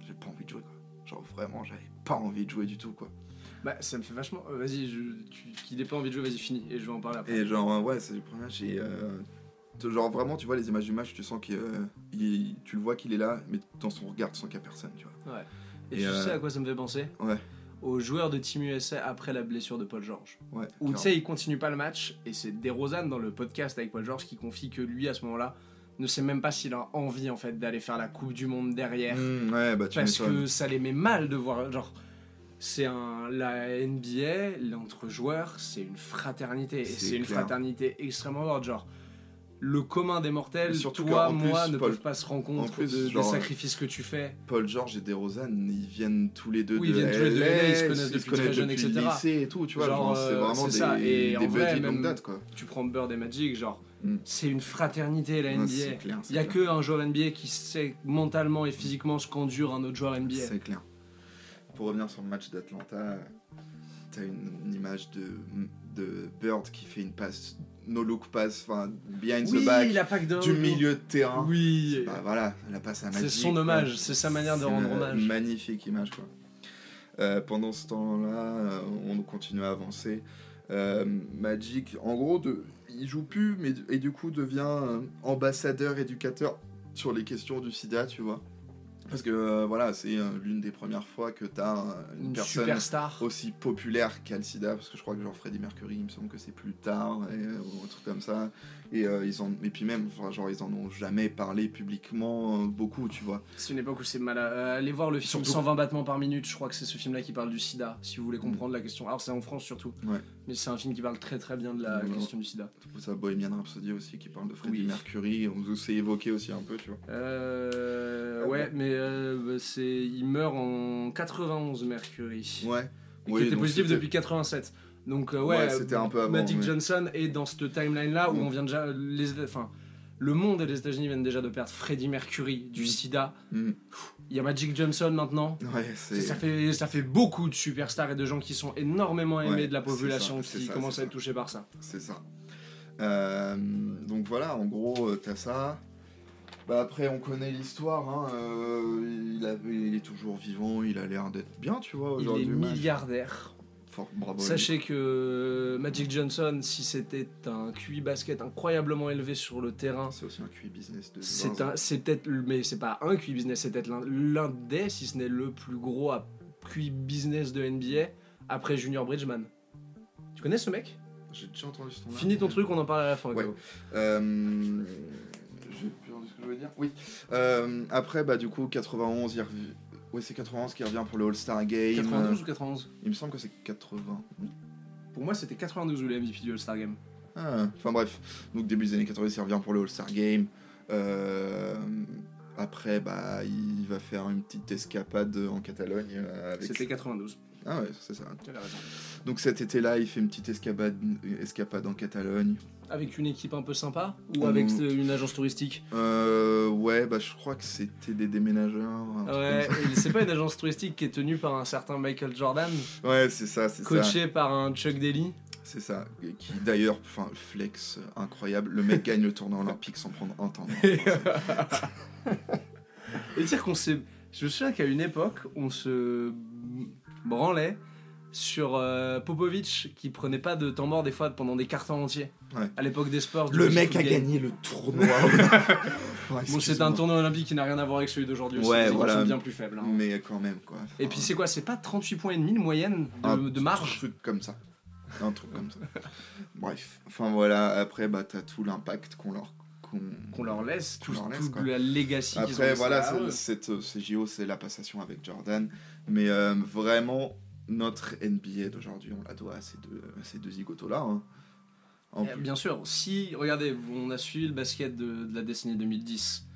B: J'ai pas envie de jouer, quoi. Genre vraiment, j'avais pas envie de jouer du tout, quoi.
A: <laughs> Bah, ça me fait vachement. euh, Vas-y, je- tu- qu'il ait pas envie de jouer, vas-y, fini. Et je vais en parler après.
B: Et genre, euh, ouais, c'est le premier match et. euh, t- Genre vraiment tu vois les images du match tu sens qu'il euh, il- tu le vois qu'il est là mais dans son regard tu sens qu'il y a personne tu vois
A: Et,
B: et
A: tu
B: euh,
A: sais à quoi ça me fait penser
B: ouais.
A: Aux joueurs de Team USA après la blessure de Paul George. Où
B: ouais
A: tu
B: clairement.
A: sais, il continue pas le match. Et c'est DeRozan dans le podcast avec Paul George qui confie que lui, à ce moment-là, ne sait même pas s'il a envie en fait d'aller faire la Coupe du Monde derrière.
B: Mm, ouais bah tu
A: parce
B: m'étonnes.
A: que ça les met mal de voir genre c'est un la NBA l'entre joueurs c'est une fraternité et
B: C'est
A: c'est une
B: clair.
A: fraternité extrêmement forte genre le commun des mortels,
B: Mais surtout
A: toi,
B: qu'en plus,
A: moi, ne
B: Paul-
A: peuvent pas se rendre compte
B: en plus,
A: de-
B: genre, euh,
A: des sacrifices que tu fais.
B: Paul George et DeRozan, ils viennent tous les deux
A: Oui,
B: de
A: ils viennent tous les deux de
B: LA,
A: LA, ils se connaissent depuis très jeune,
B: depuis
A: etc.
B: le lycée et tout, tu vois,
A: Genre,
B: genre,
A: euh,
B: c'est
A: c'est
B: vraiment des,
A: ça, et
B: des
A: en vrai,
B: buddies de longue
A: même-
B: date, quoi.
A: Tu prends Bird et Magic, genre,
B: Mm.
A: c'est une fraternité la
B: Ouais,
A: NBA.
B: c'est clair,
A: Il
B: c'est
A: n'y a
B: clair.
A: que un joueur NBA qui sait mentalement et physiquement ce qu'endure un autre joueur NBA.
B: C'est clair. Pour revenir sur le match d'Atlanta, t'as une, une image de, de Bird qui fait une passe, no look pass, enfin behind
A: Oui,
B: the back,
A: la pack de
B: du milieu de terrain.
A: Oui.
B: Bah voilà, la passe à Magic.
A: C'est son
B: quoi.
A: hommage, c'est sa manière de
B: C'est
A: rendre
B: une euh,
A: hommage.
B: Magnifique image quoi. Euh, pendant ce temps-là, euh, on continue à avancer. Euh, Magic, en gros, de, il joue plus, mais et du coup devient euh, ambassadeur éducateur sur les questions du SIDA, tu vois. Parce que euh, voilà, c'est euh, l'une des premières fois que t'as euh, une,
A: Une
B: personne
A: superstar.
B: aussi populaire qu'Al Sida, parce que je crois que genre Freddie Mercury, il me semble que c'est plus tard, et, euh, ou un truc comme ça. Et, euh, ils en, et puis même, enfin, genre, ils en ont jamais parlé publiquement euh, beaucoup, tu vois.
A: C'est une époque où c'est mal. à- euh, Allez voir le film
B: Surtout- Mm.
A: 120 battements par minute, je crois que c'est ce film-là qui parle du sida, si vous voulez comprendre la question. Alors c'est en France surtout,
B: Ouais.
A: mais c'est un film qui parle très très bien de la
B: Ouais.
A: question du sida.
B: Tout ça, Bohemian Rhapsody aussi, qui parle de Freddie
A: Oui.
B: Mercury, où c'est évoqué aussi un peu, tu vois.
A: Euh,
B: Ah
A: ouais,
B: bon.
A: mais euh, c'est il meurt en 91 Mercury,
B: Ouais.
A: et
B: Oui,
A: qui était
B: donc
A: positif
B: c'était-
A: depuis 87. Donc euh, ouais,
B: Ouais, c'était un peu avant,
A: Magic
B: mais-
A: Johnson est dans cette timeline-là où
B: Mm.
A: on vient déjà les, enfin, le monde et les États-Unis viennent déjà de perdre Freddie Mercury du
B: Mm.
A: SIDA.
B: Mm.
A: Il y a Magic Johnson maintenant.
B: Ouais, c'est.
A: Ça fait, ça fait beaucoup de superstars et de gens qui sont énormément aimés
B: Ouais,
A: de la
B: c'est ça,
A: population
B: c'est
A: qui
B: ça,
A: commencent
B: c'est
A: à être touchés par ça.
B: C'est ça. Euh, donc voilà, en gros, euh, t'as ça. Bah après, on connaît l'histoire. hein, euh, il, avait- il est toujours vivant, il a l'air d'être bien, tu vois,
A: Il
B: aujourd'hui.
A: est milliardaire.
B: Fort, bravo. à lui.
A: Sachez que euh, Magic Johnson, si c'était un QI basket incroyablement élevé sur le terrain,
B: C'est aussi un QI business de. 20
A: c'est
B: ans.
A: un- c'est peut-être, mais c'est pas un QI business, c'est peut-être l'un- l'un des, si ce n'est le plus gros à QI business de NBA après Junior Bridgman. Tu connais ce mec
B: J'ai déjà entendu ce nom-là.
A: Finis ton truc, on en parle à la fin.
B: Ouais.
A: Gabo.
B: Euh, J'ai perdu ce que je voulais dire. Oui. Euh, après, bah du coup, 91, il rev- Ouais, c'est 91 qui revient pour le All-Star Game. Euh,
A: 92 ou 91
B: Il me semble que c'est 80.
A: Pour moi, c'était 92 ou le MVP du All-Star Game.
B: Ah, Enfin bref, donc début des années 90, il revient pour le All-Star Game. Euh, après, bah, il va faire une petite escapade en Catalogne. euh, avec-
A: C'était 92.
B: Ah ouais, c'est ça.
A: Tu avais raison.
B: Donc cet été-là, il fait une petite escapade, escapade en Catalogne.
A: Avec une équipe un peu sympa ou
B: Mmh.
A: avec euh, une agence touristique
B: Euh, ouais, bah je crois que c'était des déménageurs. un truc
A: <laughs> Ouais, et c'est pas une agence touristique qui est tenue par un certain Michael Jordan,
B: comme ça. Ouais, c'est ça, c'est ça.
A: coaché par un Chuck <laughs> Daly.
B: C'est ça. Et Qui d'ailleurs, enfin, flex euh, incroyable. Le mec gagne le tournoi olympique sans prendre un temps.
A: et dire qu'on s'est. Je me souviens qu'à une époque, on se branlait sur euh, Popovic qui prenait pas de temps mort des fois pendant des cartons entiers.
B: Ouais.
A: À l'époque des sports. du
B: Le
A: coup,
B: mec
A: il
B: a
A: gagne.
B: gagné le
A: <laughs>
B: tournoi.
A: Bon, c'est un tournoi olympique qui n'a rien à voir avec celui d'aujourd'hui. aussi,
B: Ouais,
A: les équipes
B: voilà.
A: sont bien plus faibles. hein.
B: Mais quand même, quoi.
A: Et puis c'est quoi C'est pas 38 points et demi de moyenne de,
B: Un
A: de marge
B: Un truc comme ça. Un truc comme ça. Bref. Enfin voilà, après, bah, t'as tout l'impact qu'on leur. qu'on-
A: qu'on leur laisse,
B: Qu'on
A: tout,
B: leur laisse,
A: tout
B: quoi.
A: la legacy qu'ils ont
B: Après,
A: laissé
B: voilà,
A: derrière
B: c'est-
A: eux.
B: cette, euh, ces JO, c'est la passation avec Jordan. Mais euh, vraiment, notre NBA d'aujourd'hui, on la doit à ces deux, à ces deux zigotos-là. hein. En
A: Eh,
B: plus-
A: Bien sûr, si, regardez, on a suivi le basket de, de la décennie 2010,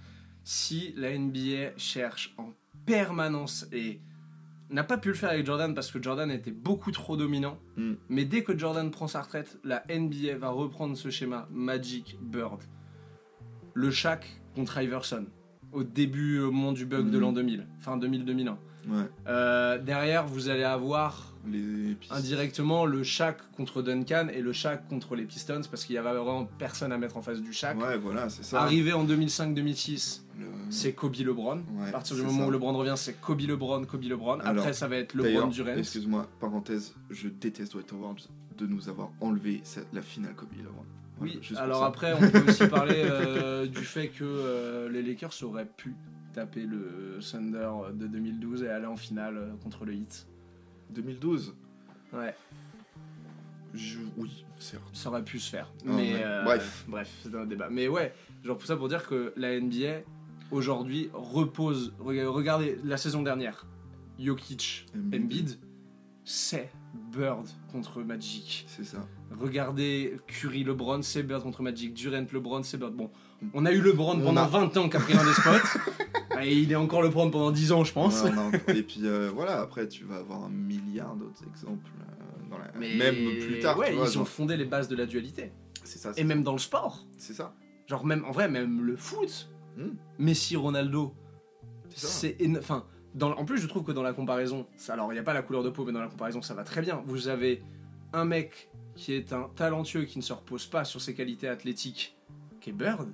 A: si la NBA cherche en permanence et n'a pas pu le faire avec Jordan parce que Jordan était beaucoup trop dominant,
B: Mm.
A: mais dès que Jordan prend sa retraite, la NBA va reprendre ce schéma Magic Bird. Le Shaq contre Iverson au début au moment du bug de
B: Mm.
A: l'an 2000, fin 2000-2001.
B: Ouais.
A: Euh, derrière, vous allez avoir
B: Les pistes.
A: indirectement le Shaq contre Duncan et le Shaq contre les Pistons parce qu'il y avait vraiment personne à mettre en face du Shaq.
B: Ouais, voilà, c'est ça.
A: Arrivé en 2005-2006,
B: Le-
A: c'est Kobe LeBron.
B: Ouais,
A: à partir du
B: c'est
A: moment
B: ça.
A: où LeBron revient, c'est Kobe LeBron, Kobe LeBron.
B: Alors,
A: Après, ça va être
B: D'ailleurs,
A: LeBron Durant.
B: Excuse-moi, parenthèse, je déteste Dwight Howard de nous avoir enlevé cette- la finale Kobe Laurent. Voilà,
A: Oui,
B: juste pour
A: alors
B: ça.
A: après, on peut
B: <laughs>
A: aussi parler euh, du fait que euh, les Lakers auraient pu taper le Thunder de 2012 et aller en finale euh, contre le Heat.
B: 2012
A: Ouais,
B: je... Oui, certes.
A: ça aurait pu se faire.
B: Ah,
A: mais
B: ouais.
A: euh,
B: Bref.
A: bref, c'est un débat. Mais ouais, genre pour ça pour dire que la NBA aujourd'hui repose. Regardez la saison dernière, Jokic, Embiid, c'est Bird contre Magic.
B: C'est ça.
A: Regardez Curry LeBron, c'est Bird contre Magic. Durant LeBron, c'est Bird. Bon, on a eu LeBron pendant
B: a-
A: 20 ans qui a pris un des
B: <laughs>
A: spots. Et il est encore LeBron pendant 10 ans, je pense.
B: Ouais, on a- et puis euh, voilà, après tu vas avoir un milliard d'autres exemples. euh, dans la... Même plus tard,
A: ouais,
B: tu vois,
A: ils ont
B: genre-
A: fondé les bases de la dualité.
B: C'est ça,
A: Et
B: c'est
A: même dans le sport.
B: c'est ça.
A: Genre, même en vrai, même le foot.
B: Hmm.
A: Messi, Ronaldo,
B: C'est ça.
A: c'est éno- Enfin, dans... en plus, je trouve que dans la comparaison, ça- alors il n'y a pas la couleur de peau, mais dans la comparaison, ça va très bien. Vous avez un mec qui est un talentueux, qui ne se repose pas sur ses qualités athlétiques, qui est Bird,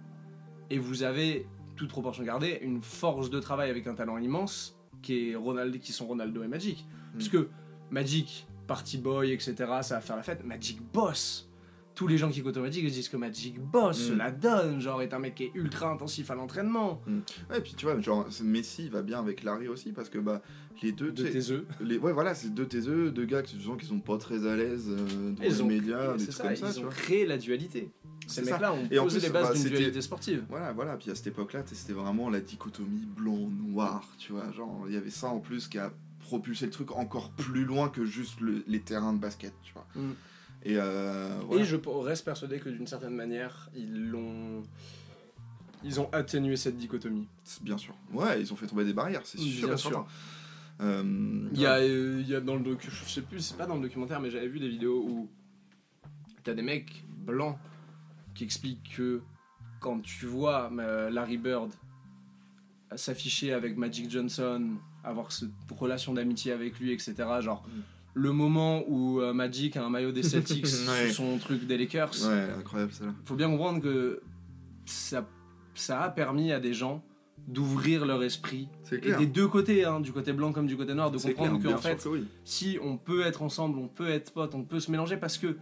A: et vous avez, toute proportion gardée, une force de travail avec un talent immense, qui, est Ronaldo, qui sont Ronaldo et Magic.
B: Mm.
A: Parce que Magic, Party Boy, etc., ça va faire la fête, Magic boss tous les gens qui côtoient Magic ils disent que Magic boss se
B: Mm.
A: la donne, genre est un mec qui est ultra intensif à l'entraînement.
B: Ouais, et puis tu vois, genre c'est- Messi va bien avec Larry aussi parce que bah les deux, tu
A: De
B: sais,
A: tes œufs.
B: les, ouais voilà, c'est deux TSE, deux gars qui sont qui sont pas très à l'aise euh, dans les
A: Ils ont,
B: médias, des
A: c'est
B: trucs
A: ça,
B: comme
A: ils
B: ça, tu
A: ont
B: vois.
A: créé la dualité. Ces
B: C'est ça.
A: mecs-là ont
B: Et en
A: posé
B: plus,
A: les bases
B: bah,
A: d'une
B: c'était-
A: dualité sportive.
B: Voilà, voilà, puis à cette époque-là, tu sais, c'était vraiment la dichotomie blanc-noir, tu vois, genre, il y avait ça en plus qui a propulsé le truc encore plus loin que juste le- les terrains de basket, tu vois.
A: Mm.
B: Et, euh, voilà.
A: Et je reste persuadé que d'une certaine manière, ils l'ont. Ils ont atténué cette dichotomie.
B: C'est- Bien sûr. Ouais, ils ont fait tomber des barrières, c'est
A: Bien
B: sûr. et
A: sûr.
B: certain. Euh,
A: Il y a, euh, il y a dans le docu, je sais plus, c'est pas dans le documentaire, mais j'avais vu des vidéos où t'as des mecs blancs qui expliquent que quand tu vois euh, Larry Bird s'afficher avec Magic Johnson, avoir cette relation d'amitié avec lui, etc. Genre
B: Mm.
A: le moment où euh, Magic a un maillot des Celtics
B: <laughs> Ouais.
A: sur son truc des Lakers,
B: Ouais, incroyable ça là.
A: faut bien comprendre que ça, ça a permis à des gens d'ouvrir leur esprit
B: C'est
A: et
B: clair.
A: des deux côtés, hein, du côté blanc comme du côté noir, de
B: C'est
A: comprendre
B: clair,
A: qu'en
B: bien sûr
A: fait,
B: que oui.
A: si on peut être ensemble, on peut être potes, on peut se mélanger parce que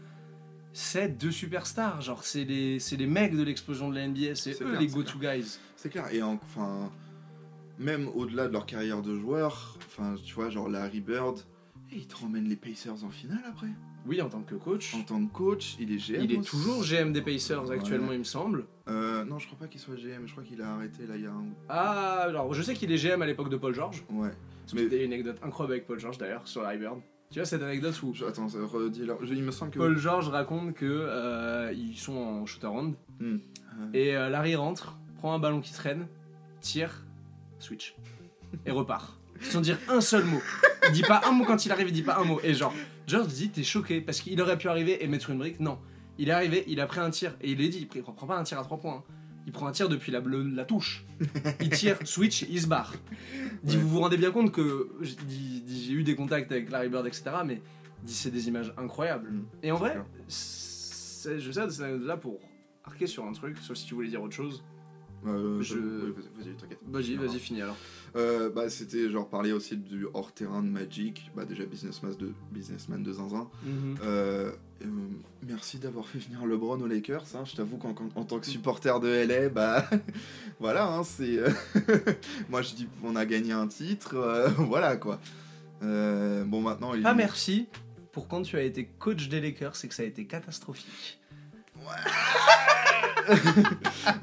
A: c'est deux superstars, genre c'est les, c'est les mecs de l'explosion de la NBA, c'est
B: C'est
A: eux
B: clair,
A: les
B: c'est
A: go-to guys.
B: C'est clair. Et en- enfin, même au-delà de leur carrière de joueur, enfin, tu vois, genre Larry Bird, et il te ramène les Pacers en finale après.
A: Oui, en tant que coach,
B: En tant que coach, il est GM.
A: il est
B: aussi.
A: toujours GM des Pacers
B: Ouais.
A: actuellement, il me semble.
B: Euh, non, je crois pas qu'il soit GM, je crois qu'il a arrêté là il y a un.
A: Ah, alors je sais qu'il est GM à l'époque de Paul George.
B: Ouais. Mais-
A: C'était une anecdote incroyable avec Paul George d'ailleurs sur Larry Bird. Tu vois cette anecdote où
B: Je- attends, ça- redis alors. Je- Il me semble que.
A: Paul George raconte que euh, ils sont en shooter round
B: Euh,
A: et euh, Larry rentre, prend un ballon qui traîne, tire, switch et repart. Sans dire un seul mot. Il dit pas un mot quand il arrive, il dit pas un mot. Et genre, George dit t'es choqué parce qu'il aurait pu arriver et mettre une brique. Non, il est arrivé, il a pris un tir et il est dit il pr- il prend pas un tir à trois points. hein. Il prend un tir depuis la, le- la touche. Il tire, switch, il se barre. Il Dit,
B: Ouais.
A: vous vous rendez bien compte que j- dit- dit, j'ai eu des contacts avec Larry Bird, etc. Mais il dit, c'est des images incroyables.
B: Mm,
A: Et en vrai,
B: clair.
A: c'est- je sais, c'est là pour arquer sur un truc, sauf si tu voulais dire autre chose.
B: euh,
A: je-
B: oui, Vas-y, vas-y, t'inquiète.
A: Vas-y,
B: Non.
A: vas-y, finis alors.
B: Euh, bah, c'était genre parler aussi du hors-terrain de Magic, bah, déjà businessman de, businessman de zinzin.
A: Mhm.
B: Euh, euh, merci d'avoir fait venir LeBron aux Lakers. hein. Je t'avoue qu'en qu'en- en tant que supporter de LA, bah <laughs> voilà, hein, c'est. euh, <laughs> Moi je dis on a gagné un titre, euh, <laughs> voilà quoi. Euh, bon maintenant il.
A: Pas merci pour quand tu as été coach des Lakers c'est que ça a été catastrophique.
B: <laughs>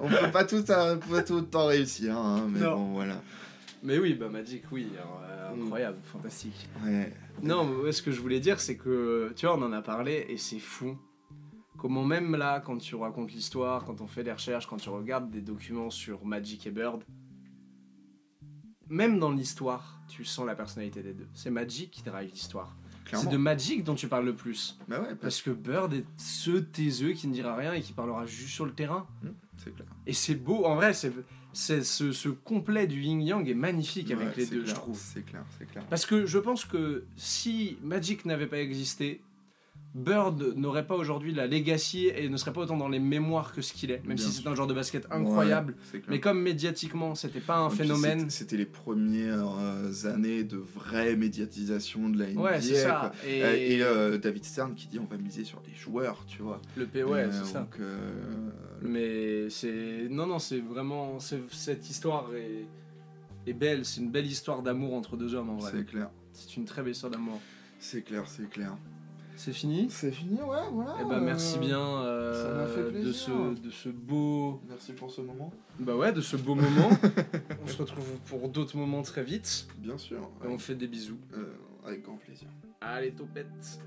B: On peut pas tout, à- pas tout le temps réussir, hein, mais
A: Non.
B: bon voilà.
A: Mais oui, bah Magic, oui, alors, euh,
B: Mm.
A: incroyable, fantastique.
B: Ouais.
A: Non, mais ouais, ce que je voulais dire, c'est que, tu vois, on en a parlé et c'est fou. Comment même là, quand tu racontes l'histoire, quand on fait des recherches, quand tu regardes des documents sur Magic et Bird, même dans l'histoire, tu sens la personnalité des deux. C'est Magic qui drive l'histoire. C'est
B: Clairement.
A: de Magic dont tu parles le plus.
B: Bah ouais, parce
A: Parce que Bird est ce taiseux qui ne dira rien et qui parlera juste sur le terrain.
B: c'est clair.
A: Et c'est beau, en vrai, c'est, c'est- ce, ce complet du yin-yang est magnifique
B: Ouais,
A: avec les
B: c'est
A: deux,
B: clair,
A: je trouve.
B: C'est clair, c'est clair.
A: Parce que je pense que si Magic n'avait pas existé, Bird n'aurait pas aujourd'hui la legacy et ne serait pas autant dans les mémoires que ce qu'il est, même
B: Bien
A: si
B: sûr.
A: c'est un genre de basket incroyable.
B: Ouais, c'est clair.
A: Mais comme médiatiquement, c'était pas un
B: Et puis,
A: phénomène.
B: c'était- C'était les premières euh, années de vraie médiatisation de la NBA.
A: Ouais, c'est ça.
B: quoi.
A: Et,
B: Euh, Et, euh, David Stern qui dit on va miser sur les joueurs, tu vois.
A: le P, ouais,
B: Euh,
A: c'est ça.
B: donc, euh,
A: Mais c'est. Non, non, c'est vraiment. c'est- Cette histoire est, est belle. C'est une belle histoire d'amour entre deux hommes en vrai.
B: C'est clair,
A: C'est une très belle histoire d'amour.
B: c'est clair, c'est clair.
A: C'est fini
B: C'est fini, ouais, voilà.
A: Eh ben merci
B: Euh,
A: bien euh,
B: ça m'a fait
A: de,
B: plaisir.
A: ce, de ce beau.
B: Merci pour ce moment.
A: Bah ouais, de ce beau
B: <laughs>
A: moment. on se retrouve pour d'autres moments très vite.
B: Bien sûr,
A: Et on fait des bisous.
B: euh, avec grand plaisir.
A: Allez, topette